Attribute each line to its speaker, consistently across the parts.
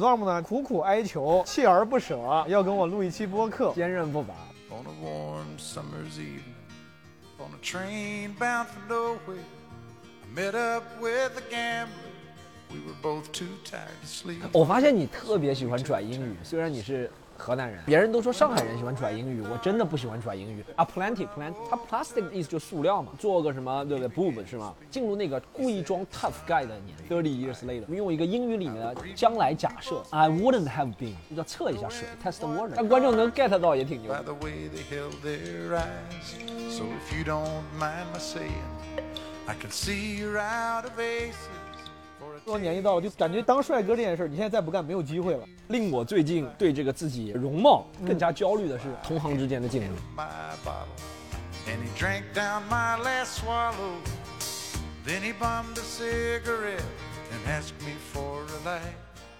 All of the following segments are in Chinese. Speaker 1: Storm 呢苦苦哀求，锲而不舍，要跟我录一期播客，坚韧不拔。
Speaker 2: On a warm summer's evening, on a train bound for nowhere, I met up with a gambler. We were both too tired to sleep.
Speaker 3: 我发现你特别喜欢拽英语，虽然你是河南人，别人都说上海人喜欢拽英语，我真的不喜欢拽英语啊。Plenty plant，它 plastic 的意思就是塑料嘛，做个什么对不对？Boob 是吗？进入那个故意装 tough guy 的年，thirty years later，用一个英语里面的将来假设，I wouldn't have been，要测一下水，test the water，但观众能 get 到也挺牛
Speaker 2: By。the way they held their eyes. So if you don't mind my saying, I can see you're out of aces. For a
Speaker 1: 说年纪到了，就感觉当帅哥这件事儿，你现在再不干没有机会了。
Speaker 3: 令我最近对这个自己容貌更加焦虑的是同行之间的竞争。
Speaker 2: my bottle, and he drank down my last swallow. Then he bummed a cigarette and asked me for a light.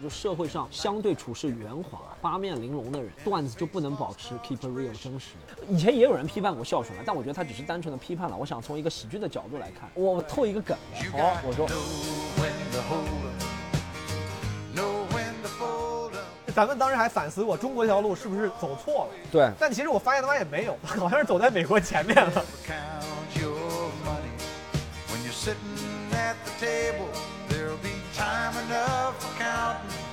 Speaker 3: 就社会上相对处事圆滑、八面玲珑的人，段子就不能保持 keep it real 真实。以前也有人批判过孝顺啊，但我觉得他只是单纯的批判了。我想从一个喜剧的角度来看，我透一个梗
Speaker 2: You，
Speaker 3: 好
Speaker 2: got，
Speaker 3: 我
Speaker 2: to
Speaker 3: 说
Speaker 2: know when to hold 'em, know when to fold 'em.
Speaker 1: 咱们当时还反思过中国这条路是不是走错了，
Speaker 3: 对，
Speaker 1: 但其实我发现他妈也没有， 好像是走在美国前面了。
Speaker 2: Count your money when you're sitting at the table. There'll be time enough for counting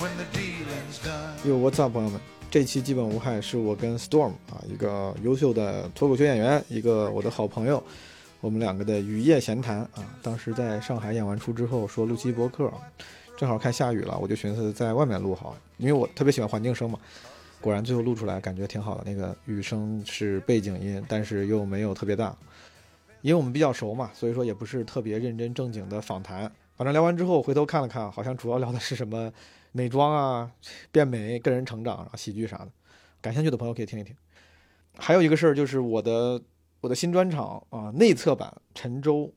Speaker 2: when the dealing's done.
Speaker 4: 哟，What's up，朋友们？这期基本无害是我跟 Storm 啊，一个优秀的脱口秀演员，一个我的好朋友，我们两个的雨夜闲谈啊。当时在上海演完出之后，说录期播客，正好看下雨了，我就寻思在外面录好，因为我特别喜欢环境声嘛。果然最后录出来感觉挺好的，那个雨声是背景音，但是又没有特别大。因为我们比较熟嘛，所以说也不是特别认真正经的访谈。反正聊完之后，回头看了看，好像主要聊的是什么美妆啊、变美、个人成长，然后喜剧啥的。感兴趣的朋友可以听一听。还有一个事儿就是我的我的新专场啊、内测版陈州，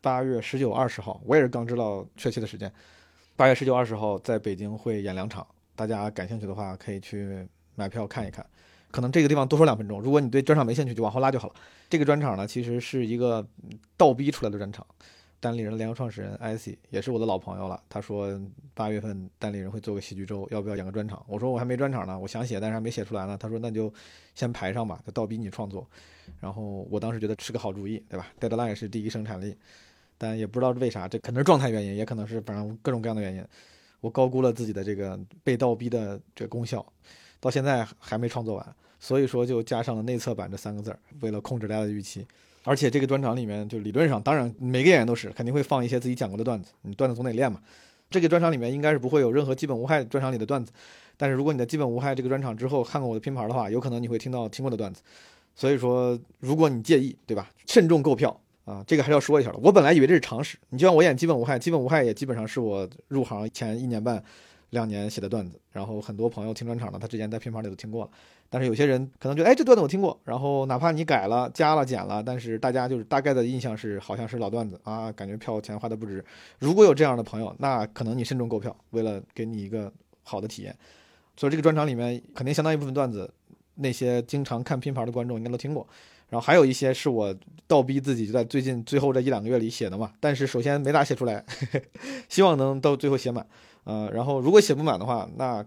Speaker 4: 八月十九、二十号，我也是刚知道确切的时间。八月十九、二十号在北京会演两场，大家感兴趣的话可以去买票看一看。可能这个地方多说两分钟，如果你对专场没兴趣，就往后拉就好了。这个专场呢，其实是一个嗯倒逼出来的专场。单立人的联合创始人 IC 也是我的老朋友了，他说八月份单立人会做个喜剧周，要不要演个专场？我说我还没专场呢，我想写，但是还没写出来呢。他说那就先排上吧，就倒逼你创作。然后我当时觉得是个好主意，对吧？Deadline 是第一生产力，但也不知道为啥，这可能是状态原因，也可能是反正各种各样的原因，我高估了自己的这个被倒逼的这功效，到现在还没创作完，所以说就加上了内测版这三个字儿，为了控制大家的预期。而且这个专场里面，就理论上，当然每个演员都是肯定会放一些自己讲过的段子，你段子总得练嘛。这个专场里面应该是不会有任何基本无害专场里的段子，但是如果你在基本无害这个专场之后看过我的拼盘的话，有可能你会听到听过的段子。所以说，如果你介意，对吧？慎重购票啊，这个还是要说一下的。我本来以为这是常识，你就像我演基本无害，基本无害也基本上是我入行前一年半、两年写的段子，然后很多朋友听专场的，他之前在拼盘里都听过了。但是有些人可能觉得，哎，这段子我听过，然后哪怕你改了、加了、减了，但是大家就是大概的印象是，好像是老段子啊，感觉票钱花的不值。如果有这样的朋友，那可能你慎重购票，为了给你一个好的体验。所以这个专场里面，肯定相当一部分段子，那些经常看拼盘的观众应该都听过。然后还有一些是我倒逼自己就在最近最后这一两个月里写的嘛，但是首先没咋写出来， 希望能到最后写满。呃，然后如果写不满的话，那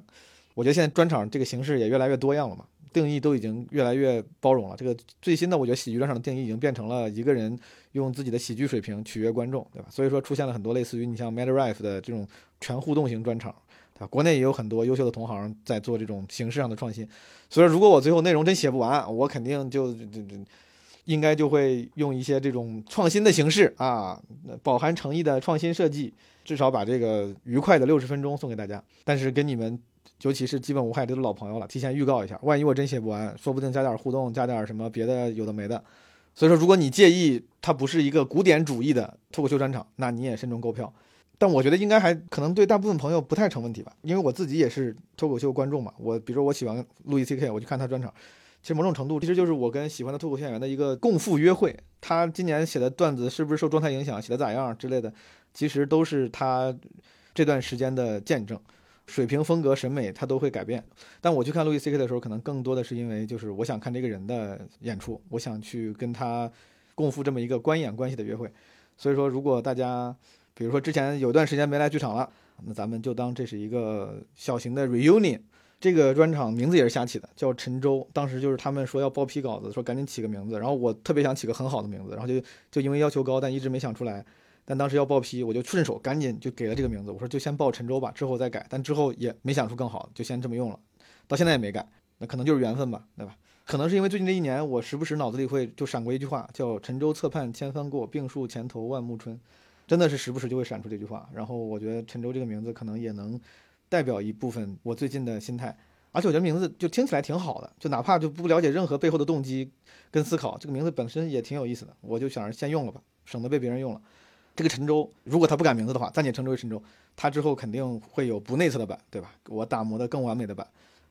Speaker 4: 我觉得现在专场这个形式也越来越多样了嘛。定义都已经越来越包容了。这个最新的，我觉得喜剧专场的定义已经变成了一个人用自己的喜剧水平取悦观众，对吧？所以说出现了很多类似于你像 Mad Rife 的这种全互动型专场，对吧？国内也有很多优秀的同行在做这种形式上的创新。所以说，如果我最后内容真写不完，我肯定就这这。应该就会用一些这种创新的形式啊，饱含诚意的创新设计，至少把这个愉快的六十分钟送给大家。但是跟你们尤其是基本无害这都老朋友了，提前预告一下，万一我真写不完，说不定加点互动，加点什么别的有的没的。所以说，如果你介意它不是一个古典主义的脱口秀专场，那你也慎重购票。但我觉得应该还可能对大部分朋友不太成问题吧，因为我自己也是脱口秀观众嘛。我比如说我喜欢路易 C K，我去看他专场，其实某种程度其实就是我跟喜欢的脱口秀演员的一个共赴约会。他今年写的段子是不是受状态影响，写的咋样之类的，其实都是他这段时间的见证。水平、风格、审美，它都会改变。但我去看路易 C K 的时候，可能更多的是因为就是我想看这个人的演出，我想去跟他共赴这么一个观演关系的约会。所以说，如果大家比如说之前有段时间没来剧场了，那咱们就当这是一个小型的 reunion。这个专场名字也是瞎起的，叫陈州。当时就是他们说要报批稿子，说赶紧起个名字。然后我特别想起个很好的名字，然后就就因为要求高，但一直没想出来。但当时要报批，我就顺手赶紧就给了这个名字。我说就先报陈州吧，之后再改。但之后也没想出更好的，就先这么用了，到现在也没改。那可能就是缘分吧，对吧？可能是因为最近这一年，我时不时脑子里会就闪过一句话，叫“陈州侧畔千帆过，病树前头万木春”，真的是时不时就会闪出这句话。然后我觉得“陈州”这个名字可能也能代表一部分我最近的心态，而且我觉得名字就听起来挺好的，就哪怕就不了解任何背后的动机跟思考，这个名字本身也挺有意思的。我就想着先用了吧，省得被别人用了。这个陈州，如果他不改名字的话，暂且称之为陈州，他之后肯定会有不内测的版，对吧？我打磨的更完美的版。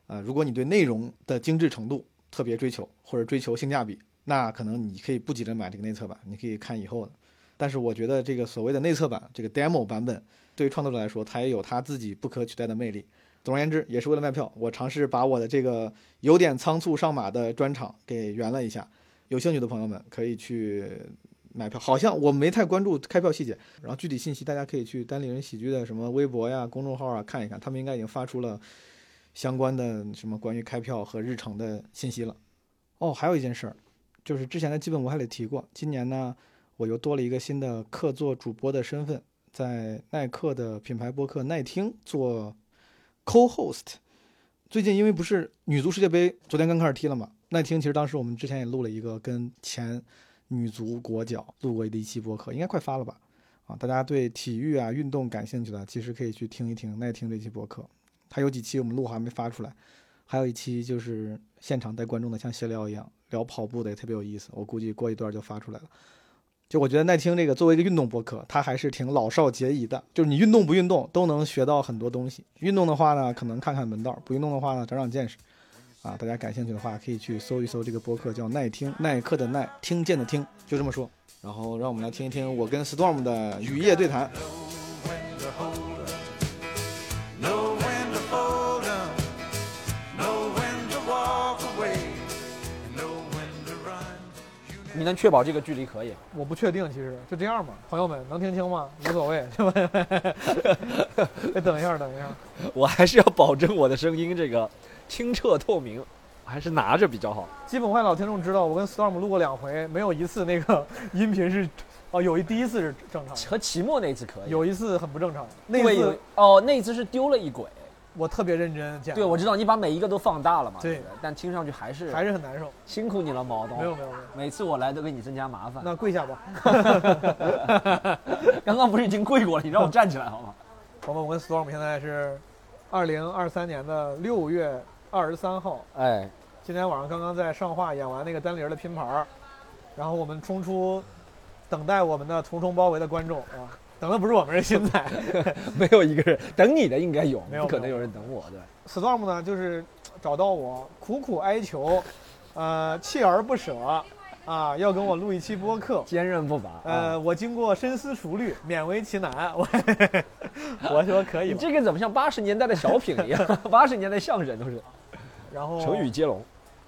Speaker 4: 呃，如果你对内容的精致程度特别追求，或者追求性价比，那可能你可以不急着买这个内测版，你可以看以后的。但是我觉得这个所谓的内测版，这个 demo 版本，对于创作者来说，它也有它自己不可取代的魅力。总而言之，也是为了卖票，我尝试把我的这个有点仓促上马的专场给圆了一下。有兴趣的朋友们可以去买票，好像我没太关注开票细节，然后具体信息大家可以去单立人喜剧的什么微博呀、公众号啊看一看，他们应该已经发出了相关的什么关于开票和日程的信息了。哦，还有一件事儿，就是之前的基本无害里提过，今年呢我又多了一个新的客座主播的身份，在耐克的品牌播客耐听做 co-host。最近因为不是女足世界杯昨天刚开始踢了嘛，耐听其实当时我们之前也录了一个跟前女足国脚录过的一期播客，应该快发了吧？啊，大家对体育啊运动感兴趣的，其实可以去听一听耐听这期播客，它有几期我们录还没发出来，还有一期就是现场带观众的，像闲聊一样聊跑步的也特别有意思，我估计过一段就发出来了。就我觉得耐听这个作为一个运动博客，它还是挺老少皆宜的。就是你运动不运动都能学到很多东西。运动的话呢，可能看看门道；不运动的话呢，长长见识。啊，大家感兴趣的话，可以去搜一搜这个博客，叫耐听，耐克的耐，听见的听，就这么说。然后让我们来听一听我跟 Storm 的雨夜对谈。
Speaker 2: Know when to hold 'em. Know when to fold 'em. Know when to walk away. Know when to run. You
Speaker 3: 你能确保这个距离可以？
Speaker 1: 我不确定，其实就这样吧，朋友们能听清吗？无所谓， 是吧？哎，等一下，等一下，
Speaker 3: 我还是要保证我的声音这个清澈透明，还是拿着比较好。
Speaker 1: 基本坏老听众知道，我跟 Storm 录过两回，没有一次那个音频是，哦，有一第一次是正常的，
Speaker 3: 和齐墨那次可以，
Speaker 1: 有一次很不正常，那
Speaker 3: 对
Speaker 1: 次
Speaker 3: 有哦，那次是丢了一轨。
Speaker 1: 我特别认真剪，
Speaker 3: 对，我知道你把每一个都放大了嘛，
Speaker 1: 对
Speaker 3: 不但听上去还是
Speaker 1: 还是很难受。
Speaker 3: 辛苦你了，毛东。
Speaker 1: 没有没有没有，
Speaker 3: 每次我来都给你增加麻烦。
Speaker 1: 那跪下吧，
Speaker 3: 刚刚不是已经跪过了？你让我站起来好吗？
Speaker 1: 朋友们，我跟 Storm 现在是二零二三年的六月二十三号，
Speaker 3: 哎，
Speaker 1: 今天晚上刚刚在上画演完那个单立人的拼盘儿，然后我们冲出等待我们的重重包围的观众啊，等的不是我们是新仔
Speaker 3: 没有一个人等你的，应该有，
Speaker 1: 没有
Speaker 3: 不可能
Speaker 1: 没有
Speaker 3: 有人等我。对，
Speaker 1: ，Storm 呢就是找到我苦苦哀求，呃锲而不舍啊，要跟我录一期播客。
Speaker 3: 坚韧不拔。
Speaker 1: 呃，
Speaker 3: 啊，
Speaker 1: 我经过深思熟虑，勉为其难，我 我说可以
Speaker 3: 你
Speaker 1: 吧。
Speaker 3: 这个怎么像八十年代的小品一样？ 八十年代相声都是
Speaker 1: 然后
Speaker 3: 成语接龙。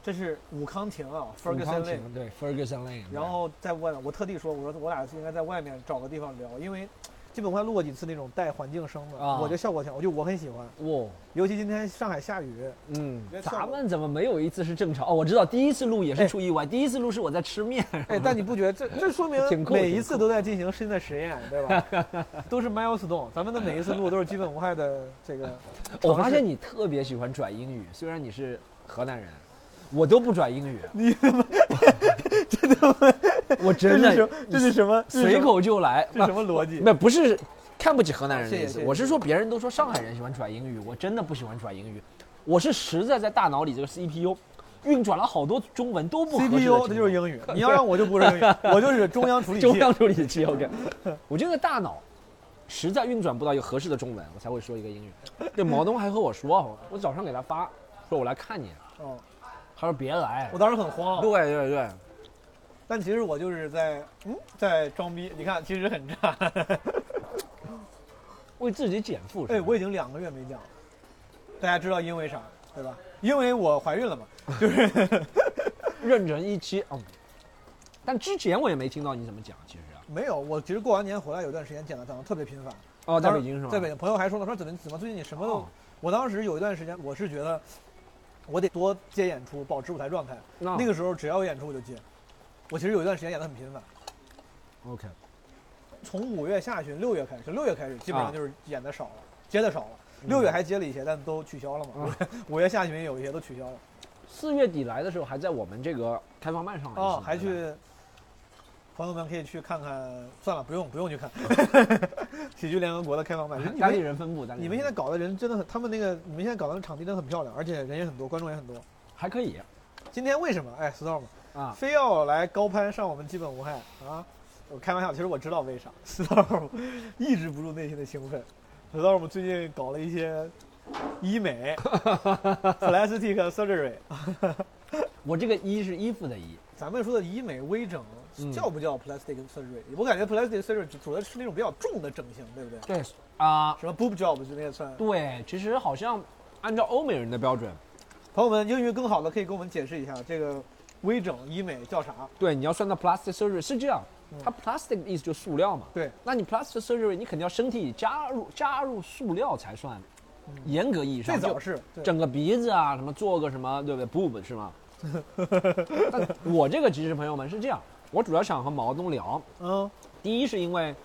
Speaker 1: 这是武康亭啊哦
Speaker 3: 武
Speaker 1: ，Ferguson
Speaker 3: 康
Speaker 1: Lane。
Speaker 3: 亭对 Ferguson Lane。
Speaker 1: 然后在外面，我特地说，我说我俩应该在外面找个地方聊，因为基本快录过几次那种带环境声的，
Speaker 3: 啊
Speaker 1: 我觉得效果挺好，我就我很喜欢。
Speaker 3: 哇，
Speaker 1: 尤其今天上海下 雨，
Speaker 3: 嗯
Speaker 1: 别，笑我
Speaker 3: 咱们怎么没有一次是正常？哦，我知道，第一次录也是出意外，第一次录是我在吃面，
Speaker 1: 哎，但你不觉得这这说明
Speaker 3: 挺酷
Speaker 1: 每
Speaker 3: 挺
Speaker 1: 一
Speaker 3: 酷
Speaker 1: 次都在进行新的实验，对吧？ 都是 milestone，咱们的每一次录都是基本无害的这个。
Speaker 3: 我发现你特别喜欢转英语，虽然你是河南人，我都不转 英语。你怎么 真
Speaker 1: 这是
Speaker 3: 的
Speaker 1: 什
Speaker 3: 吗？我真的
Speaker 1: 这是什么？这是
Speaker 3: 随
Speaker 1: 什么
Speaker 3: 口啊就来，
Speaker 1: 这是什么逻辑？
Speaker 3: 那不是看不起河南人的
Speaker 1: 谢谢
Speaker 3: 意思
Speaker 1: 谢，谢
Speaker 3: 我是说别人都说上海人喜欢转英语，我真的不喜欢转英语，我是实在在大脑里这个 CPU 运转了好多中文都不合适的
Speaker 1: CPU 这就
Speaker 3: 情
Speaker 1: 是
Speaker 3: 况
Speaker 1: 英语，你要让我就不是英语，我就是中央处理器。
Speaker 3: 中央处理器 OK，我这个大脑实在运转不到一个合适的中文，我才会说一个英语。对，毛东还和我说，我早上给他发，说我来看你，
Speaker 1: 哦，
Speaker 3: 他说别来
Speaker 1: 我。当时很慌啊
Speaker 3: 对，对对，
Speaker 1: 但其实我就是在嗯在装逼。你看，其实很 差。
Speaker 3: 为自己减负。是
Speaker 1: 哎，
Speaker 3: 吧
Speaker 1: 我已经两个月没讲了，大家知道因为啥对吧？因为我怀孕了嘛，就是
Speaker 3: 认真一期，嗯，但之前我也没听到你怎么讲，其实啊
Speaker 1: 没有。我其实过完年回来有段时间剪的，讲的特别频繁，
Speaker 3: 哦，在
Speaker 1: 当
Speaker 3: 北
Speaker 1: 时
Speaker 3: 京是吗？
Speaker 1: 在北京，朋友还说呢，说怎么怎么最近你什么都，
Speaker 3: 哦
Speaker 1: 我当时有一段时间我是觉得，我得多接演出，保持舞台状态。
Speaker 3: 那
Speaker 1: 那个时候只要有演出我就接，我其实有一段时间演的很频繁，
Speaker 3: OK，
Speaker 1: 嗯从五月下旬六月开始，六月开始基本
Speaker 3: 啊
Speaker 1: 上就是演的少了，接的少了。嗯六月还接了一
Speaker 3: 嗯
Speaker 1: 些，但都取消了嘛。 五月下旬也有一些都取消了。
Speaker 3: 四月底来的时候还在我们这个开放麦上
Speaker 1: 哦，还
Speaker 3: 嗯是吧
Speaker 1: 去，朋友们可以去看看。算了，不用不用去看 喜剧联合国的开放麦。你
Speaker 3: 单立
Speaker 1: 们
Speaker 3: 人分布，单立
Speaker 1: 你
Speaker 3: 人
Speaker 1: 们现在
Speaker 3: 分
Speaker 1: 搞的人真的很，他们那个你们现在搞的场地真的很漂亮，而且人也很多，观众也很多。
Speaker 3: 布还可以
Speaker 1: 今天为什么哎，storm
Speaker 3: 啊，
Speaker 1: 非要来高攀上我们基本无害啊？我开玩笑，其实我知道为啥。storm 抑制不住内心的兴奋。storm 最近搞了一些医 美 ，plastic surgery，
Speaker 3: 我这个衣是衣服的衣，
Speaker 1: 咱们说的医美微整
Speaker 3: 嗯
Speaker 1: 叫不叫 plastic surgery？、我感觉 plastic surgery 主要是那种比较重的整形，对不对？
Speaker 3: 对啊，
Speaker 1: 什么 boob job 就那个算。
Speaker 3: 对，其实好像按照欧美人的标准，
Speaker 1: 朋友们，英语更好的可以给我们解释一下这个微整医美叫啥？
Speaker 3: 对，你要算到 plastic surgery 是这样
Speaker 1: 嗯，
Speaker 3: 它 plastic 的意思就是塑料嘛。
Speaker 1: 对，
Speaker 3: 那你 plastic surgery 你肯定要身体加入加入塑料才算，严格意义上
Speaker 1: 嗯最早
Speaker 3: 就是
Speaker 1: 对
Speaker 3: 整个鼻子啊，什么做个什么，对不对？boob 是吗？ 但我这个其实朋友们是这样，我主要想和毛东聊，
Speaker 1: 嗯。
Speaker 3: 第一是因为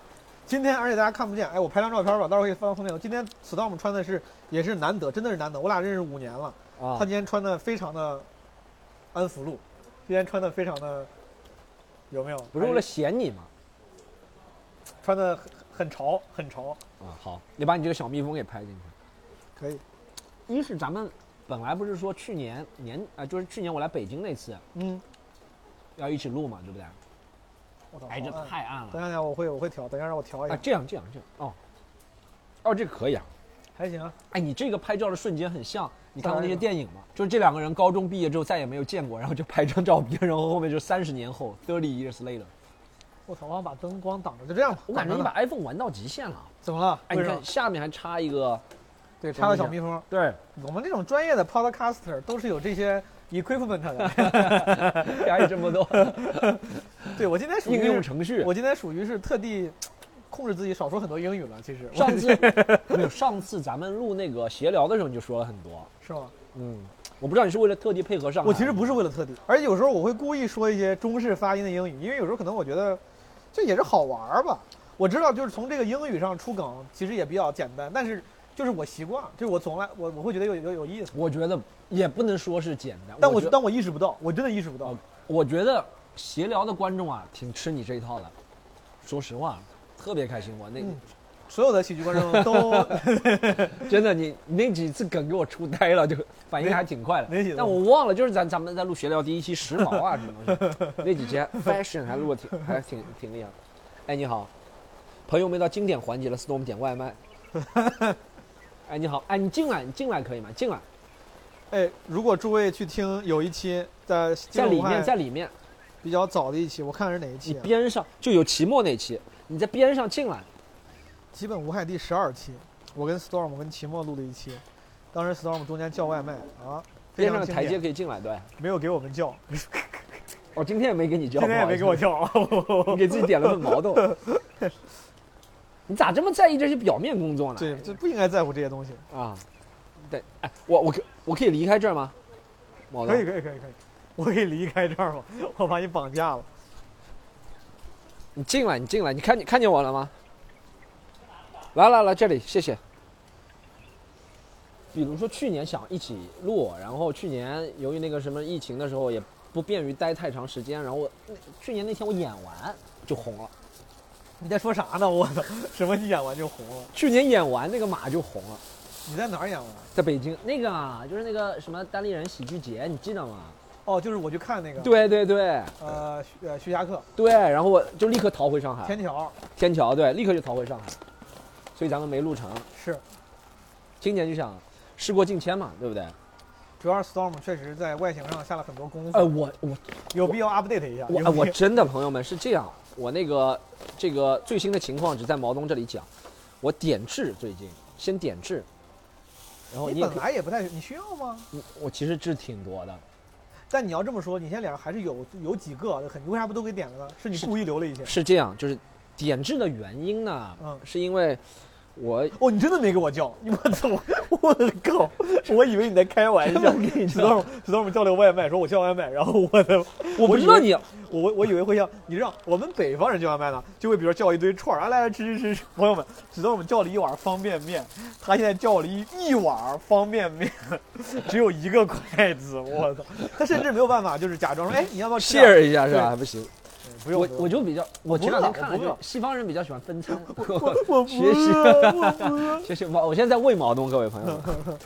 Speaker 1: 今天，而且大家看不见，哎，我拍张照片吧，到时候可以放封面。我今天 Storm 穿的是也是难得，真的是难得，我俩认识五年了。
Speaker 3: 啊
Speaker 1: 他今天穿的非常的安福路，今天穿的非常的有没有？
Speaker 3: 不是为了显你嘛。
Speaker 1: 穿的很很潮，很潮，
Speaker 3: 啊，好，你把你这个小蜜蜂给拍进去。
Speaker 1: 可以。
Speaker 3: 一是咱们本来不是说去年年啊、就是去年我来北京那次
Speaker 1: 嗯，
Speaker 3: 要一起录嘛，对不对？
Speaker 1: 我操，
Speaker 3: 哎，这
Speaker 1: 好暗
Speaker 3: 太暗了
Speaker 1: 等一下，等一下我会我会调，等一下让我调一
Speaker 3: 啊！
Speaker 1: 下，
Speaker 3: 这样这样这样哦，哦，这个可以啊。
Speaker 1: 还行啊。
Speaker 3: 哎，你这个拍照的瞬间很像，你看过
Speaker 1: 当
Speaker 3: 那
Speaker 1: 然
Speaker 3: 些
Speaker 1: 了
Speaker 3: 电影吗？就是这两个人高中毕业之后再也没有见过，然后就拍张照片，然后后面就三十年后，thirty years later。
Speaker 1: 我操，我想把灯光挡着，就这样吧。
Speaker 3: 我感觉
Speaker 1: 挡
Speaker 3: 你
Speaker 1: 着
Speaker 3: 把
Speaker 1: 吧
Speaker 3: iPhone 玩到极限了。
Speaker 1: 怎么了？
Speaker 3: 哎，你
Speaker 1: 为什
Speaker 3: 看
Speaker 1: 么？
Speaker 3: 下面还插一个，
Speaker 1: 对，插个小蜜蜂。
Speaker 3: 对，
Speaker 1: 我们这种专业的 podcaster 都是有这些 equipment 的。
Speaker 3: 还有这么多
Speaker 1: 对我今天属于
Speaker 3: 应
Speaker 1: 是
Speaker 3: 用程序。
Speaker 1: 我今天属于是特地控制自己少说很多英语了，其实
Speaker 3: 上次 没有，上次咱们录那个闲聊的时候你就说了很多。
Speaker 1: 是吗？
Speaker 3: 嗯，我不知道你是为了特地配合上海，
Speaker 1: 我其实不是为了特地，而且有时候我会故意说一些中式发音的英语，因为有时候可能我觉得这也是好玩儿吧。我知道就是从这个英语上出梗，其实也比较简单，但是就是我习惯，就是我从来我我会觉得有有有意思，
Speaker 3: 我觉得也不能说是简单，
Speaker 1: 但我
Speaker 3: 我觉
Speaker 1: 但我意识不到，我真的意识不到
Speaker 3: 哦。我觉得闲聊的观众啊，挺吃你这一套的。说实话，特别开心我那、
Speaker 1: 嗯所有的喜剧观众 都
Speaker 3: 真的你你那几次梗给我出呆了，就反应还挺快
Speaker 1: 没没几
Speaker 3: 的
Speaker 1: 次。
Speaker 3: 但我忘了，就是咱咱们在录闲聊第一期时髦啊什么东 西，那几天 fashion 还录的挺还挺挺厉害的。哎，你好，朋友们到经典环节了，storm 点 外卖。哎，你好，哎，你进来，你进来可以吗？进来，
Speaker 1: 哎，如果诸位去听有一期在
Speaker 3: 在里面，在
Speaker 1: 在
Speaker 3: 里面。
Speaker 1: 比较早的一期，我看是哪一
Speaker 3: 你
Speaker 1: 期、啊？
Speaker 3: 边上就有期末那期，你在边上进来，
Speaker 1: 基本无害第十二期，我跟 Storm 跟齐墨录了一期，当时 Storm 中间叫外卖啊，非
Speaker 3: 边
Speaker 1: 常
Speaker 3: 上
Speaker 1: 经
Speaker 3: 台阶
Speaker 1: 典
Speaker 3: 可以进来，对。
Speaker 1: 没有给我们叫，
Speaker 3: 哦，今天也没给你叫，
Speaker 1: 今天也没给我
Speaker 3: 叫，
Speaker 1: 叫，
Speaker 3: 你给自己点了份毛豆。 你咋这么在意这些表面工作呢？
Speaker 1: 对，就不应该在乎这些东西。
Speaker 3: 啊，对，哎，我我可我可以离开这儿吗？毛豆
Speaker 1: 可以，可以，可以，可以，我可以离开这儿吗？我把你绑架了。
Speaker 3: 你进来，你进来，你看你看见我了吗？来来来，这里，谢谢。比如说去年想一起录，然后去年由于那个什么疫情的时候，也不便于待太长时间，然后我那去年那天我演完就红了，
Speaker 1: 你在说啥呢？我操，什么你演完就红了？
Speaker 3: 去年演完那个马就红了，
Speaker 1: 你在哪儿演完？
Speaker 3: 在北京那个啊，就是那个什么单立人喜剧节，你记得吗？
Speaker 1: 哦，就是我去看那个，，
Speaker 3: 对对对
Speaker 1: 呃，徐呃，徐霞客、
Speaker 3: 对，然后我就立刻逃回上海，
Speaker 1: 天桥
Speaker 3: 天桥对，立刻就逃回上海，所以咱们没录成。
Speaker 1: 是，
Speaker 3: 今年就想事过境迁嘛，对不对？
Speaker 1: 主要是 Storm 确实在外形上下了很多功
Speaker 3: 呃，
Speaker 1: 夫，
Speaker 3: 我我
Speaker 1: 有必要 update 一下。
Speaker 3: 我
Speaker 1: 有
Speaker 3: 哎
Speaker 1: 必
Speaker 3: 我
Speaker 1: 要
Speaker 3: 真的朋友们是这样，我那个这个最新的情况只在毛东这里讲，我点痣最近先点痣，然后你
Speaker 1: 你
Speaker 3: 也
Speaker 1: 本
Speaker 3: 可以
Speaker 1: 来也不太，你需要吗？
Speaker 3: 你我其实痣挺多的，
Speaker 1: 但你要这么说，你现在脸上还是有有几个很，你为啥不都给点了呢？是你故意留了一些？
Speaker 3: 是这样，就是点痣的原因呢，
Speaker 1: 嗯
Speaker 3: 是因为我
Speaker 1: 哦，你真的没给我叫，我操！我靠！我以为你在开玩笑。史storm storm 叫了个外卖，说我叫外卖，然后我的
Speaker 3: 我不知啊道你
Speaker 1: 我我我以为会像你让我们北方人叫外卖呢，就会比如说叫一堆串儿，啊来来吃吃吃吃。朋友们，只道我们叫了一碗方便面，他现在叫了一一碗方便面，只有一个筷子，我操！他甚至没有办法就是假装说，哎，你要不要吃点儿？
Speaker 3: share 一下是吧？还不行，
Speaker 1: 不用，
Speaker 3: 我
Speaker 1: 不用
Speaker 3: 我就比较，
Speaker 1: 不
Speaker 3: 我前两天
Speaker 1: 饿
Speaker 3: 看
Speaker 1: 我
Speaker 3: 了，
Speaker 1: 不
Speaker 3: 就
Speaker 1: 饿
Speaker 3: 是西方人比较喜欢分餐，
Speaker 1: 我 不
Speaker 3: 学习
Speaker 1: 饿我不饿
Speaker 3: 谢谢毛，我现在在喂毛东，各位朋友们。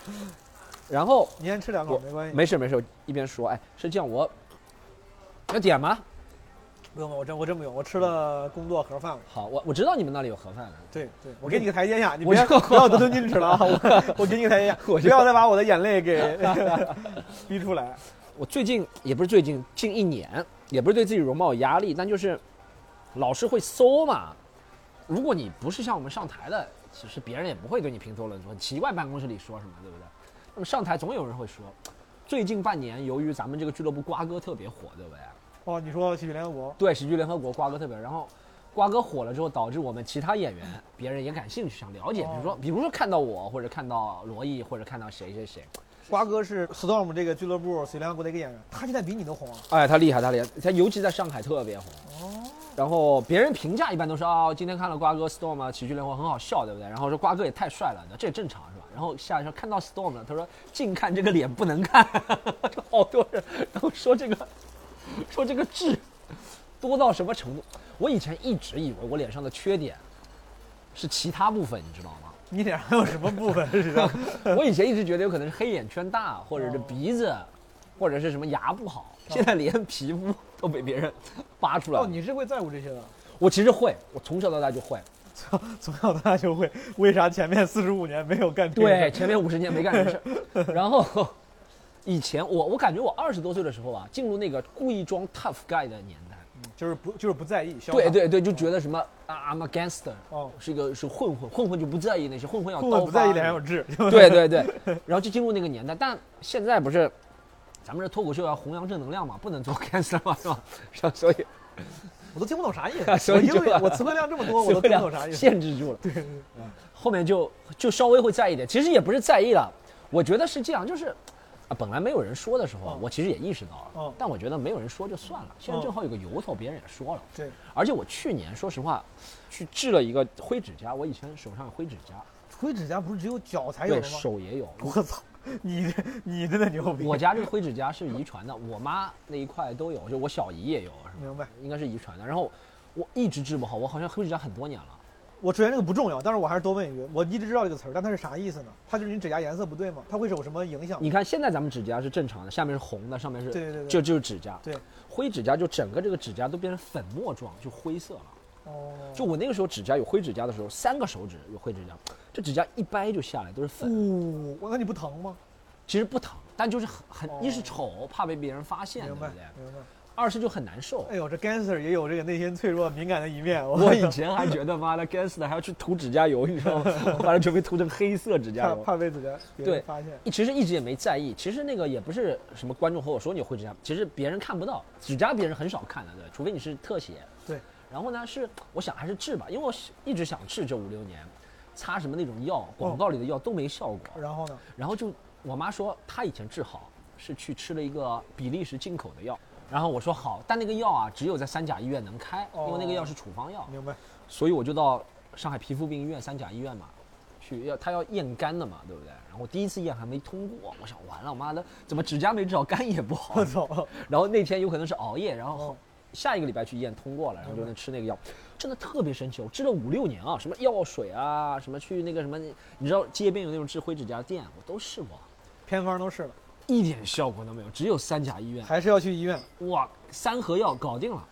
Speaker 3: 然后
Speaker 1: 你先吃两口没关系，
Speaker 3: 没事没事，我一边说，哎，是这样，我要点吗？
Speaker 1: 不用，我真我真不用，我吃了工作盒饭了。
Speaker 3: 好，我我知道你们那里有盒饭的，
Speaker 1: 对对，我给你个台阶下，你
Speaker 3: 我
Speaker 1: 不要
Speaker 3: 就
Speaker 1: 不要得寸进尺了啊！我我给你个台阶下，
Speaker 3: 我
Speaker 1: 不
Speaker 3: 就
Speaker 1: 要再把我的眼泪给 逼出来。
Speaker 3: 我最近也不是最近，近一年也不是对自己容貌有压力，但就是老是会搜嘛。如果你不是像我们上台的，其实别人也不会对你评头论足，很奇怪办公室里说什么，对不对？那么上台总有人会说，最近半年由于咱们这个俱乐部瓜哥特别火，对不对？
Speaker 1: 哦，你说喜剧联合国，
Speaker 3: 对，喜剧联合国瓜哥特别，然后瓜哥火了之后，导致我们其他演员别人也感兴趣，想了解，比如说比如说看到我，或者看到罗毅，或者看到谁谁谁，
Speaker 1: 瓜哥是 Storm 这个俱乐部喜剧联合国的一个演员，他现在比你都红啊！
Speaker 3: 哎，他厉害，他厉害，他尤其在上海特别红。然后别人评价一般都是啊、今天看了瓜哥 Storm 啊，喜剧联欢很好笑，对不对？然后说瓜哥也太帅了，这也正常是吧？然后下一说看到 Storm 了，他说近看这个脸不能看， 好多人，然后说这个说这个痣多到什么程度？我以前一直以为我脸上的缺点是其他部分，你知道吗？
Speaker 1: 你脸上有什么部分 是吧？
Speaker 3: 我以前一直觉得有可能是黑眼圈大，或者是
Speaker 1: 哦
Speaker 3: 鼻子，或者是什么牙不好，现在连皮肤都被别人扒出来
Speaker 1: 哦，
Speaker 3: 了。
Speaker 1: 你是会在乎这些的，
Speaker 3: 我其实会，我从小到大就会。
Speaker 1: 从小到大就会。为啥前面四十五年没有干这个？
Speaker 3: 对，，前面五十年没干这事儿， 然后以前我我感觉我二十多岁的时候啊，进入那个故意装 tough guy 的年代。
Speaker 1: 就是不就是不在意。潇洒
Speaker 3: 对，对对，就觉得什么啊，I'm a gangster，
Speaker 1: 哦，
Speaker 3: 是一个是混混，混混就不在意那些，混混要
Speaker 1: 根
Speaker 3: 刀
Speaker 1: 本不在意
Speaker 3: 疤啊
Speaker 1: 脸上有痣。
Speaker 3: 对对对，然后就进入那个年代。但现在不是，咱们这脱口秀要弘扬正能量嘛，不能做 cancer 嘛， 是吧？是吧所以
Speaker 1: 我都听不懂啥意思。
Speaker 3: 所
Speaker 1: 我
Speaker 3: 以
Speaker 1: 英语
Speaker 3: 就啊
Speaker 1: 我词汇量这么 多，我
Speaker 3: 词
Speaker 1: 都听不
Speaker 3: 汇量
Speaker 1: 懂啥意思。
Speaker 3: 限制住了。对，后面就就稍微会在意点，其实也不是在意了，我觉得是这样，就是啊，本来没有人说的时候啊
Speaker 1: 嗯，
Speaker 3: 我其实也意识到了
Speaker 1: 嗯，
Speaker 3: 但我觉得没有人说就算了，现在
Speaker 1: 嗯
Speaker 3: 正好有个由头，别人也说了。
Speaker 1: 哦对，
Speaker 3: 而且我去年说实话，去治了一个灰指甲，我以前手上有灰指甲，
Speaker 1: 灰指甲不是只有脚才有
Speaker 3: 对
Speaker 1: 的吗？
Speaker 3: 手也有，
Speaker 1: 我操，你你真的牛逼！
Speaker 3: 我家这个灰指甲是遗传的，我妈那一块都有，就我小姨也有，是吧？
Speaker 1: 明白。
Speaker 3: 应该是遗传的。然后我一直治不好，我好像灰指甲很多年了。
Speaker 1: 我首先这个不重要，但是我还是多问一句，我一直知道这个词儿，但它是啥意思呢？它就是你指甲颜色不对吗？它会有什么影响？
Speaker 3: 你看现在咱们指甲是正常的，下面是红的，上面是
Speaker 1: 对对对对
Speaker 3: 就就是指甲。
Speaker 1: 对，
Speaker 3: 灰指甲就整个这个指甲都变成粉末状，就灰色了。
Speaker 1: 哦，
Speaker 3: 就我那个时候指甲有灰指甲的时候，三个手指有灰指甲，这指甲一掰就下来都是
Speaker 1: 嗯
Speaker 3: 粉，
Speaker 1: 呜、那哎你不疼吗？
Speaker 3: 其实不疼，但就是很
Speaker 1: 哦
Speaker 3: 很一是丑，怕被别人发现，对
Speaker 1: 明
Speaker 3: 不
Speaker 1: 白
Speaker 3: 对？
Speaker 1: 明白。
Speaker 3: 二是就很难受。
Speaker 1: 哎呦，这 cancer 也有这个内心脆弱敏感的一面。
Speaker 3: 我
Speaker 1: 我
Speaker 3: 以前还觉得妈的该死的还要去涂指甲油，你 知道吗？我把它全部涂成黑色指甲
Speaker 1: 怕
Speaker 3: 油。
Speaker 1: 怕被指甲别
Speaker 3: 对
Speaker 1: 人发现。
Speaker 3: 其实一直也没在意，其实那个也不是什么观众和我说你有灰指甲，其实别人看不到，指甲别人很少看的，对，除非你是特写。
Speaker 1: 对，
Speaker 3: 然后呢，是我想还是治吧，因为我一直想治这五六年，擦什么那种药，广告里的药都没效果。
Speaker 1: 哦然后呢？
Speaker 3: 然后就我妈说她以前治好是去吃了一个比利时进口的药，然后我说好，但那个药啊只有在三甲医院能开，因为那个药是处方药。
Speaker 1: 明白。
Speaker 3: 所以我就到上海皮肤病医院三甲医院嘛，去要他要验肝的嘛，对不对？然后第一次验还没通过，我想完了，妈的，怎么指甲没治好，肝也不好
Speaker 1: 我。操，
Speaker 3: 然后那天有可能是熬夜，然后
Speaker 1: 哦
Speaker 3: 下一个礼拜去验通过了，然后就能吃那个药，真的特别神奇。我治了五六年啊，什么药水啊，什么去那个什么，你知道街边有那种治灰指甲店，我都试过，
Speaker 1: 偏方都试了，
Speaker 3: 一点效果都没有，只有三甲医院，
Speaker 1: 还是要去医院。
Speaker 3: 哇，三合药搞定了，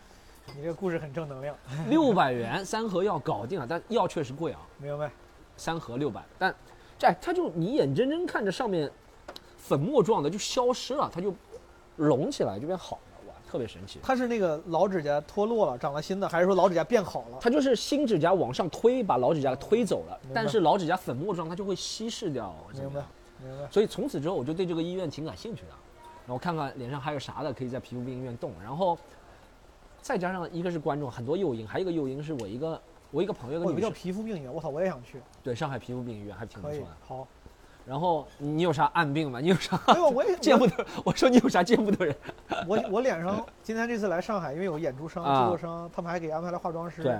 Speaker 1: 你这个故事很正能量，
Speaker 3: 六百元三合药搞定了，但药确实贵啊。
Speaker 1: 明白？
Speaker 3: 三盒六百，但这哎它就你眼睁睁看着上面粉末状的就消失了，它就隆起来就变好了，哇，特别神奇。
Speaker 1: 它是那个老指甲脱落了，长了新的，还是说老指甲变好了？
Speaker 3: 它就是新指甲往上推，把老指甲推走了
Speaker 1: 明白，
Speaker 3: 但是老指甲粉末状它就会稀释掉。这个
Speaker 1: 明白，明白。
Speaker 3: 所以从此之后，我就对这个医院挺感兴趣的。然后看看脸上还有啥的可以在皮肤病医院动，然后再加上一个是观众很多诱因，还有一个诱因是我一个我一个朋友一
Speaker 1: 我
Speaker 3: 个
Speaker 1: 有个
Speaker 3: 女
Speaker 1: 叫
Speaker 3: 生，
Speaker 1: 皮肤病医院，我操，我也想去，
Speaker 3: 对上海皮肤病医院还挺不
Speaker 1: 可
Speaker 3: 错
Speaker 1: 以
Speaker 3: 的。，
Speaker 1: 好，
Speaker 3: 然后你有啥暗病吗？你有啥
Speaker 1: 没有，我也
Speaker 3: 见不得？我说你有啥见不得人？
Speaker 1: 我我我脸上今天这次来上海，因为有演出商、
Speaker 3: 啊
Speaker 1: 制作商，他们还给安排了化妆师。
Speaker 3: 对，，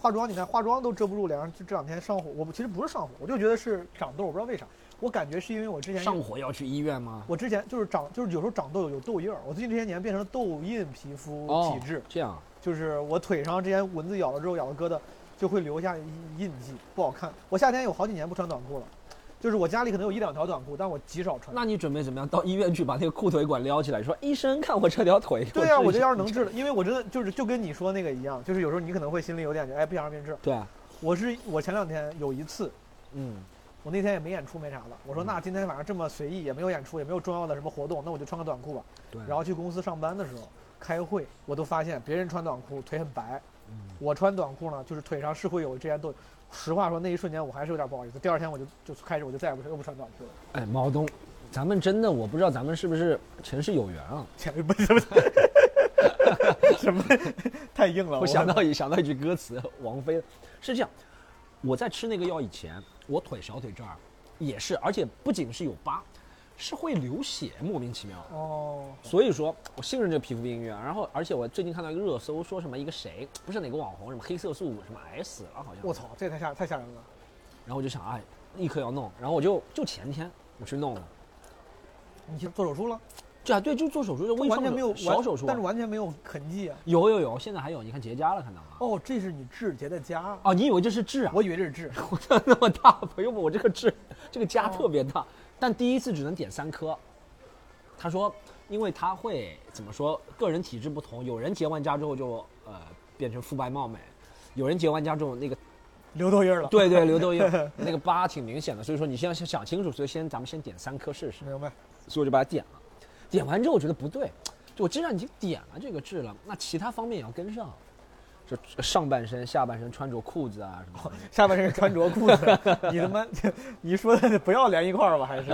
Speaker 1: 化妆你看化妆都遮不住脸上，就这两天上火，我不其实不是上火，我就觉得是长痘，我不知道为啥，我感觉是因为我之前
Speaker 3: 上火要去医院吗？
Speaker 1: 我之前就是长，就是有时候长痘有有痘印儿。我最近这些年变成痘印皮肤
Speaker 3: 哦
Speaker 1: 体质，
Speaker 3: 这样，
Speaker 1: 就是我腿上之前蚊子咬了之后咬了疙瘩，就会留下印记，不好看。我夏天有好几年不穿短裤了，就是我家里可能有一两条短裤，但我极少穿。
Speaker 3: 那你准备怎么样？到医院去把那个裤腿管撩起来，说医生看我这条腿。
Speaker 1: 对呀、
Speaker 3: 治一
Speaker 1: 我这
Speaker 3: 下
Speaker 1: 要是能治了，因为我真的就是就跟你说那个一样，就是有时候你可能会心里有点觉得，哎，不想让别人治。
Speaker 3: 对啊，
Speaker 1: 我是我前两天有一次，
Speaker 3: 嗯，
Speaker 1: 我那天也没演出没啥的，我说
Speaker 3: 嗯
Speaker 1: 那今天晚上这么随意，也没有演出，也没有重要的什么活动，那我就穿个短裤吧。
Speaker 3: 对。
Speaker 1: 然后去公司上班的时候开会，我都发现别人穿短裤腿很白，
Speaker 3: 嗯，
Speaker 1: 我穿短裤呢，就是腿上是会有之前都。实话说，那一瞬间我还是有点不好意思。第二天我就就开始我就再也不又不穿短裤了。
Speaker 3: 哎，毛东，咱们真的我不知道咱们是不是前世有缘啊？
Speaker 1: 前不是不是 什么太硬了，
Speaker 3: 我想到一想到一句歌词，王菲是这样：我在吃那个药以前，我腿小腿这儿也是，而且不仅是有疤，是会流血，莫名其妙。
Speaker 1: 哦，
Speaker 3: 所以说，我信任这个皮肤病医院。然后，而且我最近看到一个热搜，说什么一个谁，不是哪个网红，什么黑色素什么 S 了，好像。
Speaker 1: 我！操，这也太吓太吓人了。
Speaker 3: 然后我就想，哎，立刻要弄。然后我就就前天我去弄了，
Speaker 1: 你去做手术了？
Speaker 3: 对啊，对，就做手术，就微
Speaker 1: 完全
Speaker 3: 创
Speaker 1: 没有
Speaker 3: 小手术啊，
Speaker 1: 但是完全没有痕迹啊。
Speaker 3: 有有有，现在还有，你看结痂了，看到吗？
Speaker 1: 哦，这是你痣结的痂，
Speaker 3: 哦，你以为这是痣啊？
Speaker 1: 我以为这是痣。
Speaker 3: 我的那么大， 朋友们，我这个痣，这个痂
Speaker 1: 哦
Speaker 3: 特别大，但第一次只能点三颗。他说，因为他会怎么说，个人体质不同，有人结完痂之后就呃变成肤白貌美，有人结完痂之后那个
Speaker 1: 留痘印儿了。，
Speaker 3: 对对刘豆印那个疤挺明显的，所以说你先想清楚，所以先咱们先点三颗试试。
Speaker 1: 明白。
Speaker 3: 所以我就把它点了，点完之后我觉得不对，就我既然已经点了这个痣了，那其他方面也要跟上，就上半身、下半身穿着裤子啊什么的。
Speaker 1: 下半身穿着裤子，你他妈，你说的不要连一块儿吧？还是？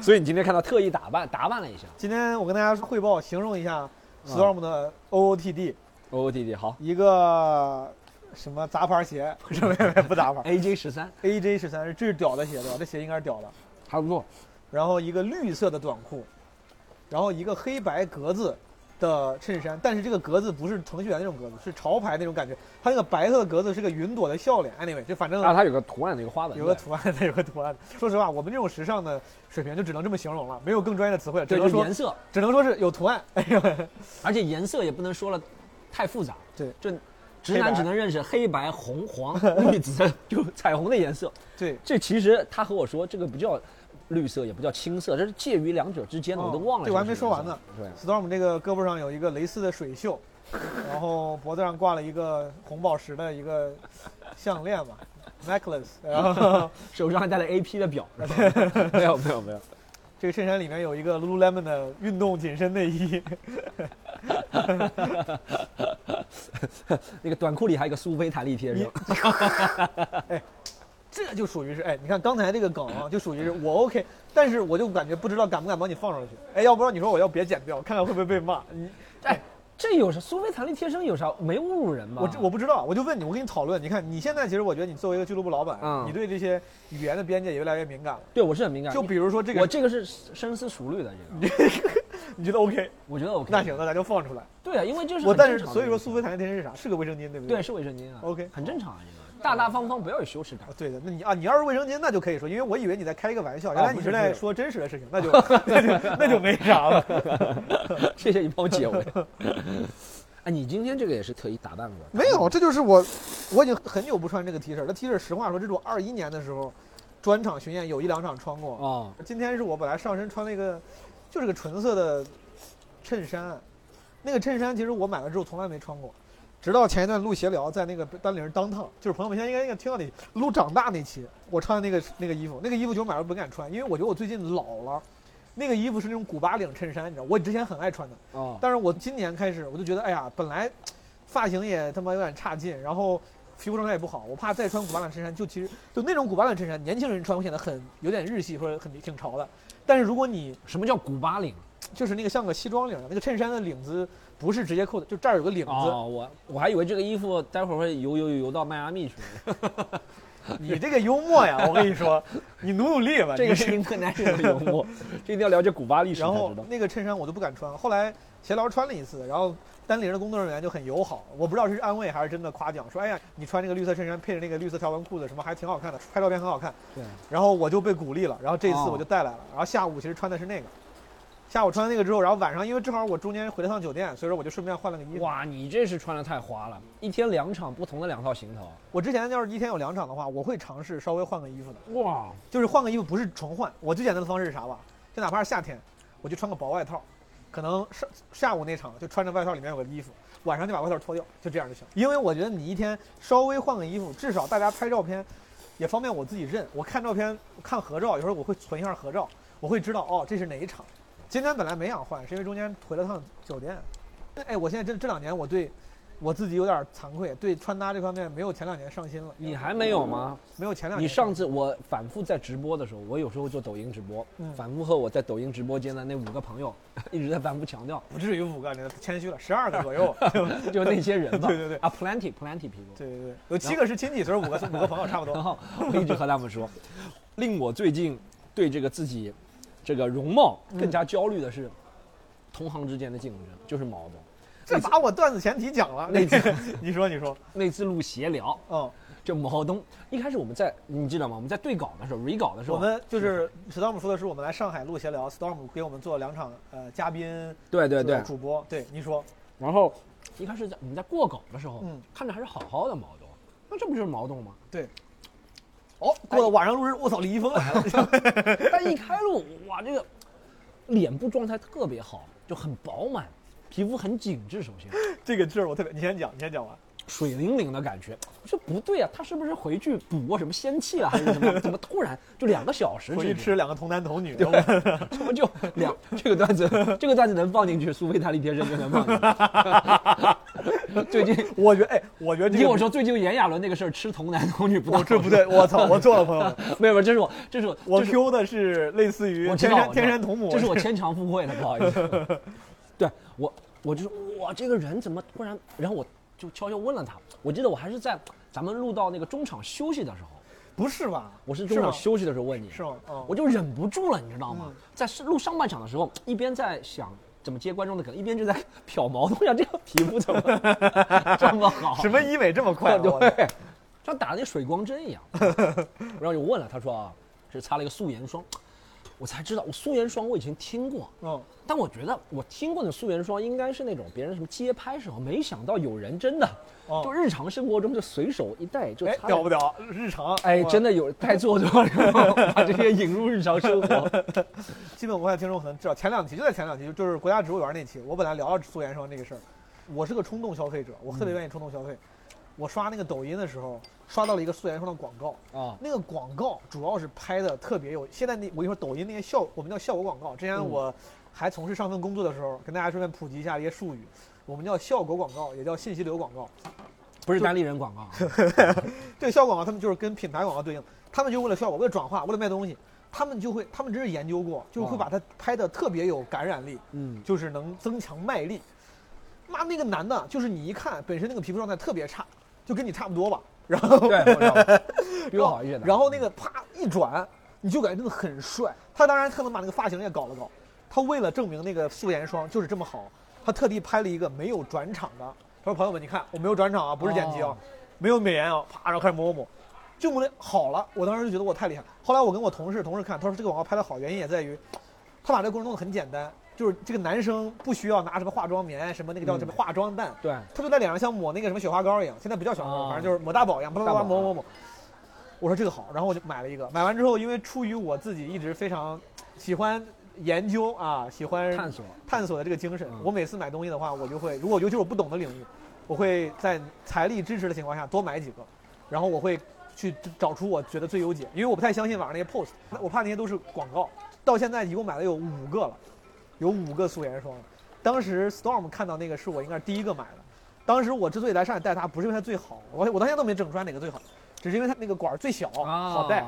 Speaker 3: 所以你今天看到特意打扮打扮了一下。
Speaker 1: 今天我跟大家汇报，形容一下 Storm 的 OOTD，、
Speaker 3: 哦，弟弟好
Speaker 1: 一个什么杂牌鞋，不是没有没有不杂牌
Speaker 3: ，AJ 十三
Speaker 1: ，AJ 十三是这是屌的鞋对吧？这鞋应该是屌的。
Speaker 3: 还不错，
Speaker 1: 然后一个绿色的短裤，然后一个黑白格子的衬衫，但是这个格子不是程序员那种格子，是潮牌那种感觉。它那个白色的格子是个云朵的笑脸，anyway，就反正
Speaker 3: 啊，它有个图案，有个花纹，
Speaker 1: 有个图案的，有个图案的。说实话，我们这种时尚的水平就只能这么形容了，没有更专业的词汇了，只
Speaker 3: 对，
Speaker 1: 能
Speaker 3: 就是
Speaker 1: 说
Speaker 3: 颜色，
Speaker 1: 只能说是有图案。 哎呦，
Speaker 3: 而且颜色也不能说了太复杂，
Speaker 1: 对，
Speaker 3: 就直
Speaker 1: 黑白
Speaker 3: 男只能认识黑白、红、黄、 绿、紫，就彩虹的颜色。
Speaker 1: 对，
Speaker 3: 这其实他和我说，这个不叫绿色，也不叫青色，这是介于两者之间的，
Speaker 1: 哦
Speaker 3: 我都忘了。
Speaker 1: 对我还没说完呢。
Speaker 3: 对，
Speaker 1: Storm 这个胳膊上有一个蕾丝的水袖，然后脖子上挂了一个红宝石的一个项链嘛，necklace。然后
Speaker 3: 手上还带了 AP 的表。是吧没有没有没有，
Speaker 1: 这个衬衫里面有一个 Lululemon 的运动紧身内衣，
Speaker 3: 那个短裤里还有一个苏菲弹力贴，是吧？
Speaker 1: 这就属于是哎，你看刚才这个梗啊，就属于是我 OK，但是我就感觉不知道敢不敢帮你放上去。哎，要不然你说我要别剪掉，看看会不会被骂。你
Speaker 3: 哎，这有啥？苏菲弹力贴身有啥？没侮辱人吧？
Speaker 1: 我这我不知道，我就问你，我跟你讨论。你看你现在其实我觉得你作为一个俱乐部老板，
Speaker 3: 嗯
Speaker 1: 你对这些语言的边界也越来越敏感了。
Speaker 3: 对我是很敏感，
Speaker 1: 就比如说这
Speaker 3: 我
Speaker 1: 个，
Speaker 3: 这个是深思熟虑的，这个
Speaker 1: 你觉得 OK？
Speaker 3: 我觉得 OK。
Speaker 1: 那行，那咱就放出来。
Speaker 3: 对啊，因为就是
Speaker 1: 我
Speaker 3: 很
Speaker 1: 但是
Speaker 3: 正常的
Speaker 1: 所以说
Speaker 3: 东西
Speaker 1: 苏菲弹力贴身是啥？是个卫生巾，对不
Speaker 3: 对
Speaker 1: 对？
Speaker 3: 是卫生巾啊
Speaker 1: OK
Speaker 3: 很正常啊，这个大大方方，不要有羞耻感
Speaker 1: 啊。对的，那你啊，你要是卫生巾，那就可以说，因为我以为你在开一个玩笑，原来你
Speaker 3: 啊不
Speaker 1: 是
Speaker 3: 是
Speaker 1: 在
Speaker 3: 不是
Speaker 1: 说真实的事情， 那就那就那就没啥了。
Speaker 3: 谢谢你帮我解围。 哎，你今天这个也是特意打扮过的？
Speaker 1: 没有，这就是我，我已经很久不穿这个 T 恤。这 T 恤实话说，这是我二一年的时候，专场巡演有一两场穿过。
Speaker 3: 哦，
Speaker 1: 今天是我本来上身穿了一个，就是个纯色的衬衫，那个衬衫其实我买了之后从来没穿过，直到前一段录闲聊，在那个 丹铃当烫，就是朋友们现在应该应该听到那期录长大那期，我穿的那个那个衣服，那个衣服其实我买了不敢穿，因为我觉得我最近老了。那个衣服是那种古巴领衬衫，你知道，我之前很爱穿的，
Speaker 3: 哦，
Speaker 1: 但是我今年开始我就觉得，哎呀，本来发型也他妈有点差劲，然后皮肤状态也不好，我怕再穿古巴朗衬衫，就其实就那种古巴朗衬衫，年轻人穿会显得很有点日系或者很挺潮的。但是如果你
Speaker 3: 什么叫古 巴领？
Speaker 1: 就是那个像个西装领儿，那个衬衫的领子不是直接扣的，就这儿有个领子，
Speaker 3: 哦，我我还以为这个衣服待会儿会游游游游到迈 阿密去呢。
Speaker 1: 你这个幽默呀，我跟你说，你努努力吧。
Speaker 3: 这个
Speaker 1: 你
Speaker 3: 是英格兰人的幽 默，这一定要了解古巴历史才
Speaker 1: 然后
Speaker 3: 知道。
Speaker 1: 那个衬衫我都不敢穿，后来闲聊穿了一次，然后丹林的工作人员就很友好，我不知道是安慰还是真的夸奖，说哎呀，你穿这个绿色衬衫配着那个绿色条纹裤子什么还挺好看的，拍照片很好看。
Speaker 3: 对。
Speaker 1: 然后我就被鼓励了，然后这次
Speaker 3: 哦
Speaker 1: 我就带来了，然后下午其实穿的是那个。下午穿那个之后，然后晚上因为正好我中间回了趟酒店，所以说我就顺便换了个衣服。
Speaker 3: 哇，你这是穿的太花了，一天两场不同的两套行头。
Speaker 1: 我之前要是一天有两场的话，我会尝试稍微换个衣服的，
Speaker 3: 哇，
Speaker 1: 就是换个衣服不是重换。我最简单的方式是啥吧？就哪怕是夏天，我就穿个薄外套，可能上下午那场就穿着外套里面有个衣服，晚上就把外套脱掉，就这样就行。因为我觉得你一天稍微换个衣服，至少大家拍照片也方便我自己认。我看照片看合照，有时候我会存一下合照，我会知道哦这是哪一场。今天本来没想换，是因为中间回了趟酒店。哎，我现在这这两年我对我自己有点惭愧，对穿搭这方面没有前两年上心了。
Speaker 3: 你还没有吗？
Speaker 1: 没有前两年
Speaker 3: 你上
Speaker 1: 心
Speaker 3: 次我反复在直播的时候，我有时候做抖音直播，
Speaker 1: 嗯
Speaker 3: 反复和我在抖音直播间的那五个朋友一直在反复强调，
Speaker 1: 不至于五个，你谦虚了，十二个左 右。
Speaker 3: 就那些人 吧。
Speaker 1: 对对对
Speaker 3: 啊，plenty plenty people。
Speaker 1: 对对对，有七个是亲戚，所以五个是五个朋友差不
Speaker 3: 然
Speaker 1: 多。
Speaker 3: 后我一直和他们说，令我最近对这个自己这个容貌
Speaker 1: 嗯
Speaker 3: 更加焦虑的是，同行之间的竞争就是矛盾。
Speaker 1: 这把我段子前提讲了，
Speaker 3: 那
Speaker 1: 你 你说你说，
Speaker 3: 那次录闲聊，
Speaker 1: 嗯，
Speaker 3: 就毛东一开始我们在你记得吗？我们在对稿的时候、re 稿的时候，
Speaker 1: 我们就是 Storm 说的是我们来上海录闲聊，Storm 给我们做了两场呃嘉宾
Speaker 3: 对对对，
Speaker 1: 主播，对你说，
Speaker 3: 然后一开始在我们在过稿的时候，
Speaker 1: 嗯
Speaker 3: 看着还是好好的毛东，那这不就是毛东吗？
Speaker 1: 哦，
Speaker 3: 哎
Speaker 1: 过了晚上录制，我操，李易峰来了，
Speaker 3: 但一开录，哇，这个脸部状态特别好，就很饱满，皮肤很紧致，首先
Speaker 1: 这个劲儿我特别，你先讲，你先 讲完。
Speaker 3: 水灵灵的感觉。我说不对啊，他是不是回去补过什么仙气啊了，还是怎么？怎么突然就两个小时
Speaker 1: 回去
Speaker 3: 之内
Speaker 1: 吃，两个童男童女，
Speaker 3: 怎么就两？这个段子，这个段子能放进去，苏菲弹力贴身就能放进去。 最近
Speaker 1: 我觉得哎，我觉得
Speaker 3: 你
Speaker 1: 这
Speaker 3: 跟
Speaker 1: 个
Speaker 3: 我说，最近炎亚纶那个事儿，吃童男童女不
Speaker 1: 我
Speaker 3: 当，
Speaker 1: 这不 对，我操，我错了，朋友们，
Speaker 3: 没有没有，这是我这是我
Speaker 1: 我
Speaker 3: 这是
Speaker 1: Q 的是类似于
Speaker 3: 我知
Speaker 1: 天
Speaker 3: 道
Speaker 1: 山
Speaker 3: 我知道
Speaker 1: 天山童母，
Speaker 3: 这是我牵强附会的，不好意思。 对我，我就是我这个人怎么突然，然后我就悄悄问了他，我记得我还是在咱们录到那个中场休息的时候，
Speaker 1: 不是吧？
Speaker 3: 我是中
Speaker 1: 吗
Speaker 3: 场休息的时候问你，
Speaker 1: 是吗？哦
Speaker 3: 我就忍不住了，你知道吗
Speaker 1: 嗯？
Speaker 3: 在录上半场的时候，一边在想。怎么接观众的梗，一边就在 瞟毛东呀，这个皮肤怎么 这么好？
Speaker 1: 什么医美这么快？我
Speaker 3: 对，像打那水光针一 样。然后就问了，他说啊，是擦了一个素颜霜，我才知道我素颜霜我以前听过，
Speaker 1: 嗯，
Speaker 3: 但我觉得我听过的素颜霜应该是那种别人什么街拍时候，没想到有人真的
Speaker 1: 哦
Speaker 3: 就日常生活中就随手一带就
Speaker 1: 哎，
Speaker 3: 擦。
Speaker 1: 屌不屌？日常
Speaker 3: 哎，真
Speaker 1: 的，
Speaker 3: 的有太做作了，把这些引入日常生 活。
Speaker 1: 基本我的听众可能知道，前两期就在前两期，就是国家植物园那期，我本来聊到素颜霜这个事儿，我是个冲动消费者，我特别愿意冲动消费。我刷那个抖音的时候，刷到了一个素颜霜的广告，
Speaker 3: 啊，
Speaker 1: 那个广告主要是拍的特别有。现在那我跟你说，抖音那些效，我们叫效果广告。之前
Speaker 3: 嗯
Speaker 1: 我还从事上份工作的时候，跟大家顺便普及一下一些术语，我们叫效果广告，也叫信息流广告。
Speaker 3: 不是单立人广告啊，
Speaker 1: 这个效果广告，他们就是跟品牌广告对应，他们就为了效果，为了转化，为了卖东西，他们就会，他们真是研究过，就是会
Speaker 3: 哇
Speaker 1: 把它拍的特别有感染力，
Speaker 3: 嗯，
Speaker 1: 就是能增强卖力。妈，那个男的，就是你一看本身那个皮肤状态特别差，就跟你差不多吧，然后
Speaker 3: 对，我知道比我好一些的。
Speaker 1: 哦然后那个啪一转，你就感觉真的很帅。他当然特能把那个发型也搞了搞，他为了证明那个素颜霜就是这么好，他特地拍了一个没有转场的。他说：“朋友们，你看我没有转场啊，不是剪辑啊，
Speaker 3: 哦
Speaker 1: 没有美颜啊，啪，然后开始抹抹，就抹的好了。我当时就觉得我太厉害了。后来我跟我同事同事看，他说这个广告拍的好，原因也在于他把这个过程弄得很简单，就是这个男生不需要拿什么化妆棉，什么那个
Speaker 3: 嗯
Speaker 1: 叫什么化妆蛋，
Speaker 3: 对，
Speaker 1: 他就在脸上像抹那个什么雪花膏一样，现在不叫雪花膏，
Speaker 3: 啊
Speaker 1: 反正就是抹大宝一样，啪啪
Speaker 3: 大
Speaker 1: 啪
Speaker 3: 宝
Speaker 1: 抹抹抹。我说这个好，然后我就买了一个。买完之后，因为出于我自己一直非常喜欢研究啊，喜欢
Speaker 3: 探索
Speaker 1: 探索的这个精神，
Speaker 3: 嗯
Speaker 1: 我每次买东西的话，我就会，如果尤其是我不懂的领域，我会在财力支持的情况下多买几个，然后我会去找出我觉得最优解，因为我不太相信网上那些 post，我怕那些都是广告。到现在一共买了有五个了，有五个素颜霜了。当时 Storm 看到那个是我应该是第一个买的，当时我之所以来上海带它，不是因为它最好，我我到现在都没整出来哪个最好，只是因为它那个管儿最小，哦好
Speaker 3: 啊
Speaker 1: 带。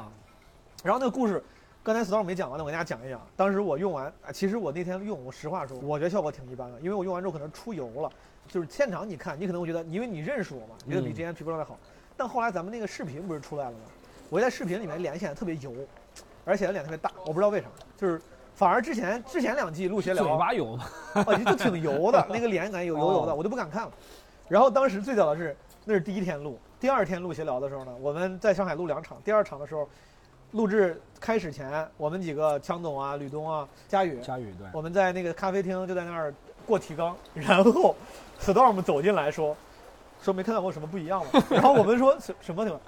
Speaker 1: 然后那个故事，刚才 storm 没讲完呢，我给大家讲一讲。当时我用完，啊其实我那天用，我实话说，我觉得效果挺一般的，因为我用完之后可能出油了。就是现场你看，你可能会觉得，因为你认识我嘛，觉得比
Speaker 3: 嗯
Speaker 1: 之前皮肤状态好。但后来咱们那个视频不是出来了吗？我在视频里面脸显得特别油，而且脸特别大，我不知道为啥，就是反而之前之前两季录闲
Speaker 3: 嘴
Speaker 1: 聊，
Speaker 3: 巴油嘛，
Speaker 1: 啊，就挺油的，那个脸感有油油的，我就不敢看了。然后当时最早的是，那是第一天录，第二天录闲聊的时候呢，我们在上海录两场，第二场的时候，录制开始前，我们几个强总啊、吕东啊、佳宇，
Speaker 3: 佳宇对，
Speaker 1: 我们在那个咖啡厅就在那儿过提纲， 然后 Storm 走进来说，说没看到我有什么不一样吗？ 然后我们说什什么情况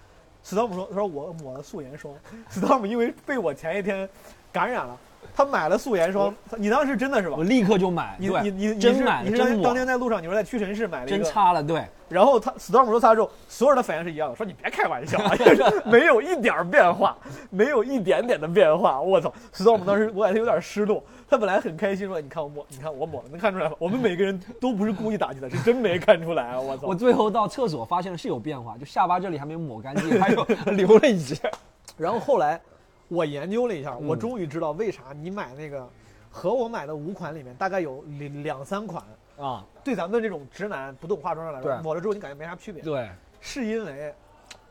Speaker 1: ？Storm 说，他说我抹了素颜霜，Storm 因为被我前一天感染了，他买了素颜霜，你当时真的是吧
Speaker 3: 我？立刻就买，
Speaker 1: 你
Speaker 3: 对
Speaker 1: 你你你
Speaker 3: 真
Speaker 1: 是
Speaker 3: 买了
Speaker 1: 你是
Speaker 3: 真
Speaker 1: 当
Speaker 3: 抹
Speaker 1: 当天在路上，你说在屈臣氏买了一
Speaker 3: 真
Speaker 1: 个，
Speaker 3: 擦了，对，
Speaker 1: 然后他 Storm 说他之后，所有人的反应是一样的，说你别开玩笑啊，就是 没有一点儿变化，没有一点点的变化，我操！Storm 当时我感觉有点失落，他本来很开心说你看我抹，你看我抹了，能看出来吗？我们每个人都不是故意打击的，是真没看出来啊，我操
Speaker 3: 我！最后到厕所发现了是有变化，就下巴这里还没抹干净，还 有留了一截。
Speaker 1: 然后后 来我研究了一下，我
Speaker 3: 嗯
Speaker 1: 终于知道为啥你买那个和我买的五款里面大概有两两三款。
Speaker 3: 啊，
Speaker 1: 对咱们这种直男不动化妆上来说
Speaker 3: 对，
Speaker 1: 抹了之后你感觉没啥区别。
Speaker 3: 对，
Speaker 1: 是因为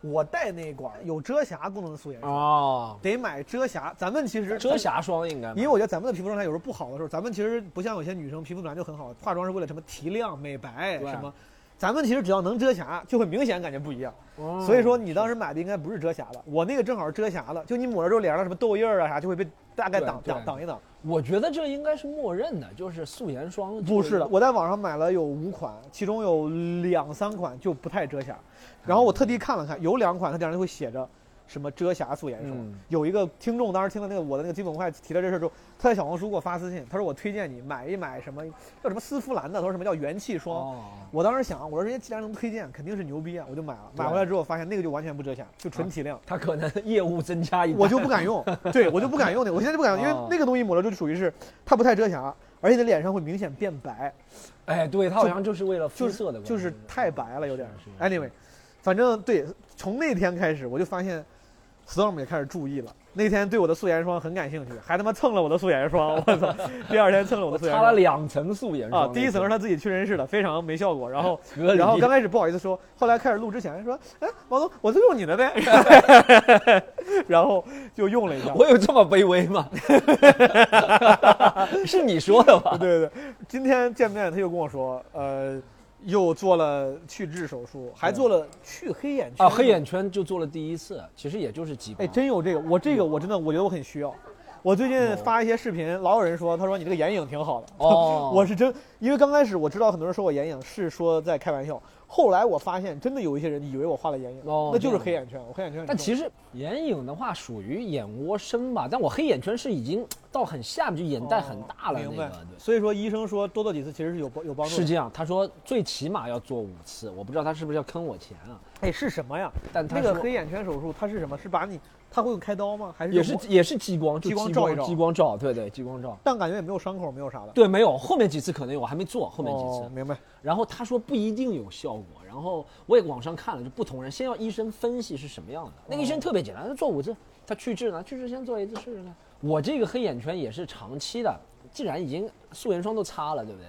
Speaker 1: 我带那管儿有遮瑕功能的素颜霜，
Speaker 3: 哦，
Speaker 1: 得买遮瑕。咱们其实
Speaker 3: 遮，瑕霜应该买，
Speaker 1: 因为我觉得咱们的皮肤状态有时候不好的时候，咱们其实不像有些女生皮肤本来就很好，化妆是为了什么提亮、美白
Speaker 3: 对
Speaker 1: 什么。咱们其实只要能遮瑕，就会明显感觉不一样。
Speaker 3: 哦
Speaker 1: 所以说你当时买的应该不是遮瑕的，我那个正好是遮瑕的，就你抹了之后脸上什么痘印儿啊啥就会被大概
Speaker 3: 对
Speaker 1: 挡
Speaker 3: 对
Speaker 1: 挡挡一挡。
Speaker 3: 我觉得这应该是默认的，就是素颜霜
Speaker 1: 不是的，，我在网上买了有五款，其中有两三款就不太遮瑕，然后我特地看了看，有两款它顶上就会写着什么遮瑕素颜霜。
Speaker 3: 嗯
Speaker 1: 有一个听众当时听了那个我的那个基本快提了这事儿之后，他在小红书给我发私信，他说我推荐你买一买什么叫什么丝芙兰的，他说什么叫元气霜。
Speaker 3: 哦，
Speaker 1: 我当时想，我说人家既然能推荐，肯定是牛逼啊，我就买了。买回来之后发现那个就完全不遮瑕，就纯提亮。
Speaker 3: 他可能 业务增加一 半，
Speaker 1: 我就不敢用，对我就不敢用那个，我现在就不敢用， 因为
Speaker 3: 哦
Speaker 1: 那个东西抹了就属于是它不太遮瑕，而且你的脸上会明显变白。
Speaker 3: 哎，对他好像就是为了肤色的关系，
Speaker 1: 就是太白了，有点儿。
Speaker 3: 是是
Speaker 1: Anyway，反正对，从那天开始我就发现，Storm 也开始注意了。那天对我的素颜霜很感兴趣，还他妈蹭了我的素颜霜，我 操！第二天蹭了我的素颜
Speaker 3: 擦了
Speaker 1: 霜。
Speaker 3: 两层素颜霜
Speaker 1: 啊，第一层是他自己去人事的，非常没效果。 然后，
Speaker 3: 隔离，
Speaker 1: 然后刚开始不好意思说，后来开始录之前说，哎，王总，我就用你的 呗。然后就用了一下。
Speaker 3: 我有这么卑微吗？ 是你说的吧？
Speaker 1: 对对对，今天见面他又跟我说，呃，又做了去痣手术，还
Speaker 3: 对
Speaker 1: 做了去黑眼圈
Speaker 3: 啊，黑眼圈就做了第一次，其实也就是几把
Speaker 1: 哎，真有这个，我这个我真的我觉得我很需要。我最近发一些视频，老有人说，他说你这个眼影挺好的。
Speaker 3: 哦
Speaker 1: 我是真，因为刚开始我知道很多人说我眼影是说在开玩笑，后来我发现真的有一些人以为我画了眼影，
Speaker 3: 哦
Speaker 1: 那就是
Speaker 3: 这样
Speaker 1: 黑眼圈，我黑眼圈很重。
Speaker 3: 但其
Speaker 1: 实
Speaker 3: 实眼影的话属于眼窝深吧，但我黑眼圈是已经到很下面，就眼袋很大了、
Speaker 1: 哦明
Speaker 3: 那
Speaker 1: 白
Speaker 3: 个。对。
Speaker 1: 所以说医生说多做几次其实是有帮有帮助
Speaker 3: 是
Speaker 1: 的。
Speaker 3: 这样，他说最起码要做五次，我不知道他是不是要坑我钱啊？
Speaker 1: 哎，是什么呀？
Speaker 3: 但他
Speaker 1: 那个
Speaker 3: 说
Speaker 1: 黑眼圈手术它是什么？是把你，它会有开刀吗？还是
Speaker 3: 也是
Speaker 1: 我
Speaker 3: 也是激光，就
Speaker 1: 激光
Speaker 3: 激
Speaker 1: 照
Speaker 3: 光
Speaker 1: 一照哦
Speaker 3: 激光照，对对，激光照。
Speaker 1: 但感觉也没有伤口，没有啥的。
Speaker 3: 对，没有，后面几次可能有，我还没做后面几次。
Speaker 1: 哦，明白。
Speaker 3: 然后他说不一定有效果，然后我也网上看了，就不同人先要医生分析是什么样的。那个医生特别简单，他做五次，他去痣呢，去痣先做一次试试看。我这个黑眼圈也是长期的，既然已经素颜霜都擦了，对不对？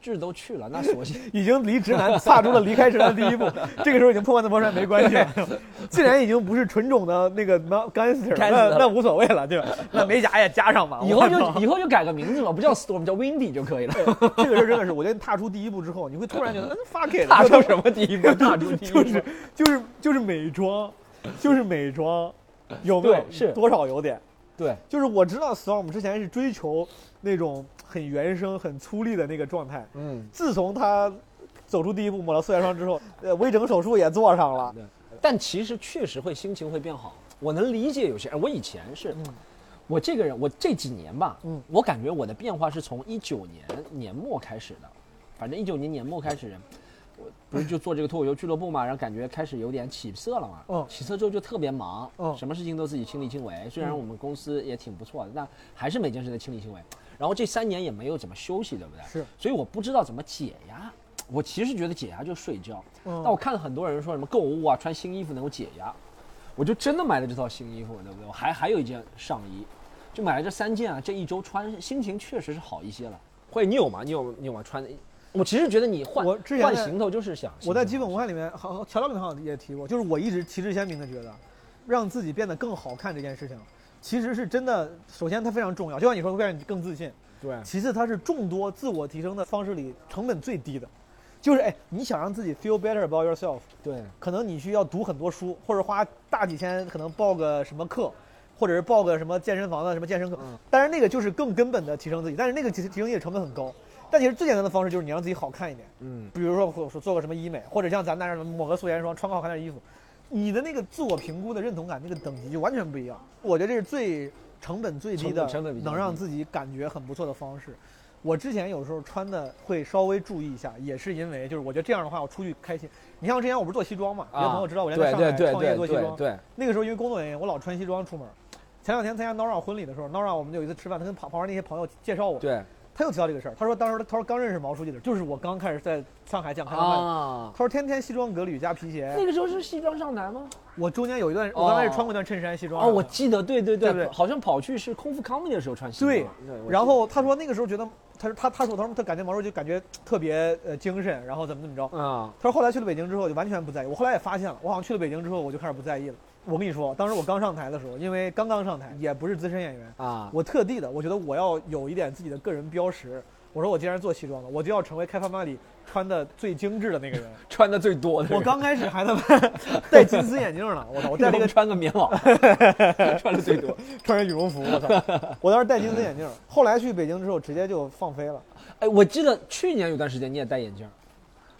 Speaker 3: 痣都去了，那索 性
Speaker 1: 已经离直男 踏出了离开直男的第一 步，这个时候已经破罐子破摔没关系 了。既然已经不是纯种的那个 non- gangster，
Speaker 3: 干死
Speaker 1: 那
Speaker 3: 了
Speaker 1: 那无所谓了， 对吧？那美甲也加上吧，
Speaker 3: 以后
Speaker 1: 我
Speaker 3: 就
Speaker 1: 操
Speaker 3: 以后就改个名字吧，不叫 Storm，叫 Windy 就可以了。
Speaker 1: 这个事儿真的是，我觉得你踏出第一步之后，你会突然 觉得，嗯，fuck it，
Speaker 3: 踏出什么第一 步？踏出第一步
Speaker 1: 就是就是就是美妆，就是美妆，有没有
Speaker 3: 对是
Speaker 1: 多少有点？
Speaker 3: 对，
Speaker 1: 就是我知道 Storm 之前是追求那种很原生、很粗粝的那个状态，
Speaker 3: 嗯。
Speaker 1: 自从他走出第一步抹了素颜霜之后，呃，微整手术也做上了。
Speaker 3: 但其实确实会心情会变好，我能理解有些。哎我以前是，我这个人，我这几年吧，
Speaker 1: 嗯
Speaker 3: 我感觉我的变化是从一九年年末开始的，反正一九年年末开始，我不是就做这个脱口秀俱乐部嘛，然后感觉开始有点起色了嘛。
Speaker 1: 嗯
Speaker 3: 起色之后就特别忙，
Speaker 1: 嗯
Speaker 3: 什么事情都自己亲力亲为。虽然我们公司也挺不错的，但还是每件事都亲力亲为。然后这三年也没有怎么休息，对不对？
Speaker 1: 是。
Speaker 3: 所以我不知道怎么解压。我其实觉得解压就是睡觉，
Speaker 1: 嗯
Speaker 3: 但我看了很多人说什么购物啊，穿新衣服能够解压，我就真的买了这套新衣服，对不对？我还还有一件上衣，就买了这三件啊，这一周穿心情确实是好一些了。会，你有吗？你有你有吗？穿，我其实觉得你换
Speaker 1: 我之前
Speaker 3: 换
Speaker 1: 在
Speaker 3: 行头就是想，
Speaker 1: 我在基本无害里面，好调料里面好像也提过，就是我一直旗帜鲜明的觉得，让自己变得更好看这件事情，其实是真的。首先它非常重要，就像你说，会让你更自信；
Speaker 3: 对
Speaker 1: 其次，它是众多自我提升的方式里成本最低的。就是哎，你想让自己 feel better about yourself，
Speaker 3: 对
Speaker 1: 可能你需要读很多书，或者花大几千，可能报个什么课，或者是报个什么健身房啊的什么健身课。
Speaker 3: 嗯
Speaker 1: 但是那个就是更根本的提升自己，但是那个其实提升自己的成本很高。但其实最简单的方式就是你让自己好看一点。
Speaker 3: 嗯，
Speaker 1: 比如说我说做个什么医美，或者像咱们那儿抹个素颜霜，穿个好看点衣服，你的那个自我评估的认同感那个等级就完全不一样。我觉得这是最成本最低的
Speaker 3: 成本成本比，较低
Speaker 1: 能让自己感觉很不错的方式。我之前有时候穿的呃会稍微注意一下，也是因为就是我觉得这样的话我出去开心。你像我之前我不是做西装嘛，有
Speaker 3: 啊
Speaker 1: 朋友知道我原来
Speaker 3: 对
Speaker 1: 在上
Speaker 3: 对
Speaker 1: 海
Speaker 3: 对
Speaker 1: 创业
Speaker 3: 对
Speaker 1: 做西
Speaker 3: 对
Speaker 1: 装，
Speaker 3: 对，
Speaker 1: 那个时候因为工作原因我老穿西装出门。前两天参加 Nora 婚礼的时候，Nora 我们有一次吃饭，他跟旁旁边那些朋友介绍我，
Speaker 3: 对
Speaker 1: 他又提到这个事儿，他说当时他说刚认识毛书记的时候，就是我刚开始在上海讲开放麦的时候
Speaker 3: 啊，
Speaker 1: 他说天天西装革履加皮鞋。
Speaker 3: 那个时候是西装上台吗？
Speaker 1: 我中间有一段，
Speaker 3: 嗯哦
Speaker 1: 我刚开始穿过一段衬衫西装。啊
Speaker 3: 哦，我记得，对对
Speaker 1: 对
Speaker 3: 对，
Speaker 1: 不对
Speaker 3: 好像跑去是空腹 comedy 的时候穿西装。
Speaker 1: 对
Speaker 3: 我记得
Speaker 1: 然后他说那个时候觉得，他说他他说他说他感觉毛主席就感觉特别呃精神，然后怎么怎么着。
Speaker 3: 啊，
Speaker 1: 他说后来去了北京之后就完全不在意。我后来也发现了，我好像去了北京之后我就开始不在意了。我跟你说，当时我刚上台的时候，因为刚刚上台，也不是资深演员，
Speaker 3: 啊，
Speaker 1: 我特地的，我觉得我要有一点自己的个人标识。我说我既然做西装了，我就要成为开放麦里穿的最精致的那个人。
Speaker 3: 穿的最多的 人，
Speaker 1: 我刚开始还他妈戴金丝眼镜呢，我 操！我戴
Speaker 3: 在
Speaker 1: 了
Speaker 3: 那
Speaker 1: 一个
Speaker 3: 个穿个棉袄， 穿的最多。
Speaker 1: 穿着羽绒服，我操！ 我当时戴金丝眼镜儿，后来去北京之后直接就放飞了。
Speaker 3: 哎，我记得去年有段时间你也戴眼镜儿，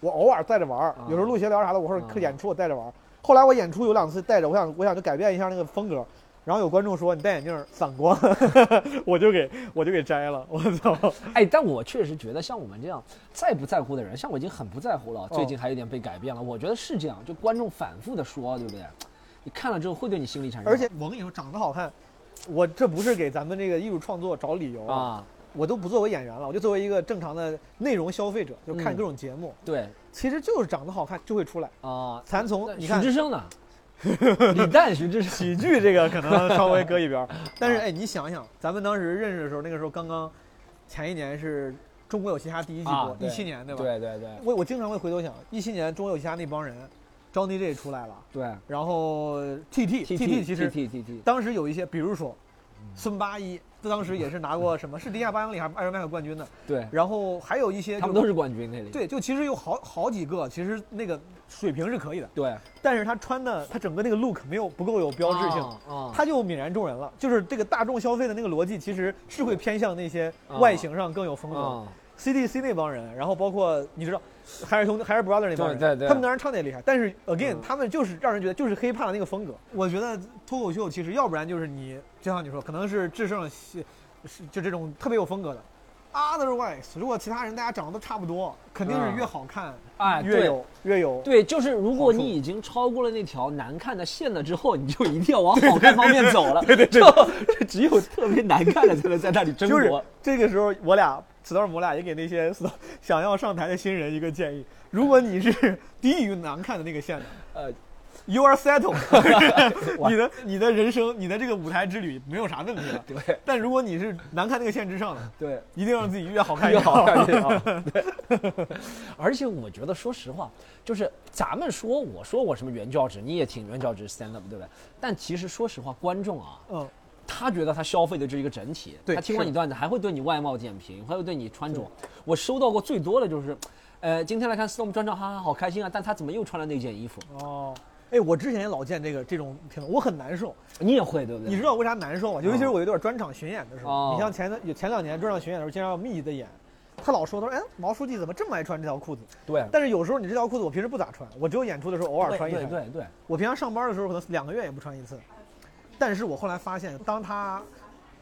Speaker 1: 我偶尔戴着玩儿
Speaker 3: 啊，
Speaker 1: 有时候录闲聊啥的，我或
Speaker 3: 啊
Speaker 1: 者演出我戴着玩儿。后来我演出有两次戴着，我想我想就改变一下那个风格。然后有观众说你戴眼镜儿散光， 我就给我就给摘了，我操！
Speaker 3: 哎，但我确实觉得像我们这样在不在乎的人，像我已经很不在乎
Speaker 1: 哦
Speaker 3: 了，最近还有点被改变了。我觉得是这样，就观众反复的说，对不对？你看了之后会对你心理产生，
Speaker 1: 而且我跟你说，长得好看，我这不是给咱们这个艺术创作找理由啊，
Speaker 3: 啊，
Speaker 1: 我都不作为演员了，我就作为一个正常的内容消费者，就看
Speaker 3: 嗯
Speaker 1: 各种节目，
Speaker 3: 对
Speaker 1: 其实就是长得好看就会出来。
Speaker 3: 啊，
Speaker 1: 咱从哦你看
Speaker 3: 徐志 胜呢，李诞、徐志胜，
Speaker 1: 喜剧这个可能稍微搁一边儿， 但是哎，你想想，咱们当时认识的时候，那个时候刚刚，前一年是《中国有嘻哈》第一季
Speaker 3: 啊
Speaker 1: 播，
Speaker 3: 对
Speaker 1: 一七年对吧？
Speaker 3: 对对对
Speaker 1: 我我经常会回头想，一七年《中国有嘻哈》那帮人，张 DJ 出来了，
Speaker 3: 对
Speaker 1: 然后 TT
Speaker 3: ，T
Speaker 1: TT 其实
Speaker 3: T T T，
Speaker 1: 当时有一些，比如说孙八一，他当时也是拿过什么是迪亚八英里还是艾瑞麦克冠军的，
Speaker 3: 对，
Speaker 1: 然后还有一些就
Speaker 3: 他们都是冠军那里。
Speaker 1: 对，就其实有好好几个，其实那个水平是可以的，
Speaker 3: 对，
Speaker 1: 但是他穿的他整个那个 look 没有不够有标志性。
Speaker 3: 啊，
Speaker 1: 他就泯然众人了。就是这个大众消费的那个逻辑，其实是会偏向那些外形上更有风格。
Speaker 3: 啊
Speaker 1: CDC 那帮人，然后包括你 知道，海尔兄弟、海尔 brother 那帮人，
Speaker 3: 对对对
Speaker 1: 他们当然唱的也厉害，但是 again，、
Speaker 3: 嗯
Speaker 1: 他们就是让人觉得就是黑怕的那个风格。我觉得脱口秀其实要不然就是你，就像你说，可能是制胜是是就这种特别有风格的。Otherwise，如果其他人大家长得都差不多，肯定是
Speaker 3: 嗯
Speaker 1: 越好看、
Speaker 3: 哎，
Speaker 1: 越
Speaker 3: 对
Speaker 1: 有越有
Speaker 3: 对，就是如果你已经超过了那条难看的线了之后，你就一定要往好看方面走了。对对 对，就只有特别难看的才能在那里争
Speaker 1: 就是
Speaker 3: 夺。
Speaker 1: 这个时候，我俩 storm 我俩也给那些 Storm 想要上台的新人一个建议：如果你是 低于难看的那个线的，
Speaker 3: 呃，
Speaker 1: ，you are settled，
Speaker 3: 哇
Speaker 1: 你的你的人生，你的这个舞台之旅没有啥问题了。
Speaker 3: 对
Speaker 1: 但如果你是难看那个线之上的，
Speaker 3: 对，
Speaker 1: 一定让自己越好看
Speaker 3: 越好
Speaker 1: 好。嗯
Speaker 3: 看越好。对， 而且我觉得，说实话，就是咱们说，我说我什么原教旨，你也挺原教旨 stand up，对不对？但其实说实话，观众啊，
Speaker 1: 嗯，
Speaker 3: 他觉得他消费的这是一个整体，
Speaker 1: 对
Speaker 3: 他听完
Speaker 1: 是
Speaker 3: 你段子还会对你外貌点评，还会对你穿着。我收到过最多的就是，呃，今天来看 Storm 专场，哈哈，好开心啊！但他怎么又穿了那件衣服？
Speaker 1: 哦。哎，我之前也老见这个这种评论，我很难受。
Speaker 3: 你也会对不对？嗯
Speaker 1: 你知道为啥难受吗？尤其是我有点专场巡演的时候，
Speaker 3: 哦
Speaker 1: 你像前有前两年专场巡演的时候，经常要密的演，他老说他说，哎，毛书记怎么这么爱穿这条裤子？
Speaker 3: 对，
Speaker 1: 但是有时候你这条裤子我平时不咋穿，我只有演出的时候偶尔穿一
Speaker 3: 对
Speaker 1: 下。
Speaker 3: 对对，
Speaker 1: 我平常上班的时候可能两个月也不穿一次。但是我后来发现，当他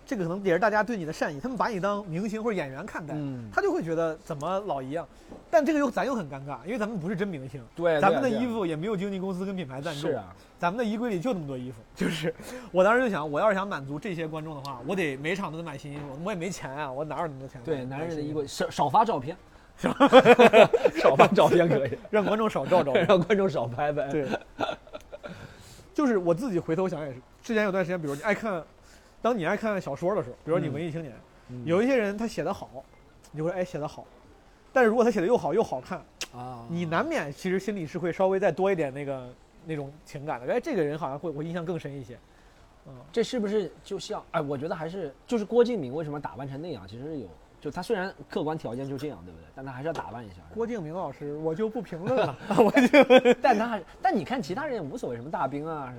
Speaker 1: 这个可能也是大家对你的善意，他们把你当明星或者演员看待，
Speaker 3: 嗯
Speaker 1: 他就会觉得怎么老一样。但这个又咱又很尴尬，因为咱们不是真明星，
Speaker 3: 对啊
Speaker 1: 咱们的衣服也没有经纪公司跟品牌赞助，
Speaker 3: 是啊，
Speaker 1: 咱们的衣柜里就那么多衣服。就是我当时就想，我要是想满足这些观众的话，我得每场都得买新衣服，我也没钱啊，我哪有那么多钱买？
Speaker 3: 对
Speaker 1: 买
Speaker 3: 男人的
Speaker 1: 新
Speaker 3: 衣
Speaker 1: 服
Speaker 3: 柜少少发照片， 少拍照片可以，
Speaker 1: 让观众少 照照顾。
Speaker 3: 让观众少拍拍。
Speaker 1: 对，就是我自己回头想也是，之前有段时间，比如你爱看，当你爱看小说的时候，比如你文艺青年，
Speaker 3: 嗯，
Speaker 1: 有一些人他写的好，你会说哎写的好，但是如果他写的又好又好看，
Speaker 3: 啊，
Speaker 1: 你难免其实心里是会稍微再多一点那个那种情感的。哎，这个人好像会我印象更深一些。
Speaker 3: 这是不是就像哎？我觉得还是就是郭敬明为什么打扮成那样，其实是有，就他虽然客观条件就这样，对不对？但他还是要打扮一下。
Speaker 1: 郭敬明老师，我就不评论 了。
Speaker 3: 但他还，但你看其他人也无所谓，什么大兵啊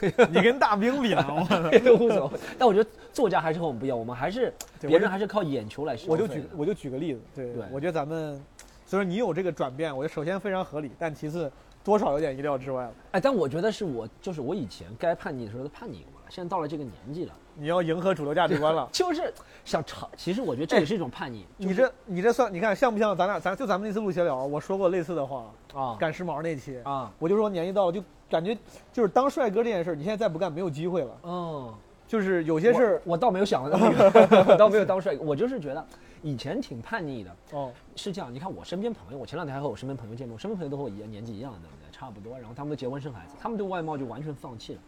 Speaker 3: 啥，
Speaker 1: 你跟大兵比啊，我
Speaker 3: 都无所谓。但我觉得作家还是和我们不一样，我们还是
Speaker 1: 对
Speaker 3: 别
Speaker 1: 我就
Speaker 3: 人还是靠眼球来消
Speaker 1: 我就
Speaker 3: 费
Speaker 1: 举
Speaker 3: 的
Speaker 1: 我就举个例子，对，
Speaker 3: 对
Speaker 1: 我觉得咱们虽然你有这个转变，我觉得首先非常合理，但其次多少有点意料之外了。
Speaker 3: 哎，但我觉得是我就是我以前该叛逆的时候都叛逆过了，现在到了这个年纪了，
Speaker 1: 你要迎合主流价值观了。
Speaker 3: 就是想尝。其实我觉得这也是一种叛逆。
Speaker 1: 哎你这你这算你看像不像咱俩咱就咱们那次录闲聊，啊我说过类似的话，
Speaker 3: 啊
Speaker 1: 赶时髦那期，
Speaker 3: 啊
Speaker 1: 我就说年纪到了就感觉就是当帅哥这件事儿，你现在再不干没有机会了。
Speaker 3: 嗯，
Speaker 1: 就是有些事儿，
Speaker 3: 我我倒没有想到那个， 我倒没有当帅哥，我就是觉得以前挺叛逆的。
Speaker 1: 哦，
Speaker 3: 是这样，你看我身边朋友，我前两天还和我身边朋友见面，我身边朋友都和我一样年纪一样，对不对？差不多，然后他们都结婚生孩子，他们对外貌就完全放弃了。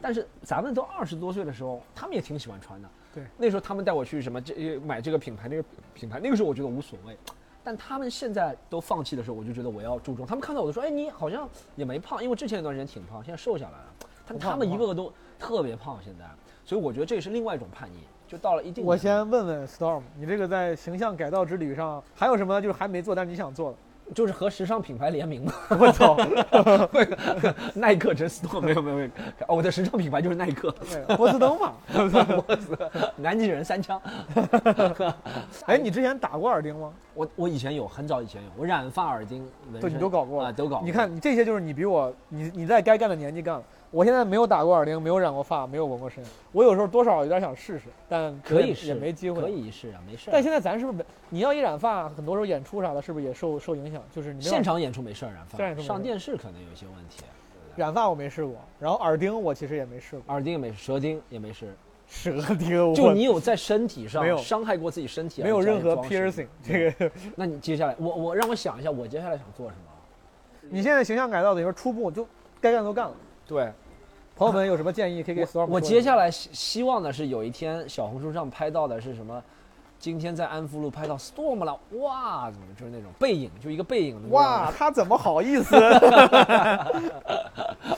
Speaker 3: 但是咱们都二十多岁的时候，他们也挺喜欢穿的。
Speaker 1: 对，
Speaker 3: 那时候他们带我去什么这呃买这个品牌那个品牌，那个时候我觉得无所谓。但他们现在都放弃的时候，我就觉得我要注重。他们看到我都说：“哎，你好像也没胖，因为我之前一段时间挺胖，现在瘦下来了。”但
Speaker 1: 不胖
Speaker 3: 他们
Speaker 1: 不
Speaker 3: 一
Speaker 1: 胖
Speaker 3: 个个都特别胖，现在，所以我觉得这也是另外一种叛逆，就到了一定
Speaker 1: 我
Speaker 3: 年龄
Speaker 1: 先问问 Storm，你这个在形象改造之旅上还有什么就是还没做但是你想做的？
Speaker 3: 就是和时尚品牌联名嘛，
Speaker 1: 我操，
Speaker 3: 耐克真 store 没有没有没有，哦，我的时尚品牌就是 耐克，
Speaker 1: 对波司登嘛。
Speaker 3: 南极人三枪。
Speaker 1: 哎，你之前打过耳钉吗？
Speaker 3: 我我以前有，很早以前有，我染发、耳钉、纹
Speaker 1: 对，
Speaker 3: 身，
Speaker 1: 你都搞过
Speaker 3: 啊，都搞过。
Speaker 1: 你看，你这些就是你比我，你你在该干的年纪干了。我现在没有打过耳钉，没有染过发，没有纹过身。我有时候多少有点想试试，但
Speaker 3: 可以
Speaker 1: 也
Speaker 3: 试，
Speaker 1: 也没机会。
Speaker 3: 可以试啊，没事儿。
Speaker 1: 但现在咱是不是没你要一染发，很多时候演出啥的，是不是也受受影响？就是你没有
Speaker 3: 现场演出没事儿，染
Speaker 1: 现场演出
Speaker 3: 发
Speaker 1: 没事儿
Speaker 3: 上电视可能有一些问题。
Speaker 1: 染发我没试过，然后耳钉我其实也没试过。
Speaker 3: 耳钉也没事，舌钉也没事，
Speaker 1: 舌钉我
Speaker 3: 就你有在身体
Speaker 1: 没有
Speaker 3: 上伤害过自己身 体，
Speaker 1: 没有
Speaker 3: 而加以
Speaker 1: 任何
Speaker 3: 装饰
Speaker 1: piercing，这 个
Speaker 3: 那你接下来，我我让我想一下，我接下来想做什么？
Speaker 1: 你现在形象改造等于说初步就该干都干了。
Speaker 3: 对，
Speaker 1: 朋友们有什么建议可以给 Storm？
Speaker 3: 我
Speaker 1: 说
Speaker 3: 接
Speaker 1: 一下
Speaker 3: 下来希希望的是有一天小红书上拍到的是什么？今天在安福路拍到 Storm 了，哇，怎么就是那种背影，就一个背影的，
Speaker 1: 哇，他怎么好意 思？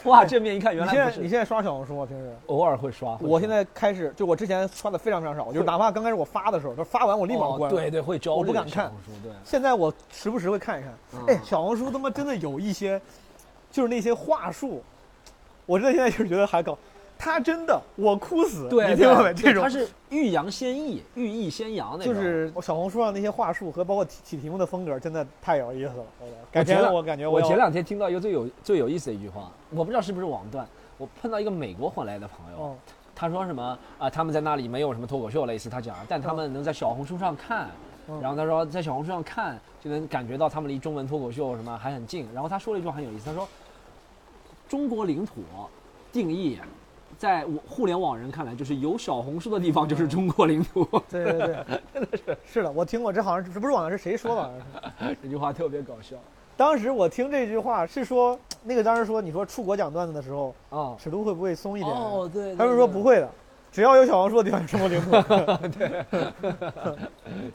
Speaker 3: 哇，正面一看
Speaker 1: 你
Speaker 3: 原
Speaker 1: 现
Speaker 3: 来
Speaker 1: 在
Speaker 3: 不
Speaker 1: 你现在
Speaker 3: 是，
Speaker 1: 刷小红书吗？啊平时？
Speaker 3: 偶尔会刷。会
Speaker 1: 我现
Speaker 3: 刷
Speaker 1: 在开始，就我之前刷的非常非常少，我就是哪怕刚开始我发的时候，就发完我立马
Speaker 3: 哦
Speaker 1: 关。
Speaker 3: 对。对，会焦虑。
Speaker 1: 我不敢看哎
Speaker 3: 小红书，对，
Speaker 1: 现在我时不时会看一看，
Speaker 3: 嗯
Speaker 1: 哎，小红书他妈真的有一些，就是那些话术，我真的现在就是觉得还搞，他真的我哭死，
Speaker 3: 对，
Speaker 1: 你听
Speaker 3: 对
Speaker 1: 过没？这
Speaker 3: 它
Speaker 1: 种
Speaker 3: 是欲扬先抑，欲抑先扬那种。
Speaker 1: 就是小红书上那些话术和包括起起题目的风格，真的太有意思了。我改
Speaker 3: 前
Speaker 1: 天
Speaker 3: 两
Speaker 1: 我感觉
Speaker 3: 我
Speaker 1: 要
Speaker 3: 前两天听到一个最有最有意思的一句话，我不知道是不是网段，我碰到一个美国回来的朋友，
Speaker 1: 哦
Speaker 3: 他说什么啊、他们在那里没有什么脱口秀类似他讲，但他们能在小红书上看，
Speaker 1: 嗯
Speaker 3: 然后他说在小红书上看就能感觉到他们离中文脱口秀什么还很近。然后他说了一句话很有意思，他说中国领土定义。在我互联网人看来，就是有小红书的地方就是中国领土。
Speaker 1: 对对对，真的是是的，我听过，这好像是是不是网上是谁说的？好像是
Speaker 3: 这句话特别搞笑
Speaker 1: 当时我听这句话是说，那个当时说你说出国讲段子的时候，
Speaker 3: 啊！
Speaker 1: 尺度会不会松一点？
Speaker 3: 哦，对，对
Speaker 1: 他们说不，会的，只要有小黄书的地方有中国领 土。
Speaker 3: 对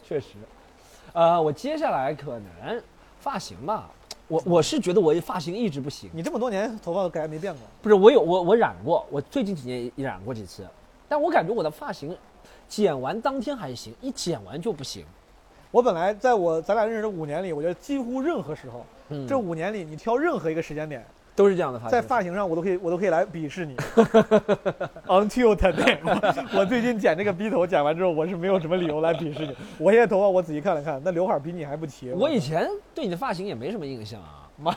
Speaker 3: 确实。呃，我接下来可能发型吧，我我是觉得我发型一直不行，
Speaker 1: 你这么多年头发改没变过，
Speaker 3: 不是我有我我染过，我最近几年也染过几次，但我感觉我的发型，剪完当天还行，一剪完就不行。
Speaker 1: 我本来在我咱俩认识的五年里，我觉得几乎任何时候，
Speaker 3: 嗯
Speaker 1: 这五年里你挑任何一个时间点，
Speaker 3: 都是这样的发型。
Speaker 1: 在发型上我都可以我都可以来鄙 视你。Until today，我我最近剪这个逼头，剪完之后我是没有什么理由来鄙视你。我现在头发我仔细看了看，那刘海儿比你还不齐。
Speaker 3: 我以前对你的发型也没什么印象啊，妈，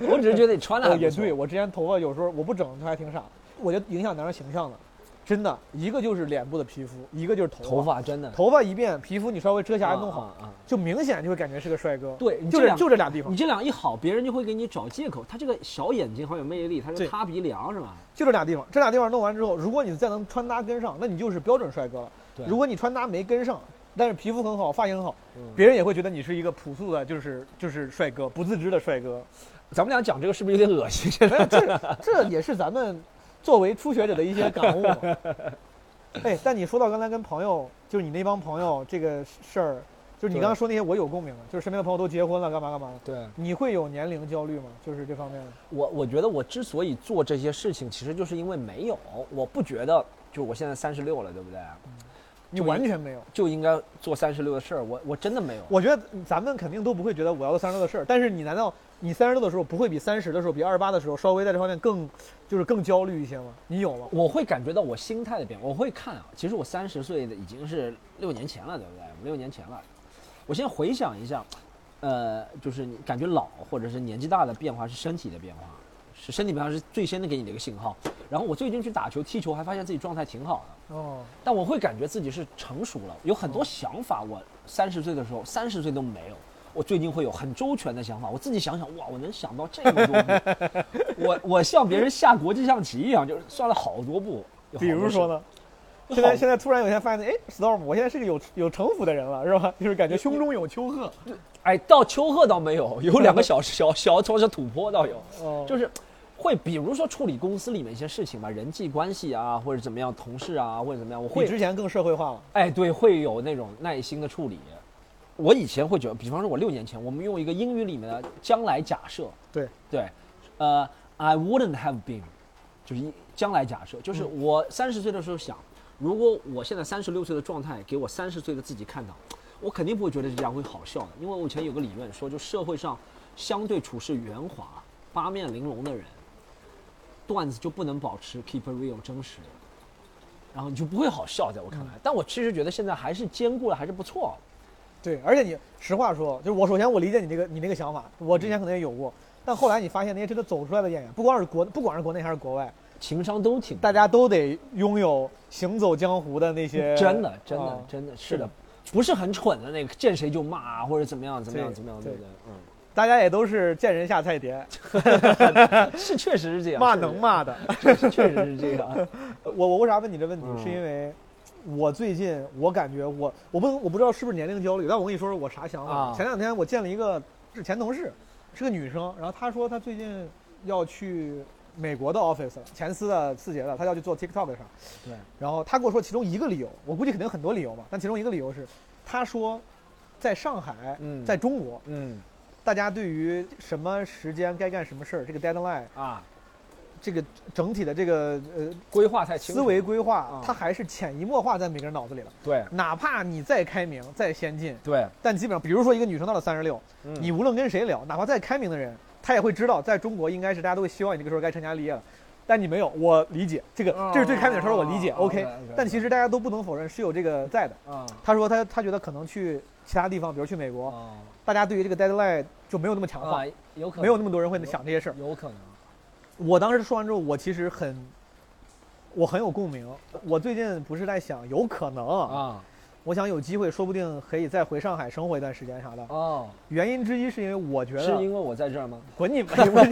Speaker 3: 我只是觉得你穿的
Speaker 1: 哦，也对，，我之前头发有时候我不整，它还挺傻的。我觉得影响男人形象的，真的，一个就是脸部的皮肤，一个就是头发。
Speaker 3: 头发真的
Speaker 1: 头发一变，皮肤你稍微遮瑕弄好，
Speaker 3: 啊啊啊
Speaker 1: 就明显就会感觉是个帅哥。
Speaker 3: 对你
Speaker 1: 就
Speaker 3: 这
Speaker 1: 这
Speaker 3: 两
Speaker 1: 就这俩地方
Speaker 3: 你，这两一好，别人就会给你找借口。他这个小眼睛好有魅力，他
Speaker 1: 对
Speaker 3: 是塌鼻梁是吧？
Speaker 1: 就这俩地方，这俩地方弄完之后，如果你再能穿搭跟上，那你就是标准帅哥了。
Speaker 3: 对
Speaker 1: 如果你穿搭没跟上，但是皮肤很好，发型很好，
Speaker 3: 嗯
Speaker 1: 别人也会觉得你是一个朴素的，就是就是帅哥，不自知的帅 哥。
Speaker 3: 咱们俩讲这个是不是有点恶心？这
Speaker 1: 没有，这这也是咱们作为初学者的一些 感悟嘛。哎，但你说到刚才跟朋友，就是你那帮朋友这个事儿，就是你
Speaker 3: 对
Speaker 1: 刚刚说那些，我有共鸣了。就是身边的朋友都结婚了，干嘛干嘛的。
Speaker 3: 对
Speaker 1: 你会有年龄焦虑吗？就是这方面的。
Speaker 3: 我，我觉得我之所以做这些事情，其实就是因为没有，我不觉得，就是我现在三十六了，对不对？啊
Speaker 1: 你完全没有。
Speaker 3: 就应该做三十六的事儿，我我真的没有。
Speaker 1: 我觉得咱们肯定都不会觉得我要做三十六的事儿，但是你难道你三十六的时候不会比三十的时候、比二十八的时候稍微在这方面更就是更焦虑一些吗？你有吗？
Speaker 3: 我会感觉到我心态的变化，我会看啊。其实我三十岁的已经是六年前了，对不对？五六年前了。我现在回想一下，呃，就是你感觉老或者是年纪大的变化是身体的变化，是身体变化是最先的给你的一个信号。然后我最近去打球踢球，还发现自己状态挺好的。
Speaker 1: 哦，
Speaker 3: 但我会感觉自己是成熟了，有很多想法，我三十岁的时候三十岁都没有。我最近会有很周全的想法，我自己想想，哇，我能想到这个东西，我我像别人下国际象棋一样，就是算了好多步。有好多
Speaker 1: 比如说
Speaker 3: 事？
Speaker 1: 呢？
Speaker 3: 有
Speaker 1: 现在
Speaker 3: 好
Speaker 1: 现在突然有一天发现，哎，Storm，我现在是个有有城府的人了，是吧？ 就是感觉胸中有丘壑。
Speaker 3: 哎，到秋壑倒没有，有两个小小小小小土坡倒有，
Speaker 1: 哦，
Speaker 3: 就是是会比如说处理公司里面一些事情吧，人际关系啊，或者怎么样，同事啊，或者怎么样，我
Speaker 1: 比
Speaker 3: 会
Speaker 1: 之前更社会化了。
Speaker 3: 哎，对，会有那种耐心的处理。我以前会觉得，比方说，我六年前，我们用一个英语里面的将来假设，
Speaker 1: 对
Speaker 3: 对，呃，I wouldn't have been，就是一将来假设，就是我三十岁的时候想，如果我现在三十六岁的状态给我三十岁的自己看到，我肯定不会觉得这样会好笑的，因为我以前有个理论说，就社会上相对处事圆滑、八面玲珑的人，段子就不能保持 keep it real 真实，然后你就不会好笑，在我看来。
Speaker 1: 嗯
Speaker 3: 但我其实觉得现在还是兼顾了，还是不错。
Speaker 1: 对，而且你实话说，就是我首先我理解你这个你那个想法，我之前可能也有过，但后来你发现那些真的走出来的演员，不光是国，不管是国内还是国外，
Speaker 3: 情商都挺
Speaker 1: 大家都得拥有行走江湖的那些。
Speaker 3: 真的，真的
Speaker 1: 啊，
Speaker 3: 真的是
Speaker 1: 是的
Speaker 3: 的，不是很蠢的那个，见谁就骂啊或者怎么样，怎么样，
Speaker 1: 对
Speaker 3: 怎么样，
Speaker 1: 对
Speaker 3: 对不对？嗯，
Speaker 1: 大家也都是见人下菜碟，
Speaker 3: 是确实是这样，
Speaker 1: 骂
Speaker 3: 确实
Speaker 1: 能，骂 的。
Speaker 3: 确实确实是这 样。
Speaker 1: 我我为啥问你这问题，
Speaker 3: 嗯
Speaker 1: 是因为我最近我感觉我我不我不知道是不是年龄焦虑，但我跟你说说我啥想法。
Speaker 3: 啊
Speaker 1: 前两天我见了一个是前同事，是个女生，然后她说她最近要去美国的 office 了，前司的字节的，她要去做 TikTok 的啥。
Speaker 3: 对，
Speaker 1: 然后她跟我说其中一个理由，我估计肯定有很多理由嘛，但其中一个理由是，她说在上海，
Speaker 3: 嗯
Speaker 1: 在中国，
Speaker 3: 嗯
Speaker 1: 大家对于什么时间该干什么事儿，这个 deadline，
Speaker 3: 啊，
Speaker 1: 这个整体的这个呃
Speaker 3: 规划太清
Speaker 1: 思
Speaker 3: 楚了，
Speaker 1: 维规划
Speaker 3: 啊，
Speaker 1: 它还是潜移默化在每个人脑子里了。
Speaker 3: 对
Speaker 1: 哪怕你再开明、再先进，
Speaker 3: 对，
Speaker 1: 但基本上，比如说一个女生到了三十六，
Speaker 3: 嗯
Speaker 1: 你无论跟谁聊，哪怕再开明的人，他也会知道，在中国应该是大家都会希望你这个时候该成家立业了。但你没有，我理解这个，这是最开明的时候，我理解
Speaker 3: 哦
Speaker 1: ，OK。
Speaker 3: 啊对对
Speaker 1: 但其实大家都不能否认是有这个在的。
Speaker 3: 啊
Speaker 1: 他说他他觉得可能去其他地方，比如去美国，
Speaker 3: 啊
Speaker 1: 大家对于这个 deadline 就没有那么强化
Speaker 3: 啊，，有可能
Speaker 1: 没有那么多人会想这些事儿。
Speaker 3: 有可能，
Speaker 1: 我当时说完之后，我其实很，我很有共鸣。我最近不是在想，有可能
Speaker 3: 啊
Speaker 1: 我想有机会，说不定可以再回上海生活一段时间啥的。
Speaker 3: 哦，
Speaker 1: 原因之一是因为我觉
Speaker 3: 是
Speaker 1: 得
Speaker 3: 因为我在这儿吗？
Speaker 1: 滚你妈！你 们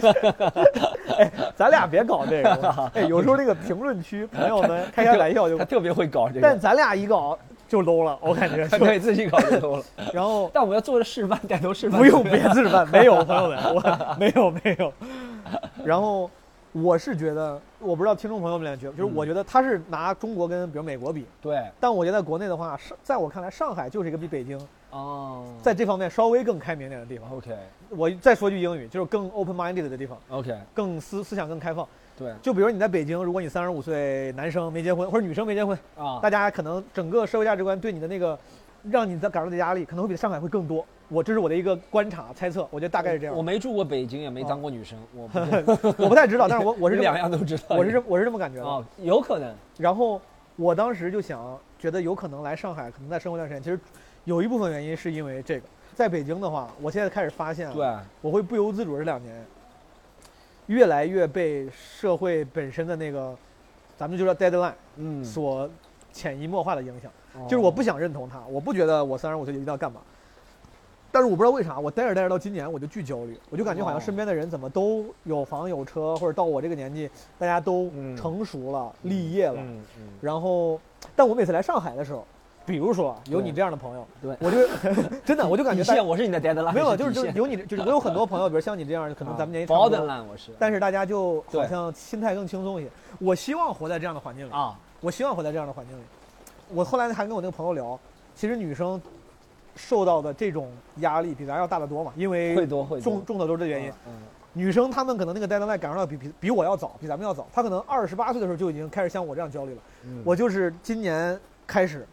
Speaker 1: 哎，咱俩别搞这 个。哎，有时候这个评论区朋友们开开玩笑就
Speaker 3: 他，特别会搞这个，
Speaker 1: 但咱俩一搞就 low 了，我感觉
Speaker 3: 他
Speaker 1: 就。
Speaker 3: 对自己搞不 透了。
Speaker 1: 然后
Speaker 3: 但我要做的示范，带头示 范。
Speaker 1: 不用别自办，没有朋友们，我没有没有。然后我是觉得，我不知道听众朋友们俩觉得，就是我觉得他是拿中国跟比如美国比，
Speaker 3: 对
Speaker 1: 但我觉得在国内的话，上在我看来，上海就是一个比北京
Speaker 3: 哦，
Speaker 1: 在这方面稍微更开明点的地方。
Speaker 3: OK
Speaker 1: 我再说句英语，就是更 open minded 的地方，
Speaker 3: OK
Speaker 1: 更思思想更开放。
Speaker 3: 对
Speaker 1: 就比如你在北京，如果你三十五岁男生没结婚，或者女生没结婚，
Speaker 3: 啊
Speaker 1: 大家可能整个社会价值观对你的那个，让你在感受的压力可能会比上海会更多。我这是我的一个观察猜测，我觉得大概是这样
Speaker 3: 我。没住过北京，也没当过女生，我不
Speaker 1: 我不太知道， 但是我我是这
Speaker 3: 两
Speaker 1: 么
Speaker 3: 样都知道。
Speaker 1: 我是这我是这么感觉的。
Speaker 3: 啊，有可能
Speaker 1: 然后我当时就想，觉得有可能来上海，可能再生活一段时间。其实有一部分原因是因为这个，在北京的话，我现在开始发现，
Speaker 3: 对，
Speaker 1: 我会不由自主这两年，越来越被社会本身的那个，咱们就叫 deadline
Speaker 3: 嗯，
Speaker 1: 所潜移默化的影响。
Speaker 3: 哦
Speaker 1: 就是我不想认同它，我不觉得我三十五岁就一定要干嘛。但是我不知道为啥，我待着待着到今年我就巨焦虑，我就感觉好像
Speaker 3: 哦
Speaker 1: 身边的人怎么都有房有车，或者到我这个年纪，大家都
Speaker 3: 嗯
Speaker 1: 成熟了、立业了。
Speaker 3: 嗯嗯
Speaker 1: 然后，但我每次来上海的时候，比如说啊有你
Speaker 3: 对
Speaker 1: 这样的朋友，
Speaker 3: 对
Speaker 1: 我就真的我就感觉
Speaker 3: 底
Speaker 1: 大家
Speaker 3: 线，我是你的啊 deadline，
Speaker 1: 没有，啊
Speaker 3: 是
Speaker 1: 就是
Speaker 3: 底
Speaker 1: 就是
Speaker 3: 线
Speaker 1: 有你这就是我有很多朋友，比如像你这样，可能咱们年纪差
Speaker 3: 薄
Speaker 1: 不
Speaker 3: 的
Speaker 1: 多，
Speaker 3: 烂我是，
Speaker 1: 但是大家就好
Speaker 3: 对
Speaker 1: 像心态更轻松一些。我希望活在这样的环境里，
Speaker 3: 啊，
Speaker 1: 我希望活在这样的环境里。我后来还跟我那个朋友聊，其实女生受到的这种压力比咱要大得多嘛，因
Speaker 3: 会
Speaker 1: 为
Speaker 3: 多会多
Speaker 1: 中中的都是这原因。
Speaker 3: 嗯，嗯
Speaker 1: 女生她们可能那个 deadline 感受到比比比我要早，比咱们要早。她可能二十八岁的时候就已经开始像我这样焦虑了。
Speaker 3: 嗯
Speaker 1: 我就是今年开始，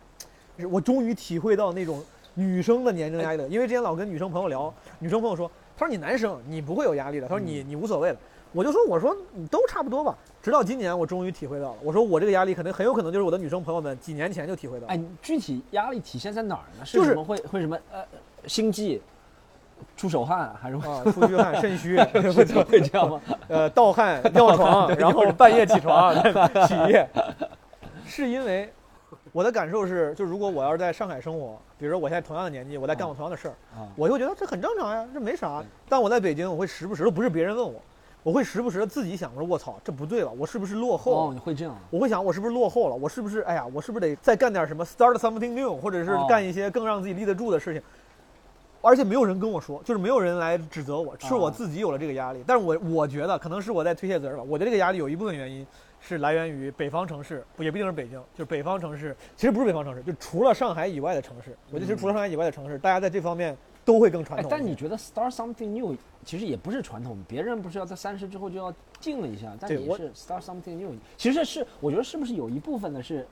Speaker 1: 是我终于体会到那种女生的年龄压力了。因为之前老跟女生朋友聊，女生朋友说，她说你男生你不会有压力的，她说你你无所谓的。我就说我说你都差不多吧。直到今年我终于体会到了，我说我这个压力可能很有可能就是我的女生朋友们几年前就体会到了
Speaker 3: 哎，。你具体压力体现在哪儿呢？是
Speaker 1: 就是
Speaker 3: 什么会会什么呃心悸、出手汗，还是会
Speaker 1: 啊，出虚汗、肾虚，
Speaker 3: 会这样吗？
Speaker 1: 呃，盗 汗、尿床，然后半夜起床起夜，是因为我的感受是，就如果我要是在上海生活，比如说我现在同样的年纪，我在干我同样的事儿，
Speaker 3: 啊，
Speaker 1: 我就觉得这很正常呀，这没啥。但我在北京，我会时不时的，不是别人问我，我会时不时的自己想说，我操，这不对吧？我是不是落后
Speaker 3: 哦，
Speaker 1: 了？
Speaker 3: 你会这样啊，
Speaker 1: 我会想，我是不是落后了？我是不是哎呀，我是不是得再干点什么，start something new，或者是
Speaker 3: 哦
Speaker 1: 干一些更让自己立得住的事情？而且没有人跟我说，就是没有人来指责我，
Speaker 3: 哦
Speaker 1: 是我自己有了这个压力。但是我我觉得可能是我在推卸责任吧。我觉得这个压力有一部分原因是来源于北方城市，不也不一定是北京，就是北方城市，其实不是北方城市，就除了上海以外的城市，我觉得其实除了上海以外的城市，大家在这方面都会更传
Speaker 3: 哎
Speaker 1: 统一些。，
Speaker 3: 但你觉得 start something new 其实也不是传统，别人不是要在三十之后就要静了一下，但
Speaker 1: 对
Speaker 3: 你
Speaker 1: 我
Speaker 3: 是 start something new，其实是我觉得是不是有一部分的是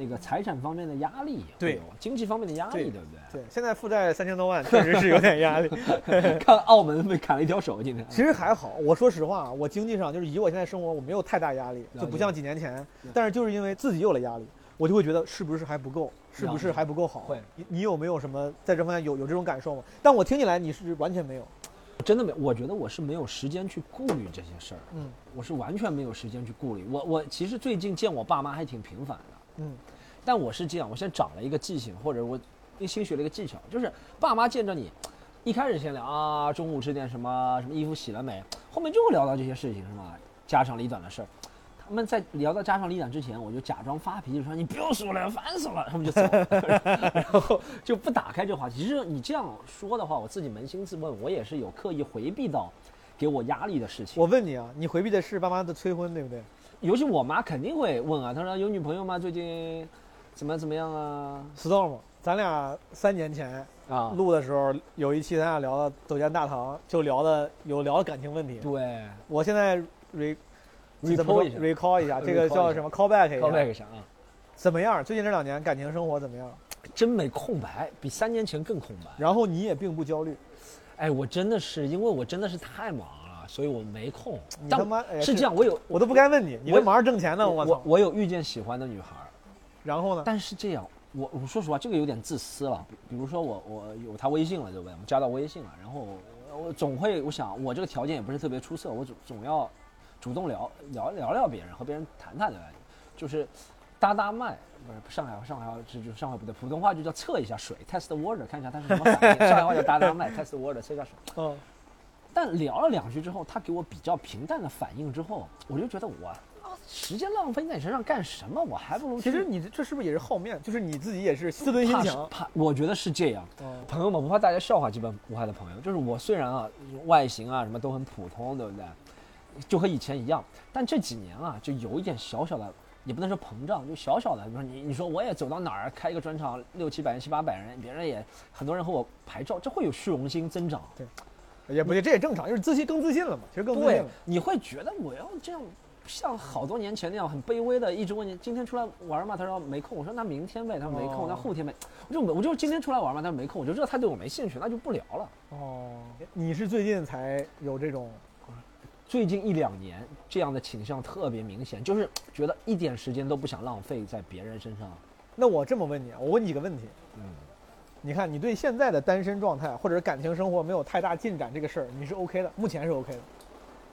Speaker 3: 那个财产方面的压力也会
Speaker 1: 对
Speaker 3: 有，经济方面的压力，
Speaker 1: 对
Speaker 3: 对不对？
Speaker 1: 对现在负债三千多万，确实是有点压力。
Speaker 3: 看澳门被砍了一条手，今天
Speaker 1: 其实还好，我说实话，我经济上就是以我现在生活，我没有太大压力，
Speaker 3: 了
Speaker 1: 就不
Speaker 3: 解
Speaker 1: 像几年前。但是就是因为自己有了压力，我就会觉得是不是还不够，是不是还不够好？
Speaker 3: 会
Speaker 1: 你你有没有什么在这方面有有这种感受吗？但我听起来你是完全没有。
Speaker 3: 真的没，我觉得我是没有时间去顾虑这些事儿，
Speaker 1: 嗯
Speaker 3: 我是完全没有时间去顾虑。我我其实最近见我爸妈还挺频繁的，
Speaker 1: 嗯，
Speaker 3: 但我是这样，我现在长了一个记性，或者我新学了一个技巧，就是爸妈见着你，一开始先聊啊，中午吃点什么，什么衣服洗了没，后面就会聊到这些事情，是吧？家长里短的事儿。他们在聊到家长里短之前，我就假装发脾气说：“你不用说了，烦死了。”他们就走，然后就不打开这话题。其实你这样说的话，我自己扪心自问，我也是有刻意回避到给我压力的事情。
Speaker 1: 我问你啊，你回避的是爸妈的催婚，对不对？
Speaker 3: 尤其我妈肯定会问啊，她说有女朋友吗？最近怎么怎么样啊？
Speaker 1: storm，咱俩三年前
Speaker 3: 啊，
Speaker 1: 录的时候有一期，咱俩聊的走进大堂，就聊的有聊感情问题。
Speaker 3: 对
Speaker 1: 我现在 re 怎么说
Speaker 3: ，report
Speaker 1: recall
Speaker 3: 嗯一下
Speaker 1: 一下，这
Speaker 3: recall
Speaker 1: 个
Speaker 3: 一下
Speaker 1: 叫什么 callback 一下
Speaker 3: callback 一下啊，
Speaker 1: 怎么样？最近这两年感情生活怎么样？
Speaker 3: 真没空白，比三年前更空白。
Speaker 1: 然后你也并不焦虑，
Speaker 3: 哎，我真的是因为我真的是太忙了，所以我没空。
Speaker 1: 你
Speaker 3: 但
Speaker 1: 他妈哎呀
Speaker 3: 是这样，我有
Speaker 1: 我都不该问你，你这
Speaker 3: 我
Speaker 1: 忙着挣钱呢，我
Speaker 3: 我
Speaker 1: 操！
Speaker 3: 我有遇见喜欢的女孩儿，
Speaker 1: 然后呢？
Speaker 3: 但是这样，我我说实话，这个有点自私了。比比如说我我有她微信了，对不对？我们加到微信了，然后我我总会我想我这个条件也不是特别出色，我总总要主动聊聊聊聊别人，和别人谈谈对吧？就是搭搭脉，不是上海上海话就就上海不对，普通话就叫测一下水，test the water，看一下他是什么反应。上海话叫搭搭脉，test the water，测一下水。
Speaker 1: 嗯，
Speaker 3: 但聊了两句之后，他给我比较平淡的反应之后，我就觉得我啊时间浪费在你身上干什么？我还不如
Speaker 1: 其
Speaker 3: 去
Speaker 1: 实你这这是不是也是好面？就是你自己也是自尊心
Speaker 3: 怕是
Speaker 1: 强。
Speaker 3: 怕，我觉得是这样。
Speaker 1: 嗯
Speaker 3: 朋友们不怕大家笑话，基本无害的朋友，就是我虽然啊外形啊什么都很普通，对不对？就和以前一样，但这几年啊就有一点小小的，也不能说膨胀，就小小的。比如说你你说我也走到哪儿开一个专场，六七百人七八百人，别人也很多人和我拍照，这会有虚荣心增长。
Speaker 1: 也不对，这也正常，就是自信更自信了嘛，其实更自信
Speaker 3: 对
Speaker 1: 了。，
Speaker 3: 你会觉得我要这样，像好多年前那样很卑微的，一直问你今天出来玩吗？他说没空。我说那明天呗。他说没空，
Speaker 1: 哦
Speaker 3: 那后天呗。我就我就今天出来玩嘛，他说没空，我就知道他对我没兴趣，那就不聊了。
Speaker 1: 哦，你是最近才有这种，
Speaker 3: 最近一两年这样的倾向特别明显，就是觉得一点时间都不想浪费在别人身上。
Speaker 1: 那我这么问你啊，我问你几个问题。
Speaker 3: 嗯，
Speaker 1: 你看，你对现在的单身状态或者感情生活没有太大进展这个事儿，你是 OK 的，目前是 OK 的。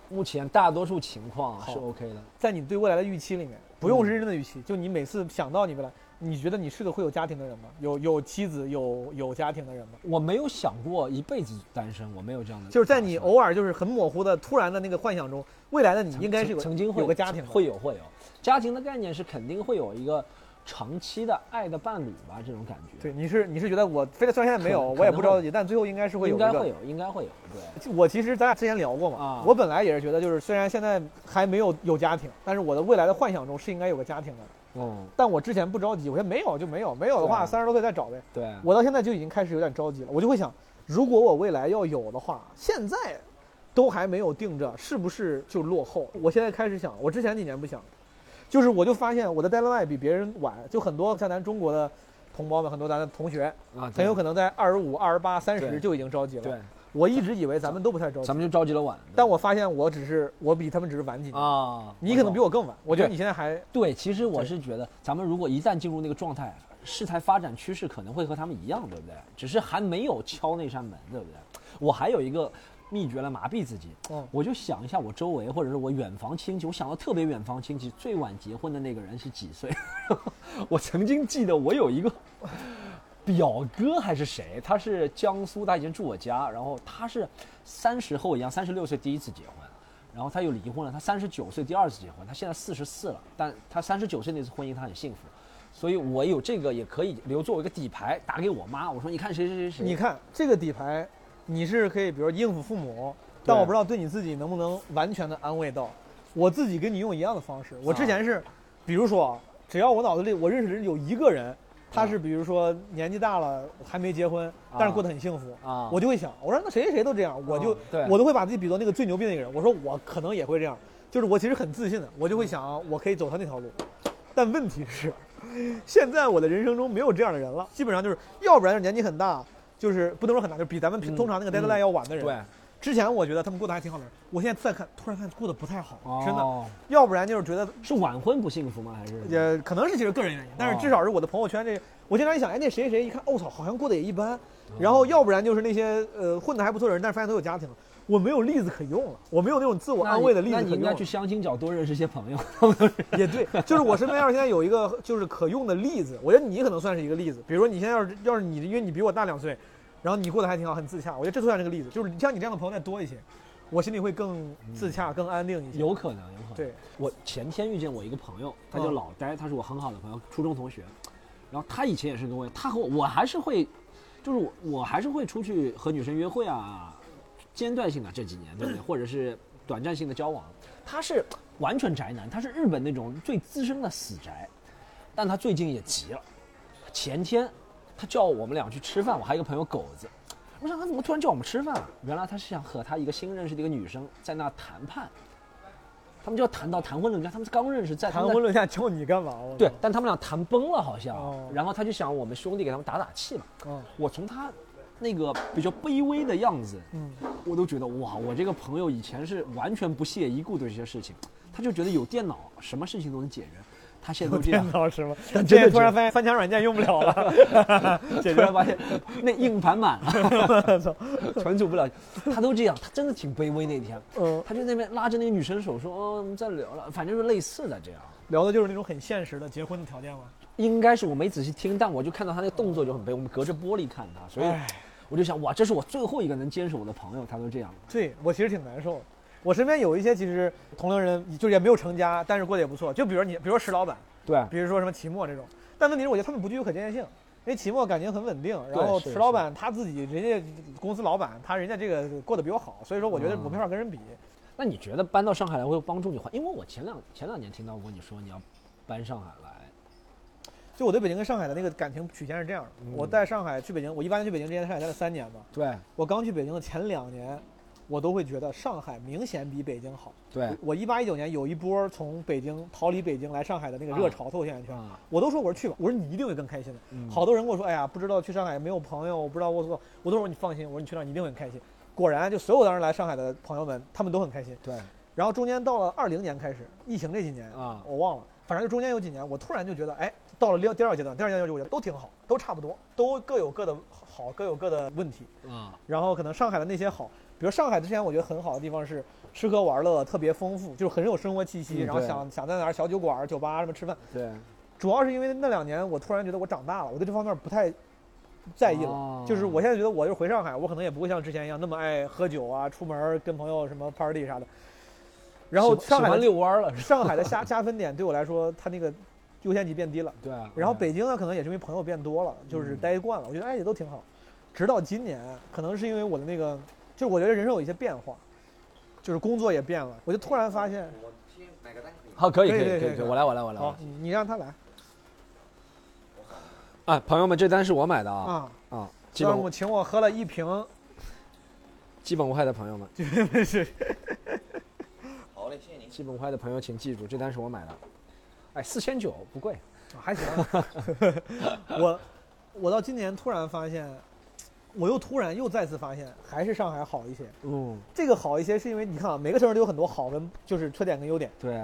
Speaker 3: 目前大多数情况
Speaker 1: 好
Speaker 3: 是 OK 的。
Speaker 1: 在你对未来的预期里面，不用是认真的预期，就你每次想到你未来，你觉得你是个会有家庭的人吗？有有妻子、有有家庭的人吗？
Speaker 3: 我没有想过一辈子单身，我没有这样的打算。
Speaker 1: 就是在你偶尔就是很模糊的、突然的那个幻想中，未来的你应该是有
Speaker 3: 曾曾经会
Speaker 1: 有个家庭的，
Speaker 3: 会有会有家庭的概念是肯定会有一个长期的爱的伴侣吧，这种感觉。
Speaker 1: 对，你是你是觉得我非得虽然现在没有，
Speaker 3: 可能
Speaker 1: 我也不着急，但最后应该是会有
Speaker 3: 应
Speaker 1: 一
Speaker 3: 该
Speaker 1: 个。
Speaker 3: 会有，应该会有，对。
Speaker 1: 我其实咱俩之前聊过嘛，
Speaker 3: 啊
Speaker 1: 我本来也是觉得，就是虽然现在还没有有家庭，但是我的未来的幻想中是应该有个家庭的。
Speaker 3: 嗯，
Speaker 1: 但我之前不着急，我说没有就没有，没有的
Speaker 3: 对
Speaker 1: 话
Speaker 3: 啊
Speaker 1: 三十多岁再找呗。
Speaker 3: 对啊，
Speaker 1: 我到现在就已经开始有点着急了，我就会想，如果我未来要有的话，现在都还没有定着，是不是就落后？我现在开始想，我之前几年不想，就是我就发现我的 deadline 比别人晚，就很多像咱中国的同胞们，很多咱的同学，
Speaker 3: 啊，
Speaker 1: 很有可
Speaker 3: 能。
Speaker 1: 能在二十五、二十八、三
Speaker 3: 对
Speaker 1: 十就已经着急了。
Speaker 3: 对，
Speaker 1: 我一直以为咱们都不太着急
Speaker 3: 咱，们就着急了晚。
Speaker 1: 但我发现我只是我比他们只是晚几年，
Speaker 3: 啊，
Speaker 1: 你可能比
Speaker 3: 我
Speaker 1: 我更晚。我觉得
Speaker 3: 对
Speaker 1: 你现在还
Speaker 3: 懂对。其实我
Speaker 1: 对
Speaker 3: 是觉得，咱们如果一旦进入那个状态，事态发展趋势可能会和他们一样，对不对？只是还没有敲那扇门，对不对？我还有一个秘诀来麻痹自己，
Speaker 1: 嗯
Speaker 3: 我就想一下我周围或者是我远房亲戚，我想到特别远房亲戚最晚结婚的那个人是几岁。 我曾经记得我有一个表哥还是谁，他是江苏，他以前住我家，然后他是三十和我一样，三十六岁第一次结婚，然后他又离婚了，他三十九岁第二次结婚，他现在四十四了，但他三十九岁那次婚姻他很幸福，所以我有这个也可以留作为一个底牌，打给我妈，我说你看谁谁谁谁，
Speaker 1: 你看这个底牌，你是可以比如应付父母，但
Speaker 3: 对
Speaker 1: 我不知道对你自己能不能完全的安慰到。我自己跟你用一样的方式，我
Speaker 3: 啊
Speaker 1: 之前是，比如说啊，只要我脑子里我认识的有一个人，
Speaker 3: 啊
Speaker 1: 他是比如说年纪大了还没结婚，但是过得很幸福。
Speaker 3: 啊，嗯
Speaker 1: 我就会想，我说那谁谁谁都这样，我就
Speaker 3: 对
Speaker 1: 我都会把自己比作那个最牛逼的那个人。我说我可能也会这样，就是我其实很自信的，我就会
Speaker 3: 嗯
Speaker 1: 想我可以走他那条路。但问题是，现在我的人生中没有这样的人了，基本上就是要不然就是年纪很大，就是不能说很大，就是比咱们平
Speaker 3: 嗯
Speaker 1: 通常那个 deadline 要晚的人。
Speaker 3: 对，
Speaker 1: 之前我觉得他们过得还挺好的，我现在再看，突然看过得不太好，真的。
Speaker 3: 哦
Speaker 1: 要不然就是觉得
Speaker 3: 是晚婚不幸福吗？还是
Speaker 1: 也可能是其实个人原因，
Speaker 3: 哦
Speaker 1: 但是至少是我的朋友圈这，我经常一想，哎，那谁谁谁一看，哦操，好像过得也一般。然后要不然就是那些呃混得还不错的人，但是发现都有家庭了，我没有例子可用了，我没有那种自我
Speaker 3: 那
Speaker 1: 安
Speaker 3: 你
Speaker 1: 慰的例子
Speaker 3: 那
Speaker 1: 可
Speaker 3: 你
Speaker 1: 用
Speaker 3: 应
Speaker 1: 了
Speaker 3: 该去相亲角多认识一些朋友。
Speaker 1: 也对，就是我身边要是现在有一个就是可用的例子，我觉得你可能算是一个例子。比如说你现在要是要是你，因为你比我大两岁，然后你过得还挺好，很自洽，我觉得这算是个例子。就是像你这样的朋友再多一些，我心里会更自洽、更安定一些。
Speaker 3: 嗯有可能，有可能。
Speaker 1: 对，
Speaker 3: 我前天遇见我一个朋友，他叫
Speaker 1: 嗯
Speaker 3: 老呆，他是我很好的朋友，初中同学。然后他以前也是跟我，他和我，我还是会，就是我我还是会出去和女生约会啊，间断性的这几年，对不对？或者是短暂性的交往。他是完全宅男，他是日本那种最资深的死宅，但他最近也急了。前天他叫我们俩去吃饭，我还有一个朋友狗子，我想他怎么突然叫我们吃饭啊？原来他是想和他一个新认识的一个女生在那谈判，他们就要谈到谈婚论嫁，他们刚认识在他
Speaker 1: 谈
Speaker 3: 们在
Speaker 1: 婚论嫁教你干嘛？我
Speaker 3: 对，但他们俩谈崩了好像，
Speaker 1: 哦
Speaker 3: 然后他就想我们兄弟给他们打打气嘛。
Speaker 1: 嗯
Speaker 3: 我从他那个比较卑微的样子，
Speaker 1: 嗯，
Speaker 3: 我都觉得哇，我这个朋友以前是完全不屑一顾对这些事情，他就觉得有电脑什么事情都能解决，他现在都这样
Speaker 1: 电，脑是吗？
Speaker 3: 但
Speaker 1: 现
Speaker 3: 真
Speaker 1: 在
Speaker 3: 的
Speaker 1: 突然发现翻墙软件用不了了，解
Speaker 3: 突
Speaker 1: 决
Speaker 3: 然发现那硬盘满了，
Speaker 1: 了。操
Speaker 3: 存储不了，他都这样，他真的挺卑微那天，
Speaker 1: 嗯，
Speaker 3: 他就那边拉着那个女生手说，哦，我们再聊了，反正就是类似的这样。
Speaker 1: 聊的就是那种很现实的结婚的条件嘛。
Speaker 3: 应该是我没仔细听，但我就看到他那个动作就很卑微，我们隔着玻璃看他，所以
Speaker 1: 唉
Speaker 3: 我就想，哇，这是我最后一个能坚守我的朋友，他都这样。
Speaker 1: 对我其实挺难受的。我身边有一些其实同龄人，就是也没有成家，但是过得也不错。就比如你，比如说石老板，
Speaker 3: 对，啊
Speaker 1: 比如说什么齐墨这种。但问题是，我觉得他们不具有可见性，因为齐墨感情很稳定，然后
Speaker 3: 是
Speaker 1: 石老板他自己人家公司老板，他人家这个过得比我好，所以说我觉得
Speaker 3: 嗯
Speaker 1: 我没法跟人比。
Speaker 3: 那你觉得搬到上海来会帮助你换？因为我前两前两年听到过你说你要搬上海来，
Speaker 1: 就我对北京跟上海的那个感情曲线是这样的：我在上海去北京，我一八年去北京之前，上海待了三年嘛。
Speaker 3: 对
Speaker 1: 我刚去北京的前两年，我都会觉得上海明显比北京好。
Speaker 3: 对
Speaker 1: 我一八一九年有一波从北京逃离北京来上海的那个热潮，脱口秀演艺圈，
Speaker 3: 啊，
Speaker 1: 我都说我说去吧，我说你一定会更开心的。
Speaker 3: 嗯
Speaker 1: 好多人跟我说，哎呀，不知道去上海没有朋友，我不知道我做，我都说你放心，我说你去那儿你一定会很开心。果然，就所有当时来上海的朋友们，他们都很开心。
Speaker 3: 对
Speaker 1: 然后中间到了二零年开始，疫情这几年
Speaker 3: 啊
Speaker 1: 我忘了，反正就中间有几年，我突然就觉得，哎，到了第二第二阶段，第二阶段就我觉得都挺好，都差不多，都各有各的好，各有各的问题。
Speaker 3: 啊，
Speaker 1: 然后可能上海的那些好，比如上海之前我觉得很好的地方是吃喝玩乐特别丰富，就是很有生活气息，
Speaker 3: 嗯
Speaker 1: 然后
Speaker 3: 对
Speaker 1: 想想在哪儿小酒馆儿、酒吧什么吃饭，
Speaker 3: 对，
Speaker 1: 主要是因为那两年我突然觉得我长大了，我对这方面不太在意了。
Speaker 3: 哦
Speaker 1: 就是我现在觉得我就是回上海，我可能也不会像之前一样那么爱喝酒啊，出门儿跟朋友什么 party 啥的。然后
Speaker 3: 喜欢
Speaker 1: 上海
Speaker 3: 喜欢
Speaker 1: 的
Speaker 3: 遛弯了，是吧
Speaker 1: 上海的加加分点对我来说，它那个优先级变低了。
Speaker 3: 对啊。
Speaker 1: 然后北京呢，可能也是因为朋友变多了，就是
Speaker 3: 嗯
Speaker 1: 待惯了，我觉得哎也都挺好。直到今年，可能是因为我的那个，就是我觉得人生有一些变化，就是工作也变了，我就突然发现，
Speaker 5: 我去买个单可以吗？
Speaker 3: 好，可以
Speaker 1: 可以
Speaker 3: 可
Speaker 1: 可以
Speaker 3: 以可
Speaker 1: 可
Speaker 3: 以
Speaker 1: 以
Speaker 3: 可以，我来我来我来。我
Speaker 1: 好
Speaker 3: 来，
Speaker 1: 你你让他来
Speaker 3: 啊，朋友们，这单是我买的啊
Speaker 1: 啊，
Speaker 3: 啊，基
Speaker 1: 让
Speaker 3: 本
Speaker 1: 我
Speaker 3: 无
Speaker 1: 请我喝了一瓶，
Speaker 3: 基本无害的朋友们，
Speaker 1: 是
Speaker 5: 好嘞，谢谢您。
Speaker 3: 基本无害的朋友请记住，这单是我买的。哎，四千九不贵，
Speaker 1: 啊还行。我我到今年突然发现，我又突然又再次发现，还是上海好一些。
Speaker 3: 嗯，
Speaker 1: 这个好一些是因为你看啊，每个城市都有很多好跟就是缺点跟优点。
Speaker 3: 对，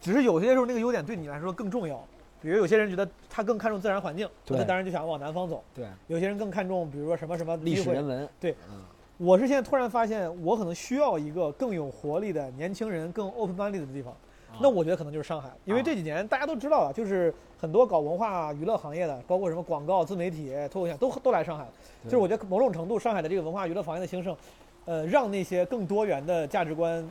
Speaker 1: 只是有些时候那个优点对你来说更重要。比如有些人觉得他更看重自然环境，
Speaker 3: 对
Speaker 1: 那当然就想往南方走；
Speaker 3: 对，
Speaker 1: 有些人更看重，比如说什么什么
Speaker 3: 历史
Speaker 1: 机会
Speaker 3: 人文，
Speaker 1: 对
Speaker 3: 嗯，
Speaker 1: 我是现在突然发现，我可能需要一个更有活力的年轻人、更 open minded 的地方。
Speaker 3: 啊
Speaker 1: 那我觉得可能就是上海，因为这几年大家都知道了，啊就是很多搞文化娱乐行业的，包括什么广告、自媒体、脱口秀都都来上海了。就
Speaker 3: 对
Speaker 1: 是我觉得某种程度，上海的这个文化娱乐行业的兴盛，呃，让那些更多元的价值观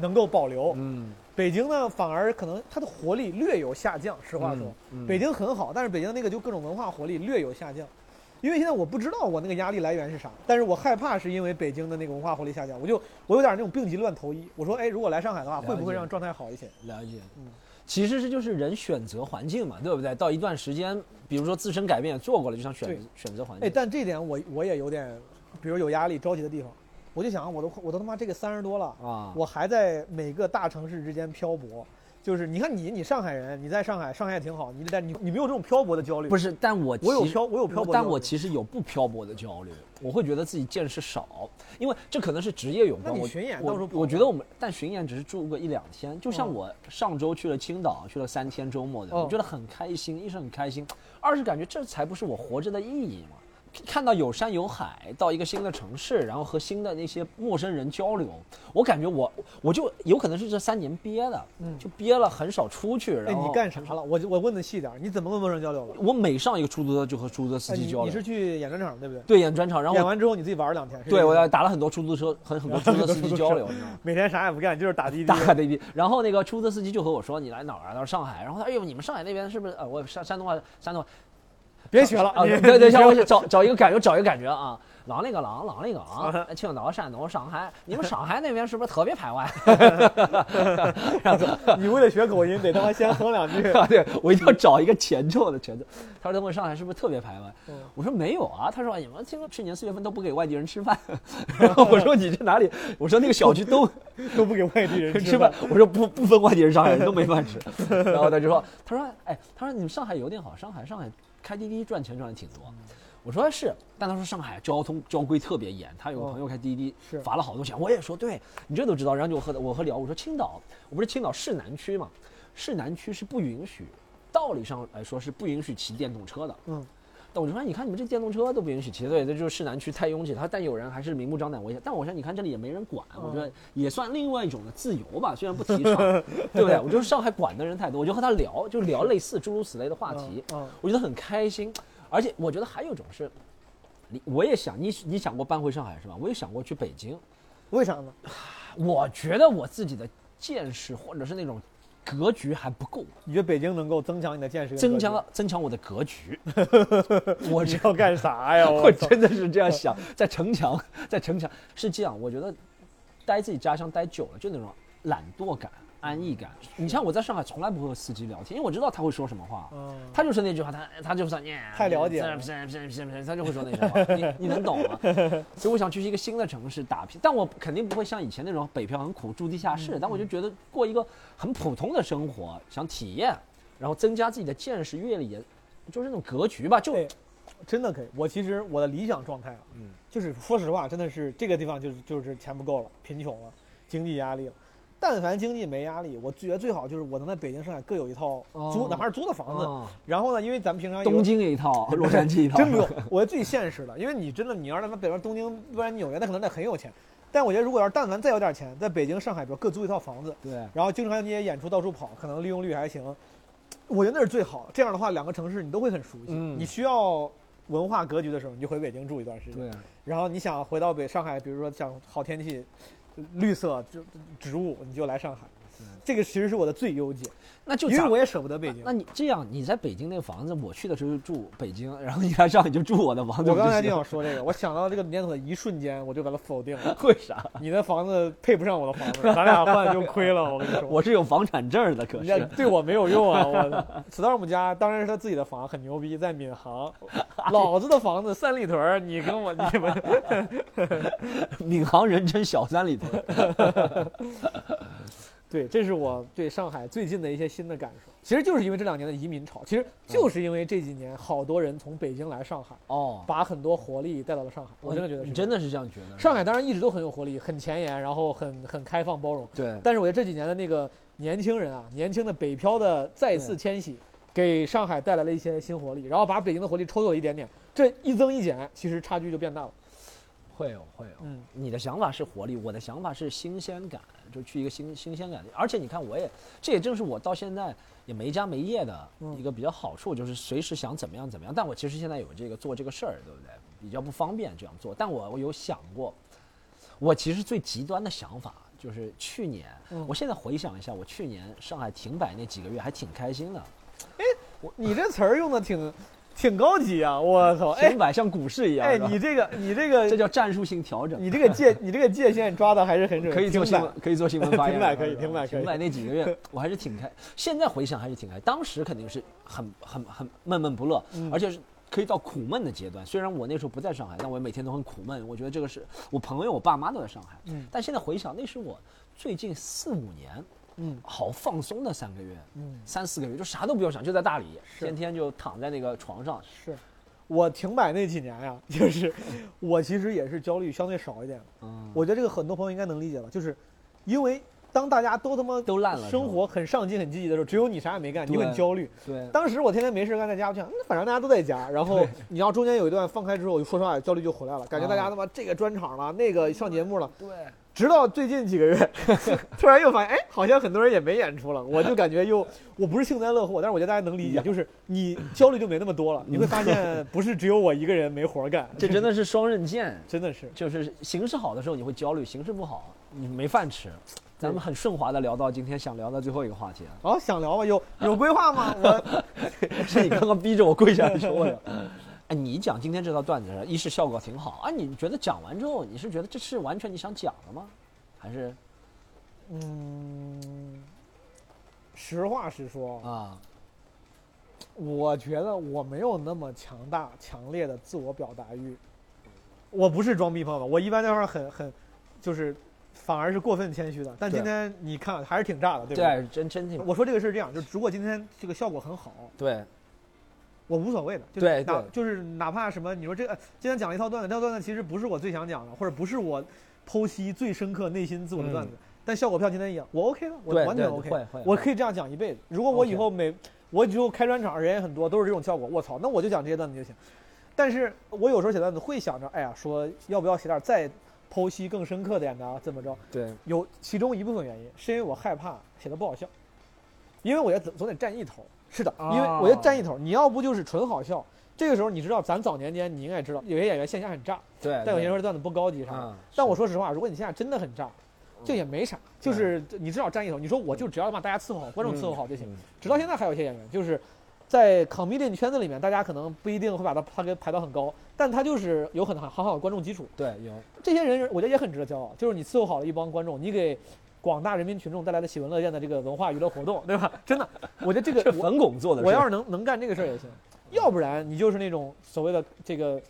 Speaker 1: 能够保留。
Speaker 3: 嗯，
Speaker 1: 北京呢，反而可能它的活力略有下降。实话说，
Speaker 3: 嗯，嗯
Speaker 1: 北京很好，但是北京那个就各种文化活力略有下降。因为现在我不知道我那个压力来源是啥，但是我害怕是因为北京的那个文化活力下降，我就我有点那种病急乱投医。我说，哎，如果来上海的话，
Speaker 3: 了解
Speaker 1: 会不会让状态好一些？
Speaker 3: 了解，
Speaker 1: 嗯
Speaker 3: 其实这就是人选择环境嘛，对不对？到一段时间，比如说自身改变也做过了，就想选
Speaker 1: 对
Speaker 3: 选择环
Speaker 1: 哎，
Speaker 3: 境。
Speaker 1: 但这点我我也有点，比如有压力、着急的地方，我就想，我都我都他妈这个三十多了，
Speaker 3: 啊，
Speaker 1: 我还在每个大城市之间漂泊。就是你看你，你上海人，你在上海，上海也挺好，你在你你没有这种漂泊的焦虑。
Speaker 3: 不
Speaker 1: 是，
Speaker 3: 是，但我
Speaker 1: 我有
Speaker 3: 其
Speaker 1: 漂我有漂泊
Speaker 3: 但
Speaker 1: 焦
Speaker 3: 我
Speaker 1: 虑
Speaker 3: 其实有不漂泊的焦虑，我会觉得自己见识少，因为这可能是职业有
Speaker 1: 那
Speaker 3: 关。
Speaker 1: 你
Speaker 3: 我
Speaker 1: 巡演到时候
Speaker 3: 我
Speaker 1: 跑
Speaker 3: 我觉
Speaker 1: 吧
Speaker 3: 得我们，但巡演只是住个一两天，就像
Speaker 1: 嗯
Speaker 3: 我上周去了青岛，去了三天周末的，
Speaker 1: 哦
Speaker 3: 我觉得很开心，一是很开心，二是感觉这才不是我活着的意义嘛。看到有山有海，到一个新的城市，然后和新的那些陌生人交流，我感觉我我就有可能是这三年憋的，
Speaker 1: 嗯
Speaker 3: 就憋了很少出去。
Speaker 1: 哎，
Speaker 3: 然后
Speaker 1: 你干啥了？我就我问的细点儿，你怎么跟陌生人交流了？
Speaker 3: 我每上一个出租车就和出租车司
Speaker 1: 哎
Speaker 3: 机
Speaker 1: 你
Speaker 3: 交流。
Speaker 1: 你是去演专场对不对？
Speaker 3: 对演专场，然后
Speaker 1: 演
Speaker 3: 我
Speaker 1: 完之后你自己玩了两天。是这
Speaker 3: 对
Speaker 1: 意思
Speaker 3: 我
Speaker 1: 吗
Speaker 3: 要打了很多出租车和很多出租车司机交流，你知道吗？
Speaker 1: 每天啥也不干，就是打滴滴。
Speaker 3: 大海的一批，然后那个出租车司机就和我说：“你来哪儿啊？”他说：“上海。”然后他：“哎呦，你们上海那边是不是？呃，我山山东话，山东话
Speaker 1: 别学了
Speaker 3: 啊，
Speaker 1: 你
Speaker 3: 对对，
Speaker 1: 你
Speaker 3: 像我
Speaker 1: 学
Speaker 3: 找找一个感觉，找一个感觉啊。”狼那个狼，狼 那个狼，哎青岛、山东、上海，你们上海那边是不是特别排外？
Speaker 1: 你为了学口音，得他妈先哼两句。
Speaker 3: 对我一定要找一个前奏的前奏。他说他们上海是不是特别排外
Speaker 1: 嗯？
Speaker 3: 我说没有啊。他说哎你们听说去年四月份都不给外地人吃饭， 然后我说你这哪里？我说那个小区都
Speaker 1: 都不给外地人
Speaker 3: 吃饭。，我说不不分外地人、上海人都没饭 吃。然后他就说，他说哎，他说你们上海有点好，上海上海开滴滴赚钱赚的挺
Speaker 1: 嗯
Speaker 3: 多。我说是，但他说上海交通交规特别严，他有个
Speaker 1: 哦
Speaker 3: 朋友开滴滴，
Speaker 1: 是
Speaker 3: 罚了好多钱。我也说对，你这都知道。然后就和我和聊，我说青岛，我不是青岛市南区嘛，市南区是不允许，道理上来说是不允许骑电动车的。
Speaker 1: 嗯，
Speaker 3: 但我就说，你看你们这电动车都不允许骑，对，这就是市南区太拥挤。他说但有人还是明目张胆违法。但我说，你看这里也没人管，我
Speaker 1: 嗯
Speaker 3: 觉得也算另外一种的自由吧，虽然不提倡，对不对？我就是上海管的人太多，我就和他聊，就聊类似诸如此类的话题，
Speaker 1: 嗯嗯
Speaker 3: 我觉得很开心。而且我觉得还有一种是，你我也想你你想过搬回上海是吧？我也想过去北京，
Speaker 1: 为啥呢？
Speaker 3: 我觉得我自己的见识或者是那种格局还不够，
Speaker 1: 你觉得北京能够增强你的见识？
Speaker 3: 增强。增强我的格局。我
Speaker 1: 你
Speaker 3: 这
Speaker 1: 要干啥 呀？
Speaker 3: 我
Speaker 1: 我操！
Speaker 3: 真的是这样想，在城墙，在城墙是这样，我觉得待自己家乡待久了，就那种懒惰感、安逸感。你像我在上海从来不会和司机聊天，因为我知道他会说什么话。
Speaker 1: 嗯，
Speaker 3: 他就是那句话，他他就是说，哎
Speaker 1: 太了解了
Speaker 3: 不是不是不是不是，他就会说那 句话，你你能懂吗？所以我想去一个新的城市打拼，但我肯定不会像以前那种北漂很苦住地下室，
Speaker 1: 嗯
Speaker 3: 但我就觉得过一个很普通的生活，想体验，然后增加自己的见识、阅历，也就是那种格局吧，就
Speaker 1: 哎真的可以。我其实我的理想状态啊，
Speaker 3: 嗯
Speaker 1: 就是说实话，真的是这个地方就是就是钱不够了，贫穷了，经济压力了。但凡经济没压力，我觉得最好就是我能在北京、上海各有一套租，
Speaker 3: 哦
Speaker 1: 哪怕是租的房子。
Speaker 3: 哦
Speaker 1: 然后呢，因为咱们平常有
Speaker 3: 东京也一套，洛杉矶一套，
Speaker 1: 哎真不用，我觉得最现实的，因为你真的，你要是他妈北边东京，不然纽约，那可能得很有钱。但我觉得，如果要是但凡再有点钱，在北京、上海，比如各租一套房子，
Speaker 3: 对，
Speaker 1: 然后经常你也演出到处跑，可能利用率还行。我觉得那是最好的。这样的话，两个城市你都会很熟悉。
Speaker 3: 嗯
Speaker 1: 你需要文化格局的时候，你就回北京住一段时间。
Speaker 3: 对，
Speaker 1: 然后你想回到北上海，比如说想好天气、绿色植植物，你就来上海。这个其实是我的最优解，
Speaker 3: 那嗯就
Speaker 1: 因为
Speaker 3: 咱
Speaker 1: 我也舍不得北京
Speaker 3: 那。你这样，你在北京那个房子，我去的时候就住北京，然后你来上海就住我的房子。
Speaker 1: 我刚才就
Speaker 3: 就
Speaker 1: 想说这个，我想到这个念头的一瞬间，我就把它否定了。
Speaker 3: 为啥？
Speaker 1: 你的房子配不上我的房子，咱俩换就亏了。我跟你说，
Speaker 3: 我是有房产证的， 可
Speaker 1: 人家
Speaker 3: 是
Speaker 1: 对我没有用啊！我 Storm 家当然是他自己的房，很牛逼，在闵行。老子的房子三里屯儿，你跟我你 们
Speaker 3: 闵行人称小三里屯。
Speaker 1: 对，这是我对上海最近的一些新的感受。其实就是因为这两年的移民潮，其实就是因为这几年好多人从北京来上海，
Speaker 3: 哦，
Speaker 1: 把很多活力带到了上海。我真的觉得是
Speaker 3: 你
Speaker 1: 这样
Speaker 3: 真的是这样觉得。
Speaker 1: 上海当然一直都很有活力，很前沿，然后很很开放包容。
Speaker 3: 对，
Speaker 1: 但是我觉得这几年的那个年轻人啊，年轻的北漂的再次迁徙，给上海带来了一些新活力，然后把北京的活力抽走一点点，这一增一减，其实差距就变大了。
Speaker 3: 会有会有。
Speaker 1: 嗯，
Speaker 3: 你的想法是活力，我的想法是新鲜感，就去一个新新鲜感。而且你看，我也这也正是我到现在也没家没业的
Speaker 1: 嗯
Speaker 3: 一个比较好处，就是随时想怎么样怎么样。但我其实现在有这个做这个事儿，对不对？比较不方便这样做，但我我有想过，我其实最极端的想法就是去年，
Speaker 1: 嗯
Speaker 3: 我现在回想一下，我去年上海停摆那几个月还挺开心的，
Speaker 1: 你这词儿用的挺挺高级啊！我操，哎
Speaker 3: 停摆像股市一样。
Speaker 1: 哎，
Speaker 3: 是吧
Speaker 1: 你这个你这个
Speaker 3: 这叫战术性调整。
Speaker 1: 你这个界你这个界限抓的还是很准，
Speaker 3: 可以做
Speaker 1: 挺
Speaker 3: 新
Speaker 1: 满
Speaker 3: 闻，可以做新闻发言。
Speaker 1: 停摆可以停摆可以
Speaker 3: 停摆那几个月，我还是挺开。现在回想还是挺开，当时肯定是很很很闷闷不乐，
Speaker 1: 嗯
Speaker 3: 而且是可以到苦闷的阶段。虽然我那时候不在上海，但我每天都很苦闷。我觉得这个是我朋友、我爸妈都在上海，
Speaker 1: 嗯
Speaker 3: 但现在回想，那是我最近四五年
Speaker 1: 嗯
Speaker 3: 好放松的三个月，
Speaker 1: 嗯
Speaker 3: 三四个月就啥都不用想，就在大理，
Speaker 1: 是
Speaker 3: 天天就躺在那个床上。
Speaker 1: 是。我停摆那几年呀、啊就是我其实也是焦虑相对少一点，
Speaker 3: 嗯，
Speaker 1: 我觉得这个很多朋友应该能理解吧，就是因为当大家都他妈
Speaker 3: 都烂了是吧
Speaker 1: 生活很上进、很积极的时候，只有你啥也没干，你就
Speaker 3: 对
Speaker 1: 很焦虑。
Speaker 3: 对
Speaker 1: 当时我天天没事干，在家，我想，嗯反正大家都在家。然后你要中间有一段放开之后，说实话，焦虑就回来了，感觉大
Speaker 3: 啊
Speaker 1: 家他妈这个专场了，那个上节目了。
Speaker 3: 对，
Speaker 1: 直到最近几个月， 突然又发现，哎，好像很多人也没演出了，我就感觉又，我不是幸灾乐祸，但是我觉得大家能理解，就是你焦虑就没那么多
Speaker 3: 嗯
Speaker 1: 了，你会发现不是只有我一个人没活儿干，
Speaker 3: 这真的是双刃剑。
Speaker 1: 真的是。
Speaker 3: 就是形势好的时候你会焦虑，形势不好你没饭吃。咱们很顺滑的聊到今天想聊的最后一个话题啊了，
Speaker 1: 好、想聊吧，有有规划吗？我
Speaker 3: 是你刚刚逼着我跪下来说的。 哎，你讲今天这套段子，一是效果挺好啊，你觉得讲完之后，你是觉得这是完全你想讲的吗？还是
Speaker 1: 嗯，实话实说，
Speaker 3: 啊，
Speaker 1: 我觉得我没有那么强大、强烈的自我表达欲。我不是装逼朋友们，我一般在那儿很很，就是反而是过分谦虚的。但今
Speaker 3: 对
Speaker 1: 天你看还是挺炸的，对不对？
Speaker 3: 对，真真挺
Speaker 1: 我说这个事儿这样，就如果今天这个效果很好，
Speaker 3: 对
Speaker 1: 我无所谓的。就
Speaker 3: 对
Speaker 1: 哪
Speaker 3: 对
Speaker 1: 就是哪怕什么，你说这个呃今天讲了一套段子，这套段子其实不是我最想讲的，或者不是我剖析最深刻内心自我的段子，但效果票今天一样，我 OK 的，我
Speaker 3: 嗯对
Speaker 1: 完全
Speaker 3: 对
Speaker 1: OK 的。
Speaker 3: 会 会
Speaker 1: 我可以这样讲一辈子。如果我以后每我以后开专场，人也很多，都是这种效果，我操，那我就讲这些段子就行。但是我有时候写段子会想着，哎呀，说要不要写点再剖析更深刻点的啊，怎么着？
Speaker 3: 对
Speaker 1: 有其中一部分原因是因为我害怕写的不好笑，因为我觉得总总得占一头。是的，因为
Speaker 3: 哦
Speaker 1: 我觉得占一头，你要不就是纯好笑。这个时候你知道，咱早年间你应该知道，有些演员线下很炸，
Speaker 3: 哎对，
Speaker 1: 但有些人说段子不高级啥的。
Speaker 3: 啊，
Speaker 1: 但我
Speaker 3: 说
Speaker 1: 说实话，如果你现在真的很炸，
Speaker 3: 嗯
Speaker 1: 这也没啥，就是你至少占一头。你说我就只要把大家伺候好，观众伺候好就
Speaker 3: 嗯
Speaker 1: 行。直到现在还有一些演员，就是在 comedian 圈子里面，大家可能不一定会把他他给排到很高，但他就是有很很好的观众基础。
Speaker 3: 对有
Speaker 1: 这些人我觉得也很值得骄傲，就是你伺候好了一帮观众，你给广大人民群众带来了喜闻乐见的这个文化娱乐活动，对吧？真的，我觉得这个
Speaker 3: 这嗯
Speaker 1: 我
Speaker 3: 冯巩做的，
Speaker 1: 我要是能能干这个事儿也行，要不然你就是那种所谓的这个，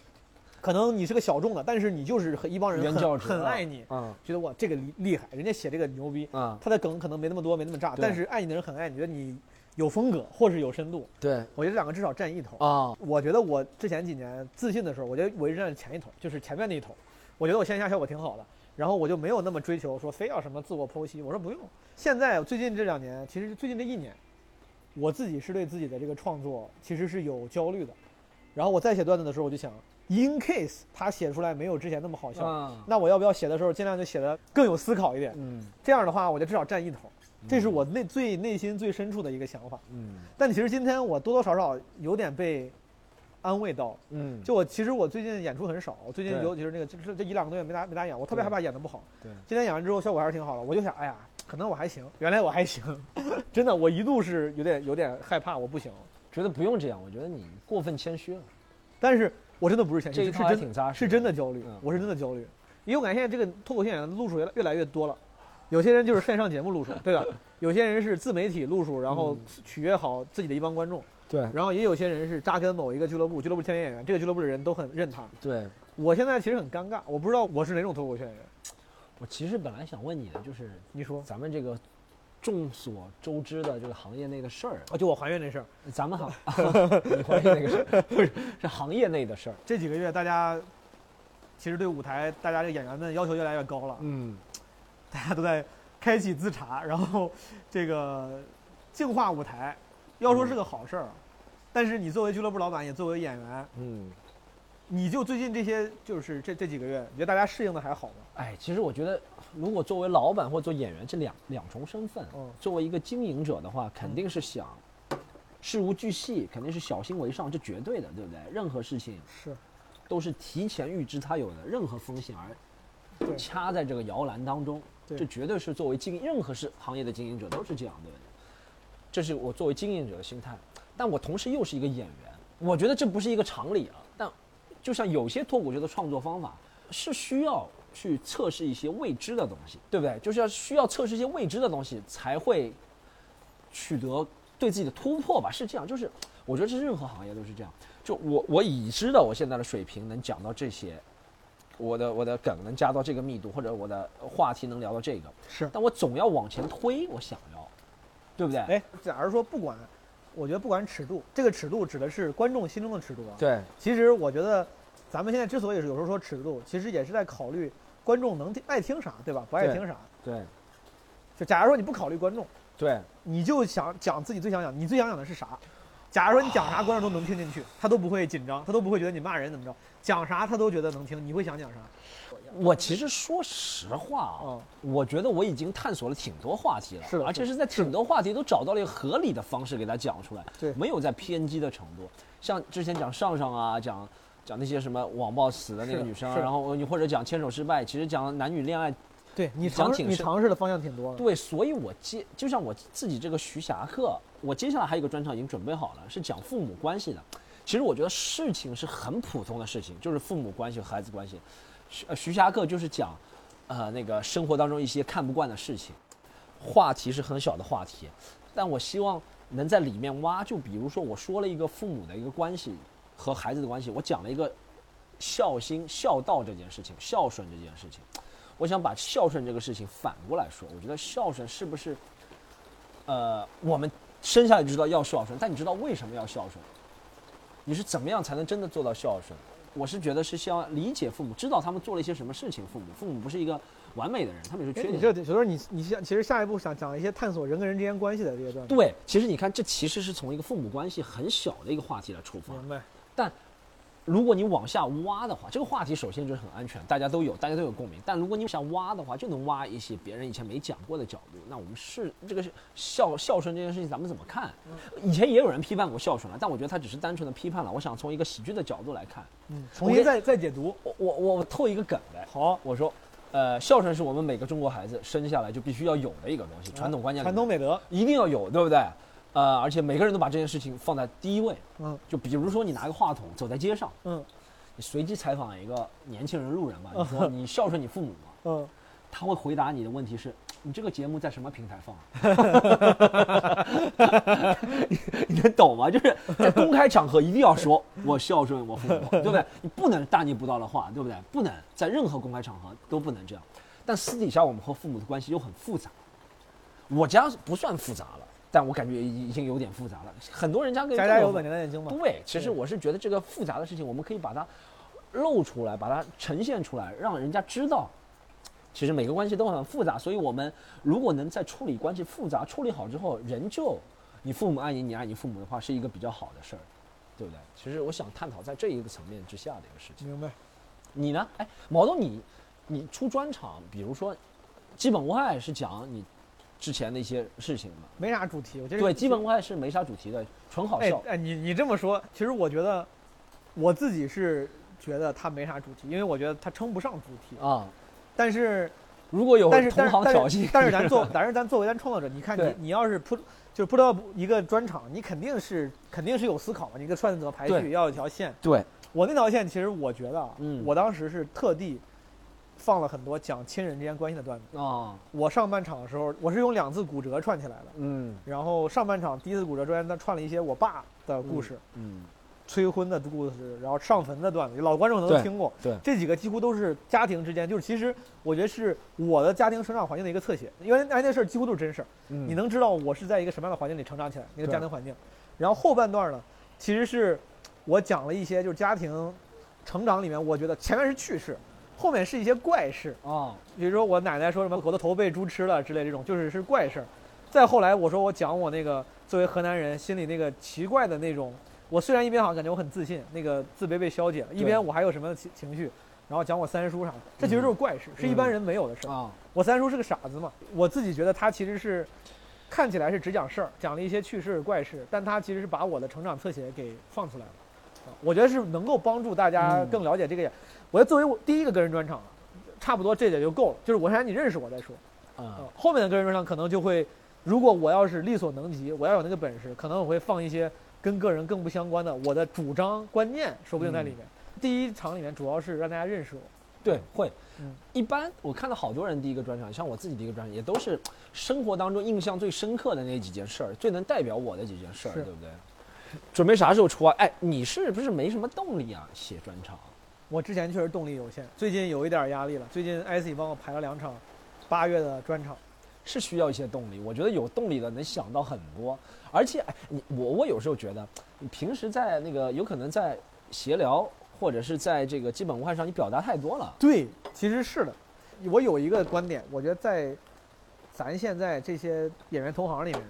Speaker 1: 可能你是个小众的，但是你就是很一帮人
Speaker 3: 原教
Speaker 1: 很
Speaker 3: 旨
Speaker 1: 很
Speaker 3: 啊
Speaker 1: 爱你，
Speaker 3: 啊
Speaker 1: 觉得哇这个厉害，人家写这个牛逼，
Speaker 3: 啊
Speaker 1: 他的梗可能没那么多，没那么炸，
Speaker 3: 对
Speaker 1: 但是爱你的人很爱你，觉得你有风格或是有深度，
Speaker 3: 对
Speaker 1: 我觉得这两个至少占一头。
Speaker 3: 啊
Speaker 1: 我觉得我之前几年自信的时候，我觉得我一直站在前一头，就是前面那一头。我觉得我线下效果挺好的，然后我就没有那么追求说非要什么自我剖析。我说不用。现在最近这两年，其实最近这一年，我自己是对自己的这个创作其实是有焦虑的。然后我在写段子的时候，我就想，in case 他写出来没有之前那么好笑，
Speaker 3: 啊
Speaker 1: 那我要不要写的时候尽量就写的更有思考一点？
Speaker 3: 嗯
Speaker 1: 这样的话，我就至少占一头。这是我内最内心最深处的一个想法。
Speaker 3: 嗯
Speaker 1: 但其实今天我多多少少有点被安慰到，
Speaker 3: 嗯
Speaker 1: 就我其实我最近演出很少，我最近
Speaker 3: 对
Speaker 1: 尤其是那个这这这一两个多月没咋没咋演，我特别
Speaker 3: 对
Speaker 1: 害怕演的不好。
Speaker 3: 对
Speaker 1: 今天演完之后效果还是挺好的，我就想，哎呀，可能我还行，原来我还行，真的，我一度是有点有点害怕我不行，
Speaker 3: 觉得不用这样，我觉得你过分谦虚了，
Speaker 1: 但是我真的不是谦
Speaker 3: 这
Speaker 1: 虚，
Speaker 3: 一
Speaker 1: 哎是
Speaker 3: 套还
Speaker 1: 真
Speaker 3: 挺扎实，
Speaker 1: 是真的。焦虑
Speaker 3: 嗯，
Speaker 1: 我是真的焦虑，因为我感觉现在这个脱口秀演员的路数越来越来越多了，有些人就是线上节目路数，对吧？有些人是自媒体路数，然后取悦好自己的一帮观众，
Speaker 3: 对
Speaker 1: 然后也有些人是扎根某一个俱乐部，俱乐部青年演员，这个俱乐部的人都很认他。
Speaker 3: 对，
Speaker 1: 我现在其实很尴尬，我不知道我是哪种脱口秀演员。
Speaker 3: 我其实本来想问你的就是
Speaker 1: 你说，
Speaker 3: 咱们这个众所周知的这个行业内的事儿，
Speaker 1: 啊，就我还愿这事儿，
Speaker 3: 咱们行，你怀疑那个事儿，不是是行业内的事儿。啊
Speaker 1: 这几个月大家其实对舞台，大家这个演员们要求越来越高了，
Speaker 3: 嗯，
Speaker 1: 大家都在开启自查，然后这个净化舞台，要说是
Speaker 3: 嗯
Speaker 1: 个好事儿，但是你作为俱乐部老板，也作为演员，
Speaker 3: 嗯，
Speaker 1: 你就最近这些就是这这几个月，你觉得大家适应的还好吗？
Speaker 3: 哎，其实我觉得，如果作为老板或做演员这两两重身份，
Speaker 1: 嗯
Speaker 3: 作为一个经营者的话，肯定是想事无巨细，肯定是小心为上，这绝对的，对不对？任何事情
Speaker 1: 是，
Speaker 3: 都是提前预知它有的任何风险而
Speaker 1: 对
Speaker 3: 掐在这个摇篮当中，
Speaker 1: 对
Speaker 3: 这绝对是作为经营任何是行业的经营者都是这样的。这是我作为经营者的心态，但我同时又是一个演员，我觉得这不是一个常理啊。但就像有些脱口秀的创作方法是需要去测试一些未知的东西，对不对？就是要需要测试一些未知的东西才会取得对自己的突破吧，是这样。就是我觉得这任何行业都是这样。就我我已知的我现在的水平能讲到这些，我的我的梗能加到这个密度，或者我的话题能聊到这个，
Speaker 1: 是
Speaker 3: 但我总要往前推，我想要，对不对？
Speaker 1: 哎，假如说不管，我觉得不管尺度，这个尺度指的是观众心中的尺度啊。，
Speaker 3: 对，
Speaker 1: 其实我觉得咱们现在之所以有时候说尺度，其实也是在考虑观众能听爱听啥，对吧？不爱
Speaker 3: 对
Speaker 1: 听啥。
Speaker 3: 对
Speaker 1: 就假如说你不考虑观众，
Speaker 3: 对，
Speaker 1: 你就想讲自己最想讲，你最想讲的是啥？假如说你讲啥，观众都能听进去，他都不会紧张，他都不会觉得你骂人怎么着，讲啥他都觉得能听，你会想讲啥？
Speaker 3: 我其实说实话啊，
Speaker 1: 嗯
Speaker 3: 我觉得我已经探索了挺多话题了，
Speaker 1: 是的
Speaker 3: 而且是在挺多话题都找到了一个合理的方式给它讲出来，
Speaker 1: 对
Speaker 3: 没有在偏激的程度。像之前讲上上啊，讲讲那些什么网暴死的那个
Speaker 1: 是
Speaker 3: 女生啊，
Speaker 1: 是
Speaker 3: 然后你或者讲牵手失败，其实讲男女恋爱
Speaker 1: 对嗯你
Speaker 3: 讲
Speaker 1: 尝试
Speaker 3: 挺
Speaker 1: 你
Speaker 3: 深
Speaker 1: 尝试的方向挺多的。
Speaker 3: 对，所以我接就像我自己这个徐霞客，我接下来还有一个专场已经准备好了，是讲父母关系的。其实我觉得事情是很普通的事情，就是父母关系和孩子关系。徐呃徐霞客就是讲，呃那个生活当中一些看不惯的事情，话题是很小的话题，但我希望能在里面挖。就比如说我说了一个父母的一个关系和孩子的关系，我讲了一个孝心、孝道这件事情，孝顺这件事情。我想把孝顺这个事情反过来说，我觉得孝顺是不是，呃，我们生下来就知道要孝顺，但你知道为什么要孝顺？你是怎么样才能真的做到孝顺？我是觉得是先要理解父母，知道他们做了一些什么事情。父母，父母不是一个完美的人，他们有
Speaker 1: 哎
Speaker 3: 缺点。
Speaker 1: 你这所以说你你想，其实下一步想讲一些探索人跟人之间关系的这些段子。
Speaker 3: 对，其实你看，这其实是从一个父母关系很小的一个话题来出发。
Speaker 1: 明白。
Speaker 3: 如果你往下挖的话，这个话题首先就是很安全，大家都有，大家都有共鸣。但如果你想挖的话，就能挖一些别人以前没讲过的角度。那我们是这个是孝孝顺这件事情，咱们怎么看？以前也有人批判过孝顺了，但我觉得他只是单纯的批判了。我想从一个喜剧的角度来看，
Speaker 1: 嗯，重
Speaker 3: 给
Speaker 1: 新再再解读。
Speaker 3: 我我我我透一个梗呗。好，我说，呃，孝顺是我们每个中国孩子生下来就必须要有的一个东西，传统观念
Speaker 1: 嗯
Speaker 3: 里面，
Speaker 1: 传统美德。
Speaker 3: 一定要有，对不对？呃，而且每个人都把这件事情放在第一位。
Speaker 1: 嗯
Speaker 3: 就比如说你拿个话筒走在街上，
Speaker 1: 嗯
Speaker 3: 你随机采访一个年轻人路人吧，你说你孝顺你父母吗？
Speaker 1: 嗯，
Speaker 3: 他会回答你的问题是：你这个节目在什么平台放、啊 你 你能懂吗？就是在公开场合一定要说我孝顺我父母，对不对？你不能大逆不道的话，对不对？不能在任何公开场合都不能这样。但私底下我们和父母的关系又很复杂，我家不算复杂了，但我感觉已经有点复杂了。很多人家跟
Speaker 1: 家家有本难念的经嘛。
Speaker 3: 对，其实我是觉得这个复杂的事情，我们可以把它露出来，把它呈现出来，让人家知道，其实每个关系都很复杂。所以我们如果能在处理关系复杂、处理好之后，仍旧你父母爱你，你爱你父母的话，是一个比较好的事儿，对不对？其实我想探讨在这一个层面之下的一个事情。
Speaker 1: 明白。
Speaker 3: 你呢？哎，毛东你，你出专场，比如说，基本无害是讲你之前的一些事情嘛？
Speaker 1: 没啥主题，我觉得
Speaker 3: 对，基本无害是没啥主题的，纯好
Speaker 1: 哎
Speaker 3: 笑。
Speaker 1: 哎，你你这么说，其实我觉得我自己是觉得它没啥主题，因为我觉得它称不上主题。
Speaker 3: 啊、
Speaker 1: 但是
Speaker 3: 如果有
Speaker 1: 但是
Speaker 3: 啊同
Speaker 1: 但是
Speaker 3: 行
Speaker 1: 但是
Speaker 3: 挑衅，
Speaker 1: 但是咱作，但是咱作为咱创作者，你看你
Speaker 3: 对
Speaker 1: 你要是铺，就是铺到一个专场，你肯定是肯定是有思考嘛，你这个串子怎么排
Speaker 3: 对
Speaker 1: 序，要有一条线。
Speaker 3: 对，
Speaker 1: 我那条线其实我觉得啊，
Speaker 3: 嗯
Speaker 1: 我当时是特地放了很多讲亲人之间关系的段子。
Speaker 3: 啊，
Speaker 1: 我上半场的时候，我是用两次骨折串起来的，
Speaker 3: 嗯
Speaker 1: 然后上半场第一次骨折专，他串了一些我爸的故事、
Speaker 3: 嗯，
Speaker 1: 催婚的故事，然后上坟的段子，老观众可能
Speaker 3: 对
Speaker 1: 都听过。
Speaker 3: 对
Speaker 1: 这几个几乎都是家庭之间，就是其实我觉得是我的家庭成长环境的一个侧写，因为哎那事儿几乎都是真事儿。
Speaker 3: 你
Speaker 1: 嗯你能知道我是在一个什么样的环境里成长起来，那个
Speaker 3: 嗯对
Speaker 1: 家庭环境。然后后半段呢，其实是我讲了一些就是家庭成长里面，我觉得前面是趣事，后面是一些怪事，
Speaker 3: 啊，
Speaker 1: 比如说我奶奶说什么我的头被猪吃了之类这种，就是是怪事儿。再后来我说我讲我那个作为河南人心里那个奇怪的那种，我虽然一边好像感觉我很自信，那个自卑被消解了，一边我还有什么情情绪。然后讲我三叔啥的，这其实就是怪事，是一般人没有的事儿。
Speaker 3: 啊，
Speaker 1: 我三叔是个傻子嘛，我自己觉得他其实是看起来是只讲事儿，讲了一些趣事怪事，但他其实是把我的成长侧写给放出来了。啊我觉得是能够帮助大家
Speaker 3: 嗯
Speaker 1: 更了解这个演。我觉得作为我第一个个人专场啊，差不多这点就够了。就是我先让你认识我再说。啊
Speaker 3: 啊，
Speaker 1: 后面的个人专场可能就会，如果我要是力所能及，我要有那个本事，可能我会放一些跟个人更不相关的我的主张观念，说不定在里面。第一场里面主要是让大家认识我。
Speaker 3: 对，会
Speaker 1: 嗯。
Speaker 3: 一般我看到好多人第一个专场，像我自己第一个专场，也都是生活当中印象最深刻的那几件事儿，最能代表我的几件事儿，
Speaker 1: 是
Speaker 3: 对不对？准备啥时候出啊？哎，你是不是没什么动力啊？写专场？
Speaker 1: 我之前确实动力有限，最近有一点压力了。最近 IC 帮我排了两场八月的专场，
Speaker 3: 是需要一些动力。我觉得有动力的能想到很多，而且哎，你我我有时候觉得，你平时在那个有可能在闲聊或者是在这个基本无害上，你表达太多了。
Speaker 1: 对，其实是的。我有一个观点，我觉得在咱现在这些演员同行里面，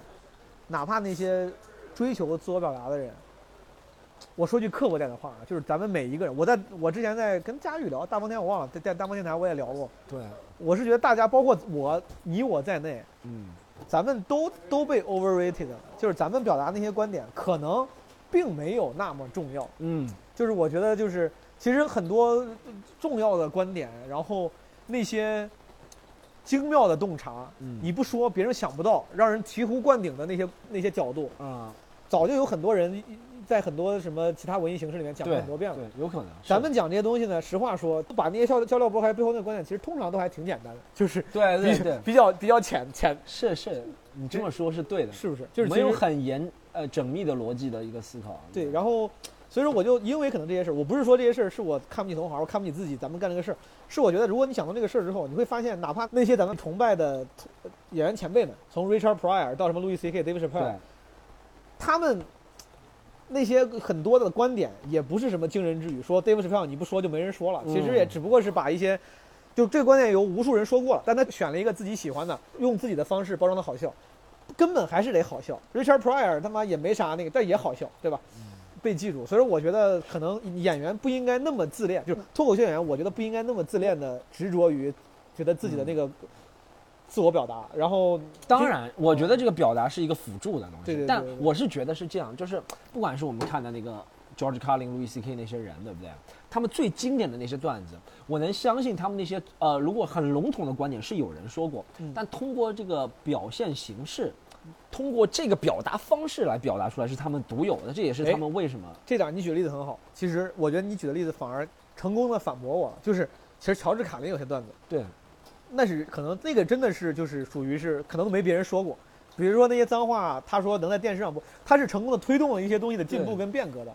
Speaker 1: 哪怕那些追求自我表达的人，我说句刻薄点的话啊，就是咱们每一个人，我在我之前在跟佳宇聊大风天，我忘了在在大风电台我也聊过，
Speaker 3: 对，
Speaker 1: 我是觉得大家包括我你我在内，
Speaker 3: 嗯，
Speaker 1: 咱们都都被 overrated 了，就是咱们表达那些观点可能并没有那么重要。
Speaker 3: 嗯，
Speaker 1: 就是我觉得就是其实很多重要的观点，然后那些精妙的洞察，
Speaker 3: 嗯
Speaker 1: 你不说别人想不到，让人醍醐灌顶的那些那些角度，
Speaker 3: 啊，
Speaker 1: 早就有很多人在很多什么其他文艺形式里面讲过
Speaker 3: 对，
Speaker 1: 很多遍了。
Speaker 3: 对，有可能。
Speaker 1: 咱们讲这些东西呢，实话说，把那些笑笑料拨开背后那个观点，其实通常都还挺简单的，就是
Speaker 3: 是对对
Speaker 1: 比
Speaker 3: 对，
Speaker 1: 比较比较浅浅，
Speaker 3: 是是，你这么说是对的，
Speaker 1: 是不是？就是
Speaker 3: 没有
Speaker 1: 其实
Speaker 3: 很严呃缜密的逻辑的一个思考。
Speaker 1: 对，然后所以说我就因为可能这些事儿，我不是说这些事儿是我看不起同行，我看不起自己，咱们干这个事儿，是我觉得如果你想到这个事儿之后，你会发现，哪怕那些咱们崇拜的同呃演员前辈们，从 Richard Pryor 到什么 Louis C.K. David Chappelle，
Speaker 3: 对
Speaker 1: 他们。那些很多的观点也不是什么惊人之语，说 David Chappelle 你不说就没人说了，其实也
Speaker 3: 嗯
Speaker 1: 只不过是把一些，就这个观点有无数人说过了，但他选了一个自己喜欢的，用自己的方式包装的好笑，根本还是得好笑。Richard Pryor 他妈也没啥那个，但也好笑，对吧？被记住，所以说我觉得可能演员不应该那么自恋，就是脱口秀演员，我觉得不应该那么自恋的执着于觉得自己的那个自我表达，然后
Speaker 3: 当然，我觉得这个表达是一个辅助的东西，
Speaker 1: 对对对
Speaker 3: 但
Speaker 1: 对
Speaker 3: 我是觉得是这样，就是不管是我们看的那个 George Carlin、Louis C.K. 那些人，对不对？他们最经典的那些段子，我能相信他们那些呃，如果很笼统的观点是有人说过，
Speaker 1: 嗯
Speaker 3: 但通过这个表现形式，通过这个表达方式来表达出来是他们独有的，这也是
Speaker 1: 哎
Speaker 3: 他们为什么
Speaker 1: 这点你举的例子很好。其实我觉得你举的例子反而成功的反驳我了，就是其实乔治卡林有些段子，
Speaker 3: 对
Speaker 1: 那是可能那个真的是就是属于是可能都没别人说过，比如说那些脏话，他说能在电视上播，他是成功的推动了一些东西的进步
Speaker 3: 对
Speaker 1: 跟变革的。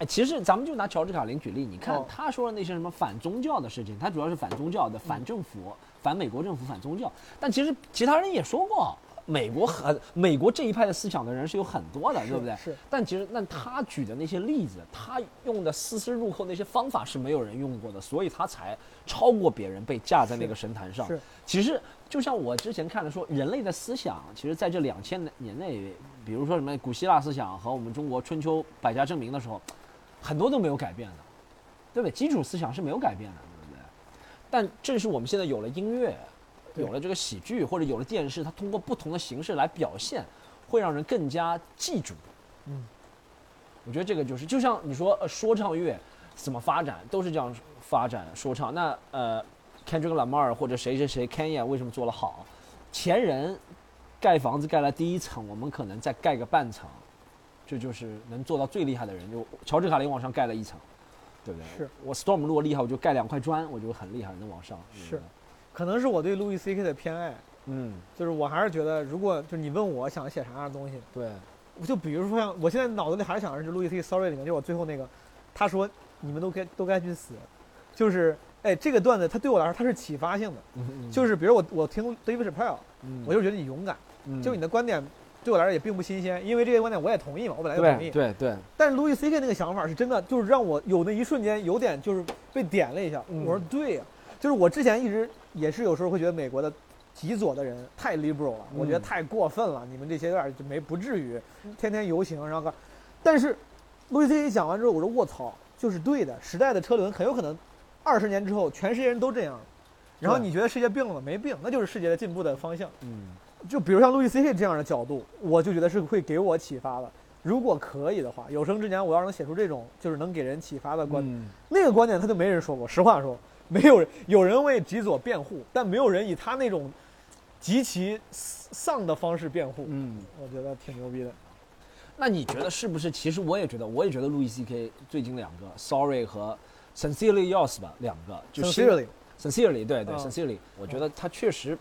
Speaker 3: 哎，其实咱们就拿乔治卡林举例，你看
Speaker 1: 哦
Speaker 3: 他说的那些什么反宗教的事情，他主要是反宗教的、反
Speaker 1: 嗯
Speaker 3: 政府、反美国政府、反宗教。但其实其他人也说过，美国很美国这一派的思想的人是有很多的，对不对？
Speaker 1: 是
Speaker 3: 但其实，那他举的那些例子，他用的丝丝入扣那些方法是没有人用过的，所以他才超过别人，被架在那
Speaker 1: 是
Speaker 3: 个神坛上。
Speaker 1: 是
Speaker 3: 其实就像我之前看的说，人类的思想其实在这两千年内，比如说什么古希腊思想和我们中国春秋百家争鸣的时候，很多都没有改变的，对不对？基础思想是没有改变的，对不对？但正是我们现在有了音乐，
Speaker 1: 对
Speaker 3: 有了这个喜剧或者有了电视，它通过不同的形式来表现，会让人更加记住。
Speaker 1: 嗯，
Speaker 3: 我觉得这个就是，就像你说、呃、说唱乐怎么发展，都是这样发展说唱。那呃， Kendrick Lamar 或者谁谁谁 Kanye 为什么做了好，前人盖房子盖了第一层，我们可能再盖个半层，这就是能做到最厉害的人。就乔治卡林往上盖了一层，对不对？
Speaker 1: 是
Speaker 3: 我 Storm 如果厉害，我就盖两块砖，我就很厉害，能往上。
Speaker 1: 是
Speaker 3: 对不对，
Speaker 1: 可能是我对路易 C K 的偏爱，
Speaker 3: 嗯，
Speaker 1: 就是我还是觉得，如果就是你问我想写啥样的东西，
Speaker 3: 对，
Speaker 1: 就比如说像我现在脑子里还是想着是路易 C Sorry 里面，就我最后那个，他说你们都该都该去死，就是哎这个段子它对我来说它是启发性的，
Speaker 3: 嗯
Speaker 1: 就，是比如我我听 David Chappelle，
Speaker 3: 嗯
Speaker 1: 我就觉得你勇敢，
Speaker 3: 嗯
Speaker 1: 就是你的观点对我来说也并不新鲜，因为这些观点我也同意嘛，我本来就同
Speaker 3: 对
Speaker 1: 意。
Speaker 3: 对对，
Speaker 1: 但是路易 C K 那个想法是真的，就是让我有那一瞬间有点就是被点了一下，
Speaker 3: 嗯
Speaker 1: 我说对呀、啊就是我之前一直也是有时候会觉得美国的。极左的人太 liberal 了，我觉得
Speaker 3: 嗯
Speaker 1: 太过分了，你们这些有点就没不至于，天天游行，然后干，但是路易 C K 讲完之后，我说卧槽，就是对的，时代的车轮很有可能二十年之后全世界人都这样，然后
Speaker 3: 对
Speaker 1: 你觉得世界病了没病，那就是世界的进步的方向。
Speaker 3: 嗯
Speaker 1: 就比如像路易 C K 这样的角度，我就觉得是会给我启发的。如果可以的话，有生之年我要能写出这种就是能给人启发的观点，
Speaker 3: 嗯
Speaker 1: 那个观点他就没人说过。实话说，没有人有人为极左辩护，但没有人以他那种极其丧的方式辩护。
Speaker 3: 嗯。
Speaker 1: 我觉得挺牛逼的。
Speaker 3: 那你觉得是不是？其实我也觉得，我也觉得路易 C K 最近两个 Sorry 和 Sincerely Yours 吧，两个就
Speaker 1: Sincerely，
Speaker 3: Sincerely 对对、
Speaker 1: 嗯
Speaker 3: Sincerely，我觉得他确实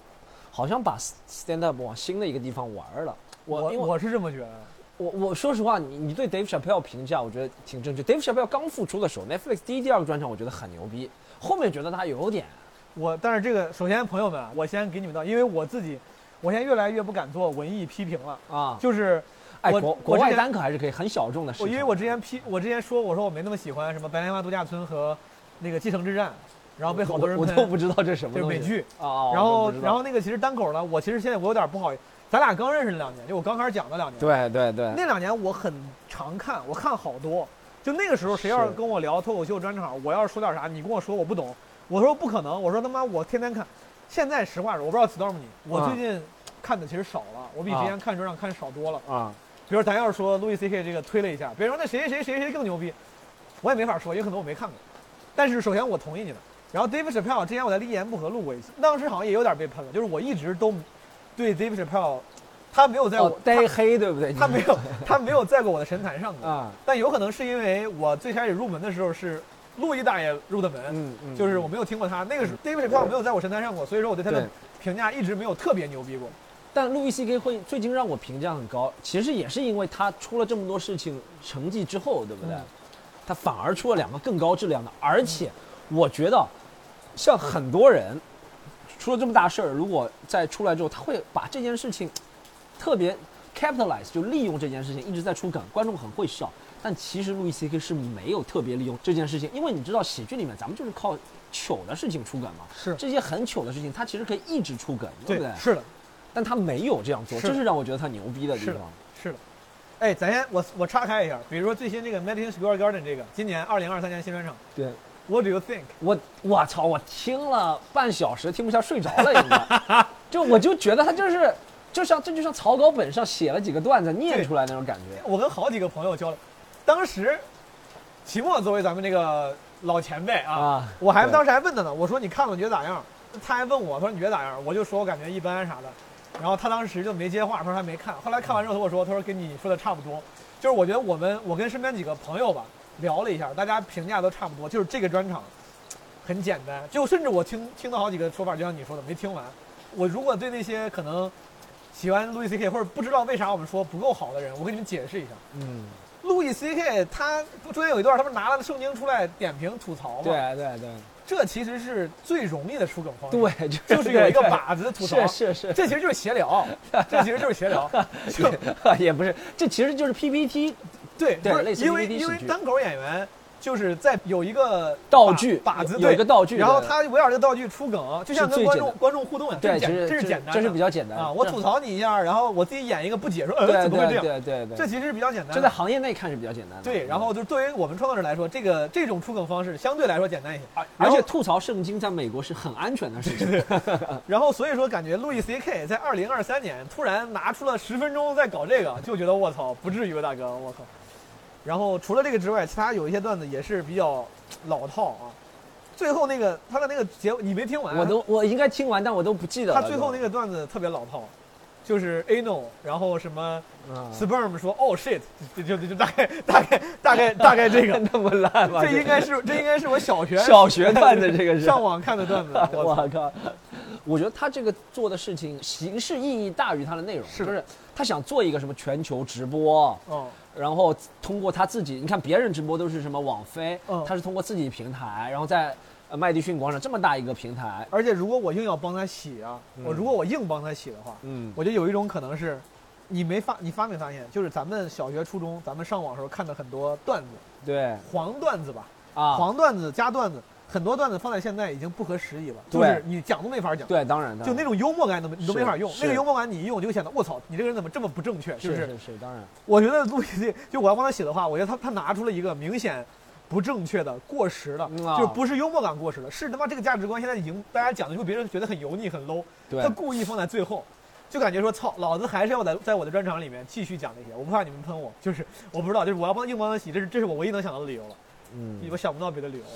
Speaker 3: 好像把 Stand Up 往新的一个地方玩儿了。我因为
Speaker 1: 我是这么觉得。
Speaker 3: 我我说实话，你你对 Dave Chappelle 评价，我觉得挺正确。Dave Chappelle 刚复出的时候，Netflix 第一、第二个专场我觉得很牛逼，后面觉得他有点
Speaker 1: 我但是这个，首先朋友们啊，我先给你们道，因为我自己，我现在越来越不敢做文艺批评了，
Speaker 3: 啊，
Speaker 1: 就是
Speaker 3: 哎
Speaker 1: 我
Speaker 3: 国
Speaker 1: 我
Speaker 3: 国
Speaker 1: 之
Speaker 3: 外
Speaker 1: 前
Speaker 3: 单口还是可以很小众的事情。
Speaker 1: 我因为我之前批，我之前说我说我没那么喜欢什么《白莲花度假村》和那个《继承之战》，然后被好多人
Speaker 3: 我我
Speaker 1: 喷
Speaker 3: 都不知道这是什么
Speaker 1: 就是
Speaker 3: 东西
Speaker 1: 美剧。
Speaker 3: 啊啊，
Speaker 1: 然后
Speaker 3: 我都不知道
Speaker 1: 然后那个其实单口呢，我其实现在我有点不好意，咱俩刚认识那两年，就我刚开始讲的两年，
Speaker 3: 对对对，
Speaker 1: 那两年我很常看，我看好多。就那个时候，谁要是
Speaker 3: 是
Speaker 1: 跟我聊脱口秀专场，我要是说点啥，你跟我说我不懂，我说不可能，我说他妈我天天看。现在实话说，我不知道 storm 你，我
Speaker 3: 啊
Speaker 1: 最近看的其实少了，我比之前看专场看少多了。
Speaker 3: 啊
Speaker 1: 比如咱要是说路易 C K 这个推了一下，别人说那谁谁谁谁谁更牛逼，我也没法说，有可能我没看过。但是首先我同意你的。然后 David Chappelle 之前我在《一言不合》录过一次，当时好像也有点被喷了，就是我一直都对 David Chappelle，他没有在我、
Speaker 3: 哦，呆黑对不对？
Speaker 1: 他他没有他没有在过我的神坛上过，
Speaker 3: 啊，
Speaker 1: 但有可能是因为我最开始入门的时候是路易大爷入的门，
Speaker 3: 嗯嗯，
Speaker 1: 呃就是我没有听过他那个时候 David Chappelle 没有在我神坛上过，所以说我对他的
Speaker 3: 对
Speaker 1: 评价一直没有特别牛逼过。
Speaker 3: 但路易 C K 会最近让我评价很高，其实也是因为他出了这么多事情成绩之后，对不对？
Speaker 1: 嗯
Speaker 3: 他反而出了两个更高质量的，而且我觉得，像很多人出了这么大事儿，如果在出来之后，他会把这件事情特别 capitalize，就利用这件事情一直在出梗，观众很会笑。但其实路易 C K 是没有特别利用这件事情，因为你知道喜剧里面咱们就是靠糗的事情出梗嘛，
Speaker 1: 是
Speaker 3: 这些很糗的事情，他其实可以一直出梗，对不对？
Speaker 1: 是的。
Speaker 3: 但他没有这样做，
Speaker 1: 是
Speaker 3: 这是让我觉得他牛逼的地
Speaker 1: 是的
Speaker 3: 方。
Speaker 1: 是的，哎，咱先我我岔开一下，比如说最新这个 Madison Square Garden 这个，今年二零二三年新专场
Speaker 3: 对，
Speaker 1: ，What do you think？
Speaker 3: 我我操，我听了半小时，听不下，睡着了 应该。就我就觉得他就是，就像这就像草稿本上写了几个段子念出来那种感觉。
Speaker 1: 我跟好几个朋友交流，当时齐墨作为咱们这个老前辈啊，
Speaker 3: 啊
Speaker 1: 我还
Speaker 3: 对
Speaker 1: 当时还问他呢，我说你看了你觉得咋样？他还问我，他说你觉得咋样？我就说我感觉一般啊啥的，然后他当时就没接话，他说他没看。后来看完之后他跟我说，他说跟你说的差不多，就是我觉得我们我跟身边几个朋友吧聊了一下，大家评价都差不多，就是这个专场很简单，就甚至我听听到好几个说法，就像你说的没听完。我如果对那些可能喜欢路易 C K 或者不知道为啥我们说不够好的人，我给你们解释一下，
Speaker 3: 嗯，
Speaker 1: 路易 C K 他不中间有一段他不是拿了圣经出来点评吐槽吗？
Speaker 3: 对对对
Speaker 1: 这其实是最容易的出梗方式，，
Speaker 3: 对，就
Speaker 1: 就是有一个
Speaker 3: 对
Speaker 1: 靶子 吐槽，
Speaker 3: 是是是，
Speaker 1: 这其实就是闲聊，这其实就是闲 聊，就
Speaker 3: 也不是，这其实就是 PPT
Speaker 1: 对，
Speaker 3: 对
Speaker 1: 不是
Speaker 3: 类似
Speaker 1: 因为
Speaker 3: DVD
Speaker 1: 因为
Speaker 3: 喜剧
Speaker 1: 单口演员就是在有一个
Speaker 3: 道
Speaker 1: 靶
Speaker 3: 具
Speaker 1: 靶子，
Speaker 3: 有一个
Speaker 1: 对
Speaker 3: 道具，
Speaker 1: 然后
Speaker 3: 对
Speaker 1: 他围绕这个道具出梗，就像
Speaker 3: 是
Speaker 1: 跟
Speaker 3: 最
Speaker 1: 观
Speaker 3: 简
Speaker 1: 众
Speaker 3: 单
Speaker 1: 观众互动一样，
Speaker 3: 对，
Speaker 1: 这
Speaker 3: 其
Speaker 1: 是简
Speaker 3: 实
Speaker 1: 这是简单的，
Speaker 3: 这是比较简单的
Speaker 1: 啊，我吐槽你一下，然后我自己演一个不解说，呃，
Speaker 3: 对
Speaker 1: 怎么会这
Speaker 3: 对
Speaker 1: 样？
Speaker 3: 对对对，
Speaker 1: 这其实是比较简单的，
Speaker 3: 这在行业内看是比较简单的。
Speaker 1: 对，然后就对于我们创作者来说，这个这种出梗方式相对来说简单一些。
Speaker 3: 而
Speaker 1: 然
Speaker 3: 而
Speaker 1: 后
Speaker 3: 且吐槽圣经在美国是很安全的事情。
Speaker 1: 然后所以说，感觉路易 C K 在二零二三年突然拿出了十分钟在搞这个，就觉得我操，不至于吧，大哥，我靠。然后除了这个之外，其他有一些段子也是比较老套啊。最后那个他的那个结尾你没听完，啊
Speaker 3: 我都我应该听完，但我都不记得了。
Speaker 1: 他最后那个段子特别老套，就是 ano，然后什么
Speaker 3: 个啊
Speaker 1: sperm 说哦 shit，就就就就大概大概大概大概这个，
Speaker 3: 那么烂吗？
Speaker 1: 这应该是这应该是我小学
Speaker 3: 小学办的这个 是。
Speaker 1: 上网看的段子，我操
Speaker 3: 我靠！我觉得他这个做的事情形式意义大于他的内容，
Speaker 1: 是
Speaker 3: 就是他想做一个什么全球直播，
Speaker 1: 哦
Speaker 3: 然后通过他自己，你看别人直播都是什么网飞，
Speaker 1: 嗯
Speaker 3: 他是通过自己平台，然后在呃麦迪逊广场这么大一个平台，
Speaker 1: 而且如果我硬要帮他洗啊，我如果我硬帮他洗的话，
Speaker 3: 嗯，
Speaker 1: 我觉得有一种可能是，你没发你发没发现，就是咱们小学初中咱们上网的时候看的很多段子，
Speaker 3: 对
Speaker 1: 黄段子吧，
Speaker 3: 啊，
Speaker 1: 黄段子加段子，很多段子放在现在已经不合时宜了，就
Speaker 3: 对
Speaker 1: 是你讲都没法讲，
Speaker 3: 对，当然的，
Speaker 1: 就那种幽默感都没你都没
Speaker 3: 是
Speaker 1: 法用，
Speaker 3: 是
Speaker 1: 那个幽默感你一用就显得我操，你这个人怎么这么不正确，是不
Speaker 3: 是
Speaker 1: 是？
Speaker 3: 是是，当然，
Speaker 1: 我觉得陆毅这就我要帮他写的话，我觉得他他拿出了一个明显不正确的、过时的，
Speaker 3: 嗯啊
Speaker 1: 就是不是幽默感过时的，是他妈这个价值观现在已经大家讲的就别人觉得很油腻、很 low，
Speaker 3: 对
Speaker 1: 他故意放在最后。就感觉说操，老子还是要在在我的专场里面继续讲这些，我不怕你们喷我，就是我不知道，就是我要帮硬帮他洗，这是这是我唯一能想到的理由了，
Speaker 3: 嗯，
Speaker 1: 我想不到别的理由了。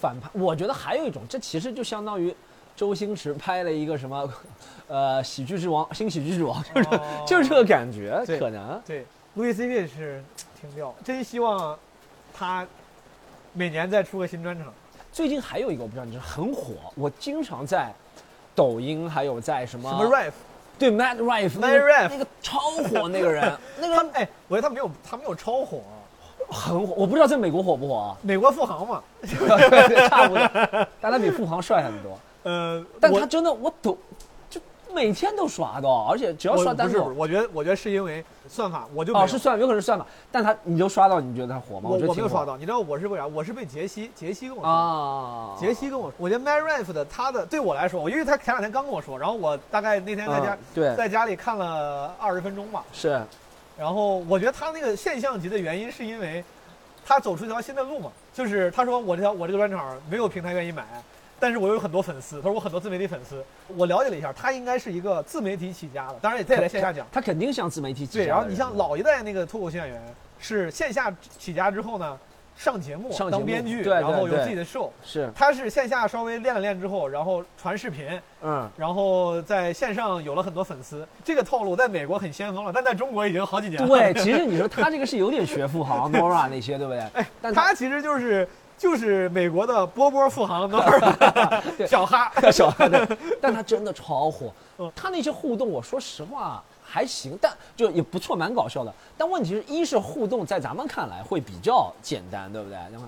Speaker 3: 反派，我觉得还有一种，这其实就相当于周星驰拍了一个什么， 呃，喜剧之王，新喜剧之王，就是、
Speaker 1: 哦
Speaker 3: 就是这个感觉，
Speaker 1: 对
Speaker 3: 可能。
Speaker 1: 对，路易 C.K. 是挺屌，真希望他每年再出个新专场。
Speaker 3: 最近还有一个我不知道你知道很火，我经常在抖音还有在什么
Speaker 1: 什么 rap
Speaker 3: 对 Matt Rife 那
Speaker 1: Matt
Speaker 3: 个
Speaker 1: Rife
Speaker 3: 那个超火那个人
Speaker 1: 那个他们哎，我觉得他没有他没有超火，，
Speaker 3: 很火，我不知道在美国火不火啊
Speaker 1: 美国富航嘛，
Speaker 3: 差不多，但他比付航帅很多，
Speaker 1: 呃，
Speaker 3: 但
Speaker 1: 我
Speaker 3: 他真的我抖就每天都刷到，而且只要
Speaker 1: 我
Speaker 3: 刷单
Speaker 1: 不是，不
Speaker 3: 口
Speaker 1: 是。我觉得我觉得是因为算法，我就没有
Speaker 3: 哦，是算有可能是算法，但他你就刷到，你觉得他火吗？
Speaker 1: 我
Speaker 3: 觉得
Speaker 1: 我没
Speaker 3: 挺
Speaker 1: 有
Speaker 3: 火
Speaker 1: 刷到，你知道我是为啥？我是被杰西杰西跟我说。
Speaker 3: 啊，
Speaker 1: 杰西跟我说，我觉得 Mary Rife 的他的对我来说，我因为他前两天刚跟我说，然后我大概那天在家、
Speaker 3: 嗯对
Speaker 1: 在家里看了二十分钟吧，
Speaker 3: 是
Speaker 1: 然后我觉得他那个现象级的原因是因为他走出一条新的路嘛，就是他说我这条我这个专场没有平台愿意买，但是我有很多粉丝，他说我很多自媒体粉丝，我了解了一下，他应该是一个自媒体起家的，当然也他也在线下讲，
Speaker 3: 他肯定像自媒体起
Speaker 1: 对，
Speaker 3: 家
Speaker 1: 然后
Speaker 3: 的
Speaker 1: 你
Speaker 3: 人
Speaker 1: 像老一代那个脱口秀演员是线下起家之后呢，上节目
Speaker 3: 上节
Speaker 1: 当
Speaker 3: 目
Speaker 1: 编剧，
Speaker 3: 对
Speaker 1: 然后有
Speaker 3: 对
Speaker 1: 自
Speaker 3: 对
Speaker 1: 己的 show，
Speaker 3: 是
Speaker 1: 他是线下稍微练了练之后，然后传视频，
Speaker 3: 嗯
Speaker 1: 然后在线上有了很多粉丝，这个套路在美国很先锋了，但在中国已经好几年了。
Speaker 3: 对，其实你说他这个是有点学富豪 Nora 那些，对不对？
Speaker 1: 哎
Speaker 3: 但
Speaker 1: 他其实就是就是美国的波波富航那 儿小哈，
Speaker 3: 小孩的，但他真的超火
Speaker 1: 嗯。
Speaker 3: 他那些互动，我说实话还行，但就也不错，蛮搞笑的。但问题是，一是互动在咱们看来会比较简单，对不对？然后，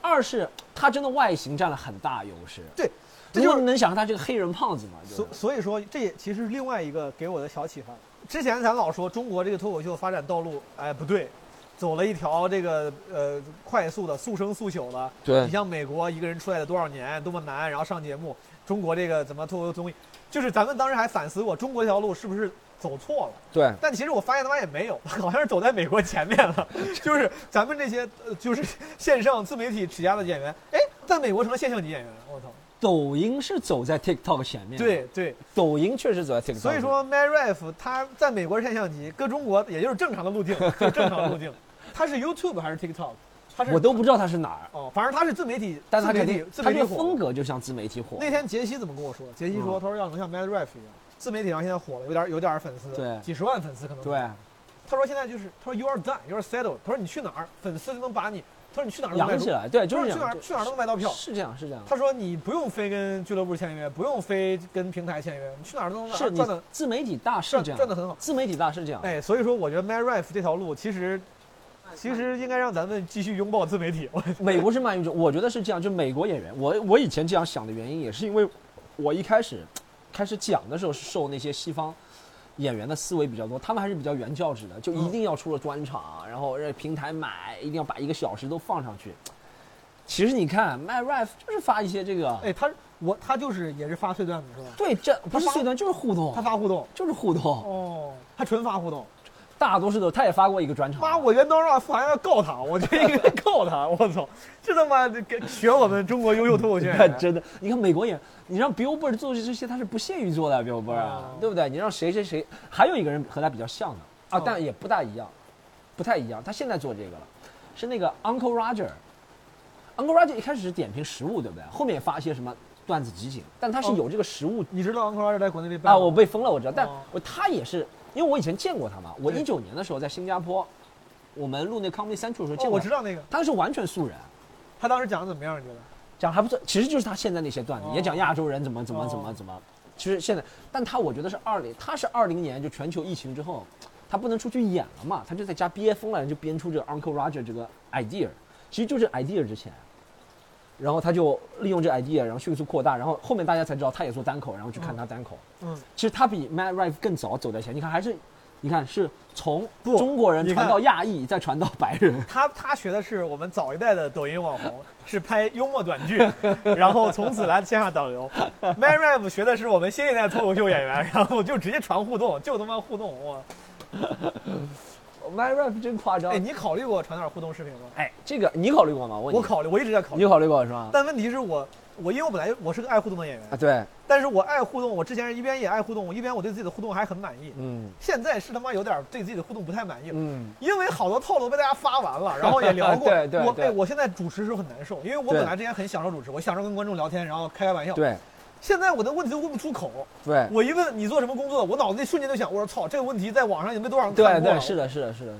Speaker 3: 二是他真的外形占了很大优势。
Speaker 1: 对，这
Speaker 3: 这
Speaker 1: 就
Speaker 3: 就是是能想象他这个黑人胖子嘛，就是
Speaker 1: 所所以说这也其实是另外一个给我的小启发。之前咱老说中国这个脱口秀发展道路，哎不对，走了一条这个呃快速的速生速朽的。
Speaker 3: 对
Speaker 1: 你像美国一个人出来了多少年，多么难，然后上节目，中国这个怎么脱口秀综艺，就是咱们当时还反思过中国这条路是不是走错了。
Speaker 3: 对
Speaker 1: 但其实我发现他妈也没有， 好像是走在美国前面了。就是咱们这些呃，就是线上自媒体起家的演员，哎，在美国成了现象级演员。我操！
Speaker 3: 抖音是走在 TikTok 前面，
Speaker 1: 对，对，
Speaker 3: 抖音确实走在 TikTok，
Speaker 1: 所以
Speaker 3: 前面
Speaker 1: 说 m y r i f 他在美国是现象级，搁中国也就是正常的路 径，就是正常的路径。他是 YouTube 还是 TikTok？他是
Speaker 3: 我都不知道他是哪儿，
Speaker 1: 哦，反正他是自媒体，
Speaker 3: 但他
Speaker 1: 自媒
Speaker 3: 肯
Speaker 1: 体
Speaker 3: 定
Speaker 1: 自
Speaker 3: 他
Speaker 1: 媒
Speaker 3: 这
Speaker 1: 体
Speaker 3: 个
Speaker 1: 火
Speaker 3: 风。格就像自媒体火。
Speaker 1: 那天杰西怎么跟我说？杰西说，
Speaker 3: 嗯
Speaker 1: 他说要能像 m y r i f 一样，自媒体上现在火了，有点有点粉丝，
Speaker 3: 对
Speaker 1: 几十万粉丝可能。
Speaker 3: 对，
Speaker 1: 他说现在就是，他说 you are done, you are settled。他说你去哪儿，粉丝就能把你。他说你去哪儿都卖
Speaker 3: 扬起来，对，就
Speaker 1: 就是是去
Speaker 3: 这
Speaker 1: 哪
Speaker 3: 样
Speaker 1: 儿，去哪儿都能买到票。
Speaker 3: 是这样，是这样。
Speaker 1: 他说你不用非跟俱乐部签约，不用非跟平台签约，你去哪儿都能
Speaker 3: 是你
Speaker 1: 赚的
Speaker 3: 自媒体大是
Speaker 1: 赚
Speaker 3: 这样，
Speaker 1: 赚的很好。
Speaker 3: 自媒体大是这样。
Speaker 1: 哎，所以说我觉得 My Rife 这条路其实其实应该让咱们继续拥抱自媒体。我
Speaker 3: 美国是鳗鱼种，我觉得是这样，就美国演员，我我以前这样想的原因也是因为我一开始开始讲的时候是受那些西方。演员的思维比较多，他们还是比较原教旨的，就一定要出了专场，然后让平台买，一定要把一个小时都放上去。其实你看，My Rife 就是发一些这个，
Speaker 1: 哎，他我他就是也是发碎段子是吧？
Speaker 3: 对，这不是
Speaker 1: 发
Speaker 3: 碎段就是互动，
Speaker 1: 他发互动
Speaker 3: 就是互动，
Speaker 1: 哦，他纯发互动。
Speaker 3: 大多数都他也发过一个专场。
Speaker 1: 妈，我原当让富还要告他，我觉得应该告他。我操，这他妈给学我们中国优秀脱口秀 演
Speaker 3: 那
Speaker 1: 员。
Speaker 3: 真的，你看美国也，你让 Billboard 做这些，他是不屑于做的 Billboard 啊，
Speaker 1: 哦
Speaker 3: 对不对？你让谁谁谁，还有一个人和他比较像的啊，
Speaker 1: 哦
Speaker 3: 但也不大一样，不太一样。他现在做这个了，是那个 Uncle Roger。 Uncle Roger 一开始是点评食物，对不对？后面也发一些什么段子集锦，但他
Speaker 1: 哦
Speaker 3: 是有这个食物
Speaker 1: 你知道 Uncle Roger 在国内被办
Speaker 3: 啊，
Speaker 1: 吗
Speaker 3: 我被封了，我知道，但
Speaker 1: 哦
Speaker 3: 我他也是，因为我以前见过他嘛，我
Speaker 1: 对
Speaker 3: 一九年的时候在新加坡，我们录那 Comedy Central 的时候见
Speaker 1: 哦，
Speaker 3: 过，
Speaker 1: 我知，道那个，
Speaker 3: 他是完全素人，
Speaker 1: 他当时讲的怎么样？你觉得？
Speaker 3: 讲还不错，其实就是他现在那些段子，
Speaker 1: 哦
Speaker 3: 也讲亚洲人怎么怎么
Speaker 1: 哦
Speaker 3: 怎么怎么，其实现在，但他我觉得是二零，他是二零年就全球疫情之后，他不能出去演了嘛，他就在家憋疯了，就编出这个 Uncle Roger 这个 idea，其实就是 idea 之前。然后他就利用这 idea，然后迅速扩大，然后后面大家才知道他也做单口，然后去看他单口。
Speaker 1: 嗯，
Speaker 3: 其实他比 Matt Rife 更早走在前，你看还是，你看是从
Speaker 1: 不
Speaker 3: 中国人
Speaker 1: 你
Speaker 3: 传
Speaker 1: 看
Speaker 3: 到亚裔，再传到白人。
Speaker 1: 他他学的是我们早一代的抖音网红，是拍幽默短剧， 然后从此来线下导流。m y r a p 学的是我们新一代脱口秀演员，然后就直接传互动，就他妈互动哇！哦
Speaker 3: Matt Rife 真夸张
Speaker 1: 哎，
Speaker 3: 哎
Speaker 1: 你考虑过传点互动视频吗？
Speaker 3: 这个你考虑过吗？我问你
Speaker 1: 我，考虑，我一直在考
Speaker 3: 你
Speaker 1: 虑。
Speaker 3: 考虑过是吧？
Speaker 1: 但问题是我，我因为我本来就我是个爱互动的演
Speaker 3: 啊，
Speaker 1: 员，
Speaker 3: 对，
Speaker 1: 但是我爱互动，我之前是一边也爱互动，我一边我对自己的互动还很满意。
Speaker 3: 嗯
Speaker 1: 现在是他妈有点对自己的互动不太满意了，
Speaker 3: 嗯，
Speaker 1: 因为好多套路被大家发完 了，然后也聊过。
Speaker 3: 对对
Speaker 1: 我
Speaker 3: 对
Speaker 1: 哎，我现在主持的时候很难受，因为我
Speaker 3: 对
Speaker 1: 本来之前很享受主持，我享受跟观众聊天，然后开开玩笑。
Speaker 3: 对
Speaker 1: 现在我的问题都问不出口，
Speaker 3: 对
Speaker 1: 我一问你做什么工作的，我脑子里瞬间就想，我说操，这个问题在网上也没多少人
Speaker 3: 对
Speaker 1: 看过啊
Speaker 3: 对，
Speaker 1: 了
Speaker 3: 是的，是的，是的，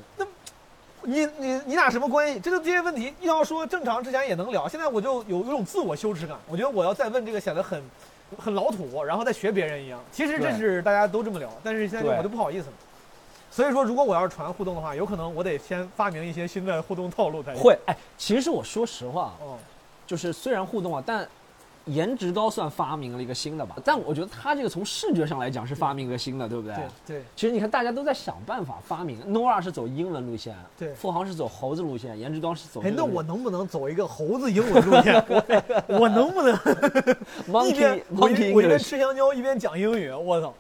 Speaker 1: 你你你俩什么关系？这个这些问题要说正常之前也能聊，现在我就有有一种自我羞耻感，我觉得我要再问这个显得很很老土，然后再学别人一样。其实这
Speaker 3: 对
Speaker 1: 是大家都这么聊，但是现在
Speaker 3: 对
Speaker 1: 我就不好意思了。所以说，如果我要是传互动的话，有可能我得先发明一些新的互动套路才行。
Speaker 3: 会。哎，其实我说实话，啊
Speaker 1: 哦，
Speaker 3: 就是虽然互动啊，但颜值高算发明了一个新的吧。但我觉得他这个从视觉上来讲是发明一个新的，对不对？
Speaker 1: 对对
Speaker 3: 其实你看，大家都在想办法发明。Nora 是走英文路线，
Speaker 1: 对
Speaker 3: 付航是走猴子路线，颜值高是走这
Speaker 1: 哎，
Speaker 3: 个
Speaker 1: 那
Speaker 3: 路线。
Speaker 1: 我能不能走一个猴子英文路线？ 我我能不能一边
Speaker 3: Monkey
Speaker 1: 我一
Speaker 3: Monkey
Speaker 1: 我一边
Speaker 3: English。
Speaker 1: 吃香蕉一边讲英语？我操，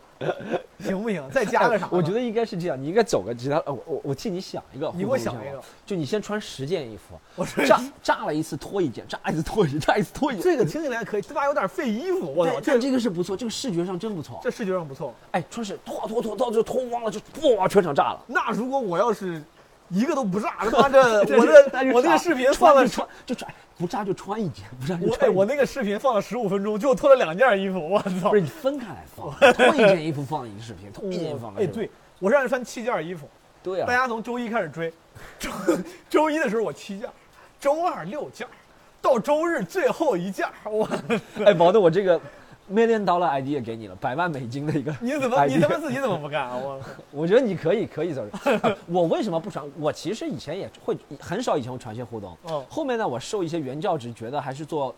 Speaker 1: 行不行？再加个啥呢？
Speaker 3: 我觉得应该是这样，你应该走个其他，呃我我我替你想一个互动
Speaker 1: 你
Speaker 3: 路线吧，
Speaker 1: 给我想一个
Speaker 3: 就你先穿十件衣服，
Speaker 1: 我说
Speaker 3: 炸炸了一次脱一件，炸一次脱一件，炸一次脱一件。
Speaker 1: 这个听起来可以，他妈有点费衣服，我操，
Speaker 3: 对，
Speaker 1: 这
Speaker 3: 但这个是不错，这个视觉上真不错。
Speaker 1: 这视觉上不错。
Speaker 3: 哎，穿是脱脱脱到就脱光了，就哇全场炸了。
Speaker 1: 那如果我要是一个都不炸，他妈的， 我
Speaker 3: 这
Speaker 1: 的
Speaker 3: 那就
Speaker 1: 我那
Speaker 3: 炸
Speaker 1: 个视频放
Speaker 3: 穿
Speaker 1: 了
Speaker 3: 就，穿就穿，不炸就穿一件，不炸就
Speaker 1: 我
Speaker 3: 穿
Speaker 1: 哎
Speaker 3: 一件。
Speaker 1: 我那个视频放了十五分钟，就脱了两件衣服，我操
Speaker 3: 不！是你分开来 放，脱一件衣服放一个视频，脱一件衣服放一个
Speaker 1: 哎，
Speaker 3: 视频。
Speaker 1: 对，我是让人穿七件衣服，
Speaker 3: 对啊，
Speaker 1: 大家从周一开始追，周周一的时候我七件，周二六件，到周日最后一件，我
Speaker 3: 哎，毛豆，我这个 million dollar idea 给你了，百万美金的一个 idea。
Speaker 1: 你怎么你他妈自己怎么不干啊？我
Speaker 3: 我觉得你可以，可以走。 啊我为什么不传？我其实以前也会很少，以前会传一些互动。
Speaker 1: 嗯
Speaker 3: 后面呢，我受一些原教旨，觉得还是做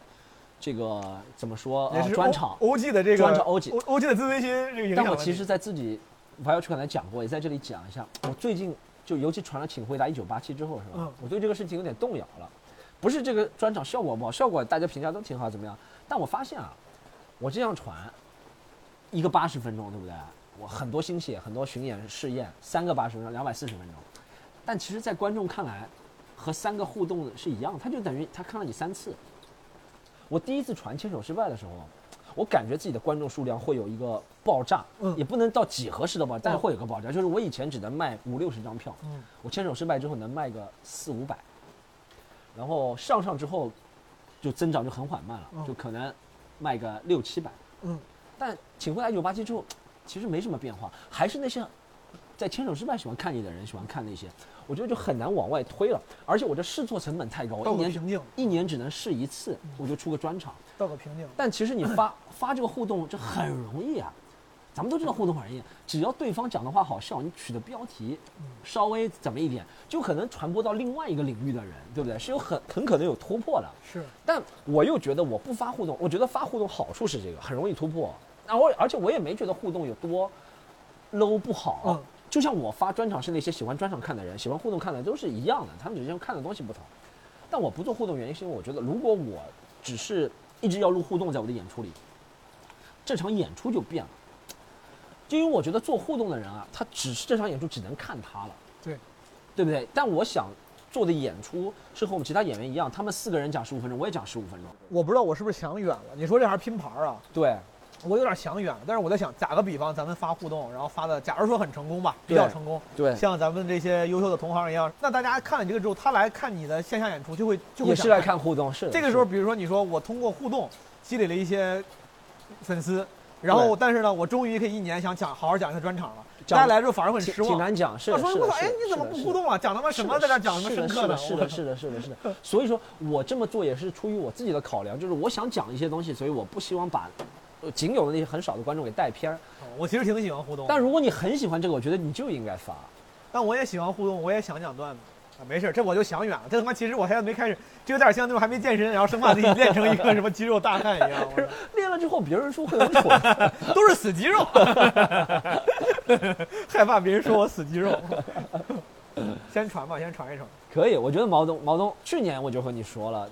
Speaker 3: 这个怎么说、
Speaker 1: 也
Speaker 3: 呃、
Speaker 1: 是
Speaker 3: 专场。
Speaker 1: OG 的这个
Speaker 3: 专场 OG
Speaker 1: OG 的自尊心这个影响
Speaker 3: 但我
Speaker 1: 问题。
Speaker 3: 其实，在自己我还要去可能讲过，也在这里讲一下。我最近就尤其传了《请回答一九八七》之后，是吧？
Speaker 1: 嗯
Speaker 3: 我对这个事情有点动摇了。不是这个专场效果不好，效果大家评价都挺好，怎么样？但我发现啊，我这样传一个八十分钟，对不对？我很多心血，很多巡演试验，三个八十分钟，两百四十分钟。但其实，在观众看来，和三个互动是一样，他就等于他看了你三次。我第一次传牵手失败的时候，我感觉自己的观众数量会有一个爆炸，
Speaker 1: 嗯
Speaker 3: 也不能到几何式的爆炸，但是会有个爆炸。就是我以前只能卖五六十张票，
Speaker 1: 嗯
Speaker 3: 我牵手失败之后能卖个四五百，然后上上之后就增长就很缓慢了，
Speaker 1: 嗯
Speaker 3: 就可能卖个六七百。
Speaker 1: 嗯，
Speaker 3: 但请回来九八七之后，其实没什么变化，还是那些在牵手失败喜欢看你的人喜欢看那些，我觉得就很难往外推了。而且我这试错成本太高，我
Speaker 1: 到
Speaker 3: 一
Speaker 1: 个
Speaker 3: 年
Speaker 1: 瓶颈，嗯
Speaker 3: 一年只能试一次，我就出个专场。
Speaker 1: 到个瓶颈。
Speaker 3: 但其实你发 发这个互动，这很容易啊。咱们都知道互动很容易，只要对方讲的话好笑，你取的标题稍微怎么一点，就可能传播到另外一个领域的人，对不对？是有很很可能有突破的。
Speaker 1: 是，
Speaker 3: 但我又觉得我不发互动，我觉得发互动好处是这个，很容易突破。然后而且我也没觉得互动有多 low 不好。
Speaker 1: 嗯
Speaker 3: 就像我发专场是那些喜欢专场看的人，喜欢互动看的都是一样的，他们只是看的东西不同。但我不做互动原因是因为我觉得，如果我只是一直要录互动在我的演出里，这场演出就变了。就因为我觉得做互动的人啊，他只是这场演出只能看他了。
Speaker 1: 对，
Speaker 3: 对不对？但我想做的演出是和我们其他演员一样，他们四个人讲十五分钟，我也讲十五分钟。
Speaker 1: 我不知道我是不是想远了。你说这还是拼盘儿啊？
Speaker 3: 对，
Speaker 1: 我有点想远了，但是我在想，打个比方，咱们发互动，然后发的，假如说很成功吧，比较
Speaker 3: 对
Speaker 1: 成功，
Speaker 3: 对，
Speaker 1: 像咱们这些优秀的同行一样，那大家看了你这个之后，他来看你的线下演出，就会就会
Speaker 3: 也是
Speaker 1: 想
Speaker 3: 来看互动，是的
Speaker 1: 这个
Speaker 3: 是
Speaker 1: 时候，
Speaker 3: 的
Speaker 1: 比如说你说我通过互动积累了一些粉丝，然后
Speaker 3: 对
Speaker 1: 但是呢，我终于可以一年想讲好好讲一下专场了，
Speaker 3: 讲
Speaker 1: 大家来之后反而会很
Speaker 3: 挺
Speaker 1: 失
Speaker 3: 挺
Speaker 1: 望。
Speaker 3: 难讲，是
Speaker 1: 我
Speaker 3: 的，
Speaker 1: 说
Speaker 3: 是
Speaker 1: 我
Speaker 3: 的，
Speaker 1: 操，哎
Speaker 3: 是的，
Speaker 1: 你怎么
Speaker 3: 是的
Speaker 1: 不
Speaker 3: 是
Speaker 1: 互
Speaker 3: 的
Speaker 1: 动啊？讲他妈什么在这儿讲什么深刻
Speaker 3: 的？
Speaker 1: 呢？
Speaker 3: 是
Speaker 1: 我
Speaker 3: 的，是的，是的，是的，是的。所以说我这么做也是出于我自己的考量，就是我想讲一些东西，所以我不希望把呃仅有的那些很少的观众给带偏儿。
Speaker 1: 我其实挺喜欢互动，
Speaker 3: 但如果你很喜欢这个，我觉得你就应该发。
Speaker 1: 但我也喜欢互动，我也想讲段子。啊，没事儿，这我就想远了。这他妈其实我现在没开始，这有点像那种还没健身，然后生怕 自己练成一个什么肌肉大汉一样，我操
Speaker 3: 练了之后，别人说会很蠢。
Speaker 1: 都是死肌肉， 害怕别人说我死肌肉。先传吧，先传一传。
Speaker 3: 可以，我觉得毛东，毛东，去年我就和你说了，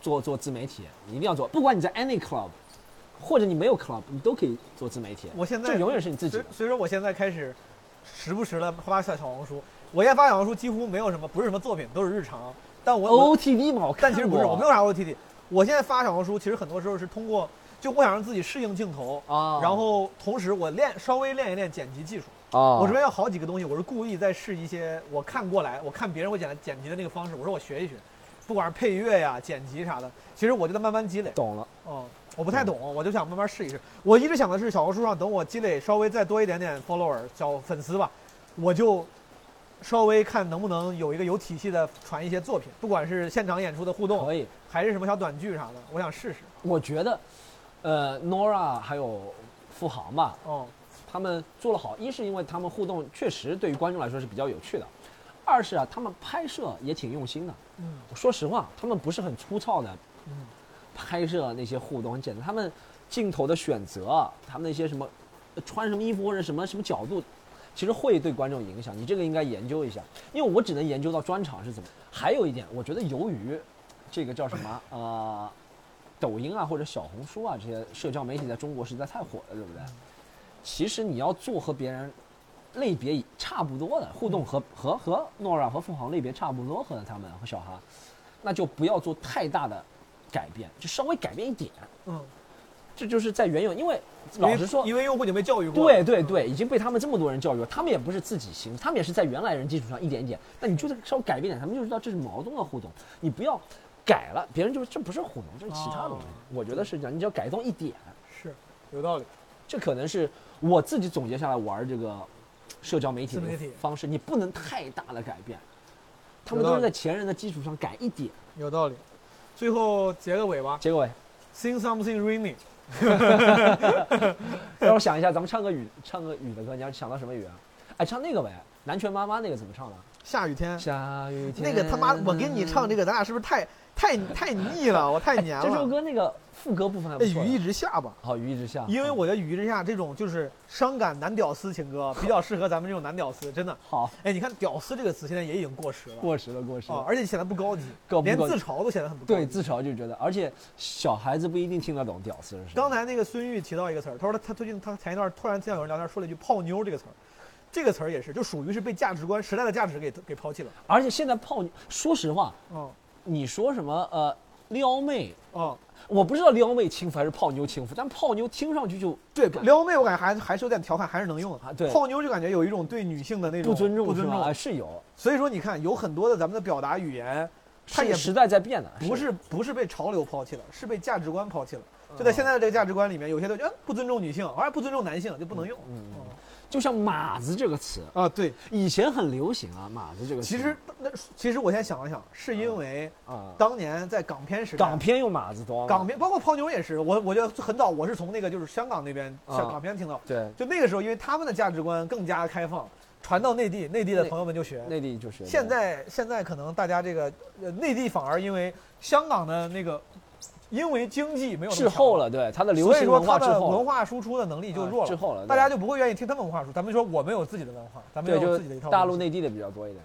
Speaker 3: 做做自媒体，你一定要做，不管你在 any club，或者你没有 club，你都可以做自媒体。
Speaker 1: 我现在
Speaker 3: 这永远是你自己
Speaker 1: 所以。所以说我现在开始时不时的发小小红书，我现在发小红书几乎没有什么，不是什么作品，都是日常。但我我
Speaker 3: OTV 嘛，我哦看
Speaker 1: 但其实不是，
Speaker 3: 过
Speaker 1: 我没有啥 OTT。我现在发小红书，其实很多时候是通过，就我想让自己适应镜头，
Speaker 3: 啊。
Speaker 1: 然后同时我练稍微练一练剪辑技术。
Speaker 3: 啊，
Speaker 1: 我这边有好几个东西，我是故意在试一些我看过来，我看别人会剪剪辑的那个方式，我说我学一学，不管是配乐呀、剪辑啥的，其实我就在慢慢积累。
Speaker 3: 懂了。
Speaker 1: 嗯，我不太懂，我就想慢慢试一试。我一直想的是，小红书上等我积累稍微再多一点点 follower 小粉丝吧，我就稍微看能不能有一个有体系的传一些作品，不管是现场演出的互动，
Speaker 3: 可以，
Speaker 1: 还是什么小短剧啥的，我想试试。
Speaker 3: 我觉得，呃，Nora 还有付航吧，
Speaker 1: 哦、
Speaker 3: 他们做得好，一是因为他们互动确实对于观众来说是比较有趣的，二是啊，他们拍摄也挺用心的。
Speaker 1: 嗯，
Speaker 3: 我说实话，他们不是很粗糙的
Speaker 1: 嗯，
Speaker 3: 拍摄那些互动很简单，他们镜头的选择，他们那些什么呃穿什么衣服或者什么什么角度，其实会对观众有影响。你这个应该研究一下，因为我只能研究到专场是怎么。还有一点，我觉得由于这个叫什么呃，抖音啊或者小红书啊这些社交媒体在中国实在太火了，对不对？其实你要做和别人类别差不多的互动和、和和诺尔和凤凰类别差不多和他们和小哈，那就不要做太大的改变，就稍微改变一点。
Speaker 1: 嗯，
Speaker 3: 这就是在原有，因为
Speaker 1: 因为
Speaker 3: 老实说，
Speaker 1: 因为用户已经被教育过了，
Speaker 3: 对对对，已经被他们这么多人教育了，他们也不是自己行，他们也是在原来人基础上一点一点。那你就是稍微改变点，他们就知道这是毛东的互动，你不要改了，别人就这不是互动，这是其他的东西。
Speaker 1: 哦
Speaker 3: 我觉得是这样，你只要改动一点，
Speaker 1: 是有道理。
Speaker 3: 这可能是我自己总结下来玩这个社交媒体
Speaker 1: 自媒
Speaker 3: 的
Speaker 1: 体
Speaker 3: 方式，你不能太大的改变，他们
Speaker 1: 有道
Speaker 3: 都是在
Speaker 1: 理
Speaker 3: 前人的基础上改一点。
Speaker 1: 有道理。最后结个尾吧
Speaker 3: 结果，
Speaker 1: ，Sing something rainy。
Speaker 3: 让我想一下，咱们唱个雨，唱个雨的歌，你要想到什么雨啊？哎，唱那个呗，南拳妈妈那个怎么唱的？
Speaker 1: 下雨天，
Speaker 3: 下雨天。
Speaker 1: 那个他妈，我跟你唱这
Speaker 3: 个，
Speaker 1: 个，咱俩是不是太太太腻了？我太黏了。
Speaker 3: 这首歌那个副歌部分还
Speaker 1: 那
Speaker 3: 不错
Speaker 1: 雨
Speaker 3: 的。
Speaker 1: 一直下吧，
Speaker 3: 好，雨一直下。
Speaker 1: 因为我觉得雨一直下这种就是伤感男屌丝情歌，比较适合咱们这种男屌丝，真的。
Speaker 3: 好
Speaker 1: 哎，你看“屌丝”这个词现在也已经过时了，
Speaker 3: 过时了，过时
Speaker 1: 哦
Speaker 3: 了，。
Speaker 1: 而且显得不高级，
Speaker 3: 够不
Speaker 1: 连
Speaker 3: 够
Speaker 1: 自嘲都显得很不高
Speaker 3: 对
Speaker 1: 级。
Speaker 3: 自嘲就觉得，而且小孩子不一定听得懂“屌丝”是什么。
Speaker 1: 刚才那个孙玉提到一个词儿，他说他他最近他前一段突然听到有人聊天说了一句“泡妞”这个词儿，这个词儿也是就属于是被价值观时代的价值给给抛弃了。
Speaker 3: 而且现在泡妞，说实话，
Speaker 1: 哦
Speaker 3: 你说什么呃撩妹，
Speaker 1: 哦，
Speaker 3: 我不知道撩妹轻浮还是泡妞轻浮，但泡妞听上去就
Speaker 1: 对
Speaker 3: 感
Speaker 1: 撩妹我感觉还还是有点调侃，还是能用的。
Speaker 3: 啊对
Speaker 1: 泡妞就感觉有一种对女性的那种
Speaker 3: 不尊重，
Speaker 1: 不尊
Speaker 3: 是吧？啊
Speaker 1: 重。
Speaker 3: 是有，
Speaker 1: 所以说你看，有很多的咱们的表达语言，它
Speaker 3: 是
Speaker 1: 也不
Speaker 3: 时代在变的，
Speaker 1: 不是不是被潮流抛弃了，是被价值观抛弃了。就
Speaker 3: 嗯
Speaker 1: 在现在的这个价值观里面，有些都觉得嗯不尊重女性，而不尊重男性就不能用。
Speaker 3: 嗯就像“马子”这个词，
Speaker 1: 啊，对，
Speaker 3: 以前很流嗯行啊，“马子”这个词。
Speaker 1: 其实那其实我先想了想，是因为
Speaker 3: 啊，
Speaker 1: 当年在港片时代，
Speaker 3: 港片用“马子”多吗，
Speaker 1: 港片包括泡妞也是，我我觉得很早我是从那个就是香港那边
Speaker 3: 啊
Speaker 1: 像港片听到，
Speaker 3: 对
Speaker 1: 就那个时候因为他们的价值观更加开放，传到内地，内地的
Speaker 3: 内
Speaker 1: 朋友们就学。
Speaker 3: 内地就学。
Speaker 1: 现在现在可能大家这个呃内地反而因为香港的那个因为经济没有那么
Speaker 3: 滞后
Speaker 1: 强
Speaker 3: 了，对它的流
Speaker 1: 所以
Speaker 3: 行
Speaker 1: 说
Speaker 3: 文
Speaker 1: 他
Speaker 3: 化滞
Speaker 1: 的
Speaker 3: 后
Speaker 1: 文
Speaker 3: 了，
Speaker 1: 化输出的能力就
Speaker 3: 啊
Speaker 1: 弱
Speaker 3: 滞
Speaker 1: 了，
Speaker 3: 后了，
Speaker 1: 大家
Speaker 3: 对
Speaker 1: 就不会愿意听他们文化输出。咱们说我们有自己的文化，咱们
Speaker 3: 对
Speaker 1: 有
Speaker 3: 就
Speaker 1: 自己的一套。
Speaker 3: 大陆，内地的比较多一点。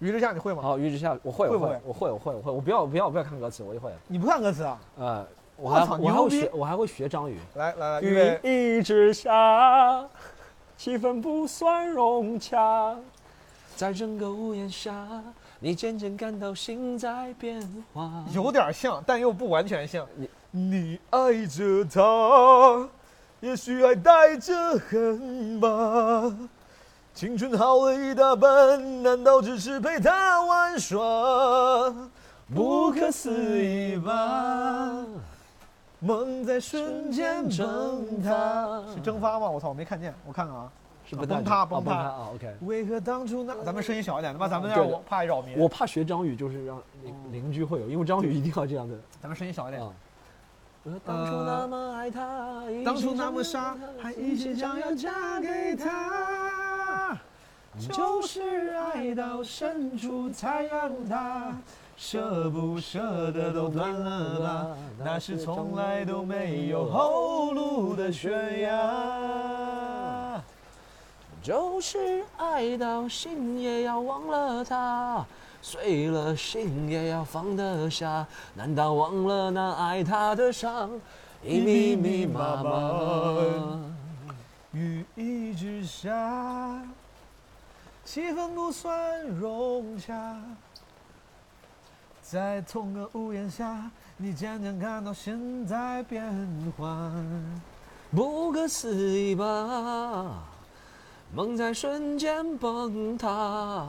Speaker 1: 于之下你会吗？
Speaker 3: 好，于之下，我会，
Speaker 1: 会
Speaker 3: 我
Speaker 1: 不
Speaker 3: 会
Speaker 1: 会，
Speaker 3: 我会，我会，我会，我不要，我不要，我不要看歌词，我就会。
Speaker 1: 你不看歌词啊？
Speaker 3: 呃，我
Speaker 1: 我
Speaker 3: 还
Speaker 1: 操
Speaker 3: 我还会
Speaker 1: 牛逼
Speaker 3: 学，我还会学张宇。
Speaker 1: 来来来，预
Speaker 3: 云
Speaker 1: 备，
Speaker 3: 一直下，气氛不算融洽，在整个屋檐下，你渐渐感到心在变化。
Speaker 1: 有点像，但又不完全像
Speaker 3: 你。
Speaker 1: 你爱着他，也许还带着恨吧。青春耗了一大半，难道只是陪他玩耍？不可思议吧，梦在瞬间蒸发。是蒸发吗？我操，我没看见，我看看啊。
Speaker 3: 是
Speaker 1: 啊
Speaker 3: 不大
Speaker 1: 崩塌
Speaker 3: 哦
Speaker 1: 崩
Speaker 3: 崩
Speaker 1: 塌
Speaker 3: 啊！OK，
Speaker 1: 为何当初那……咱们声音小一点，他妈咱们
Speaker 3: 嗯
Speaker 1: 这样
Speaker 3: 对
Speaker 1: 我怕扰民。
Speaker 3: 我怕学张宇，就是让邻邻居会有，因为张宇一定要这样的
Speaker 1: 咱们声音小一点。
Speaker 3: 啊。我当初那么爱他，一
Speaker 1: 当
Speaker 3: 心
Speaker 1: 初那
Speaker 3: 想
Speaker 1: 么
Speaker 3: 要
Speaker 1: 傻
Speaker 3: 他，
Speaker 1: 还一心想要嫁给他，就是爱到深处才让他舍不舍得都断了吧，那是从来都没有后路的悬崖。
Speaker 3: 就是爱到心也要忘了他，碎了心也要放得下。难道忘了那爱他的伤，一密密麻麻？
Speaker 1: 雨一直下，气氛不算融洽。在同个屋檐下，你渐渐看到现在变化。
Speaker 3: 不可思议吧，梦在瞬间崩塌。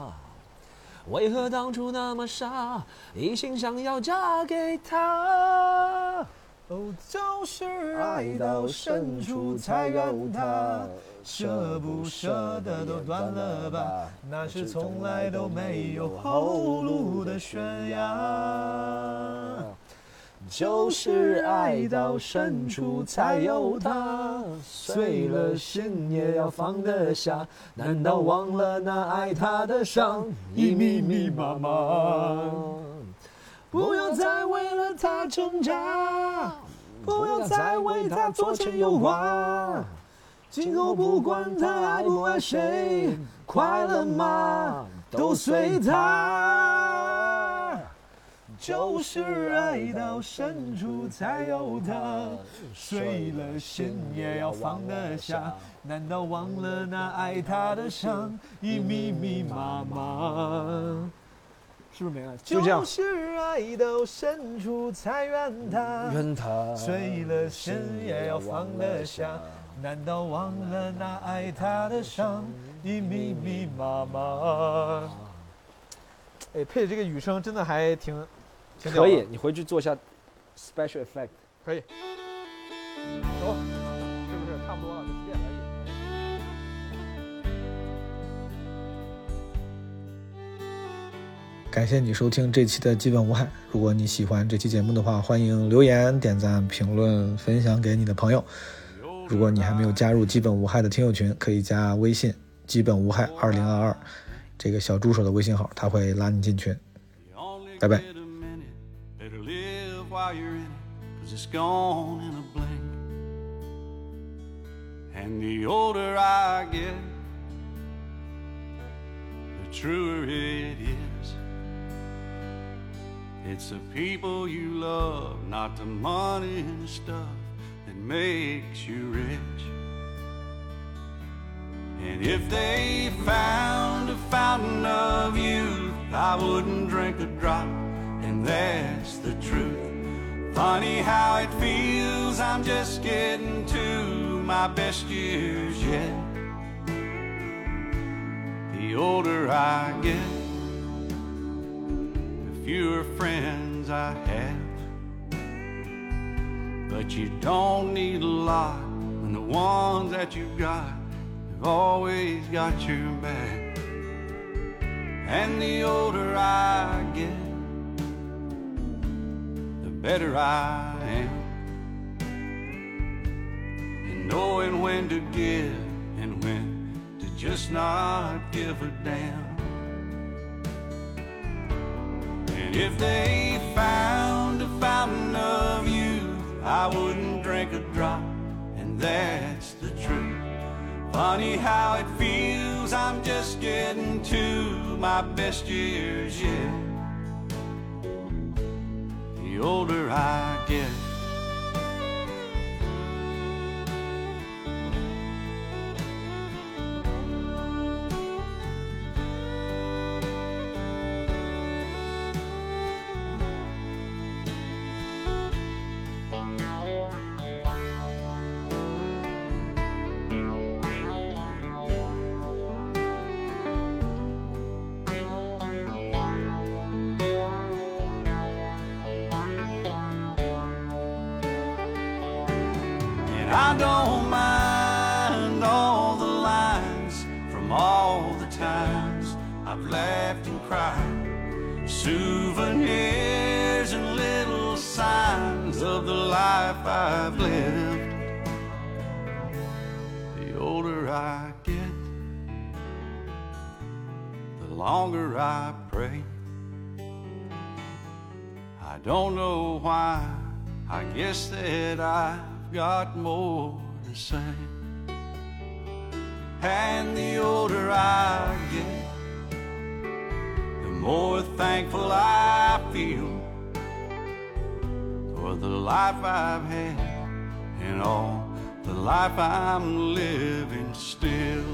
Speaker 3: 为何当初那么傻，一心想要嫁给他？
Speaker 1: 哦，就是爱到深处才怨他，舍不舍得都断了吧，那是从来都没有后路的悬崖。
Speaker 3: 就是爱到深处才有他，碎了心也要放得下。难道忘了那爱他的伤，已密密麻麻？
Speaker 1: 不要再为了他挣扎，不要再为他左牵右挂。今后不管他爱不爱谁，快乐吗？都随他。就是爱到深处才有他，碎了心也要放得下。难道忘了那爱他的伤已密密麻麻？是不是没了？
Speaker 3: 就这样
Speaker 1: 是爱到深处才怨他，
Speaker 3: 怨他
Speaker 1: 碎了心也要放得下。难道忘了那爱他的伤已密密麻麻？哎，配这个雨声真的还挺，挺屌
Speaker 3: 可
Speaker 1: 的
Speaker 3: 以，你回去做一下 special effect。
Speaker 1: 可以，走，是不是差不多了？就几点而已。
Speaker 4: 感谢你收听这期的《基本无害》。如果你喜欢这期节目的话，欢迎留言、点赞、评论、分享给你的朋友。如果你还没有加入《基本无害》的听友群，可以加微信“基本无害二零二二”这个小助手的微信号，他会拉你进群。
Speaker 2: You only
Speaker 4: Bye-bye.
Speaker 2: get a minute. Better live while you're in it, cause it's gone in a blink. And the older I get, the truer it is. It's the people you love, not the money and the stuff that makes you rich. And if they found a fountain of youth, I wouldn't drink a drop, and that's the truth. Funny how it feels, I'm just getting to my best years yet. The older I get, the fewer friends I have. But you don't need a lot when the ones that you've got have always got your back. And the older I get, the better I am. And knowing when to give and when to just not give a damn. And if they found a fountain of youth, I wouldn't drink a drop, and that's the truth. Funny how it feels, I'm just getting to my best years yet. The older I get. I don't mind all the lines from all the times I've laughed and cried. Souvenirs and little signs of the life I've lived. The older I get, the longer I pray. I don't know why. I guess that I've got more to say. And the older I get, the more thankful I feel for the life I've had and all the life I'm living still.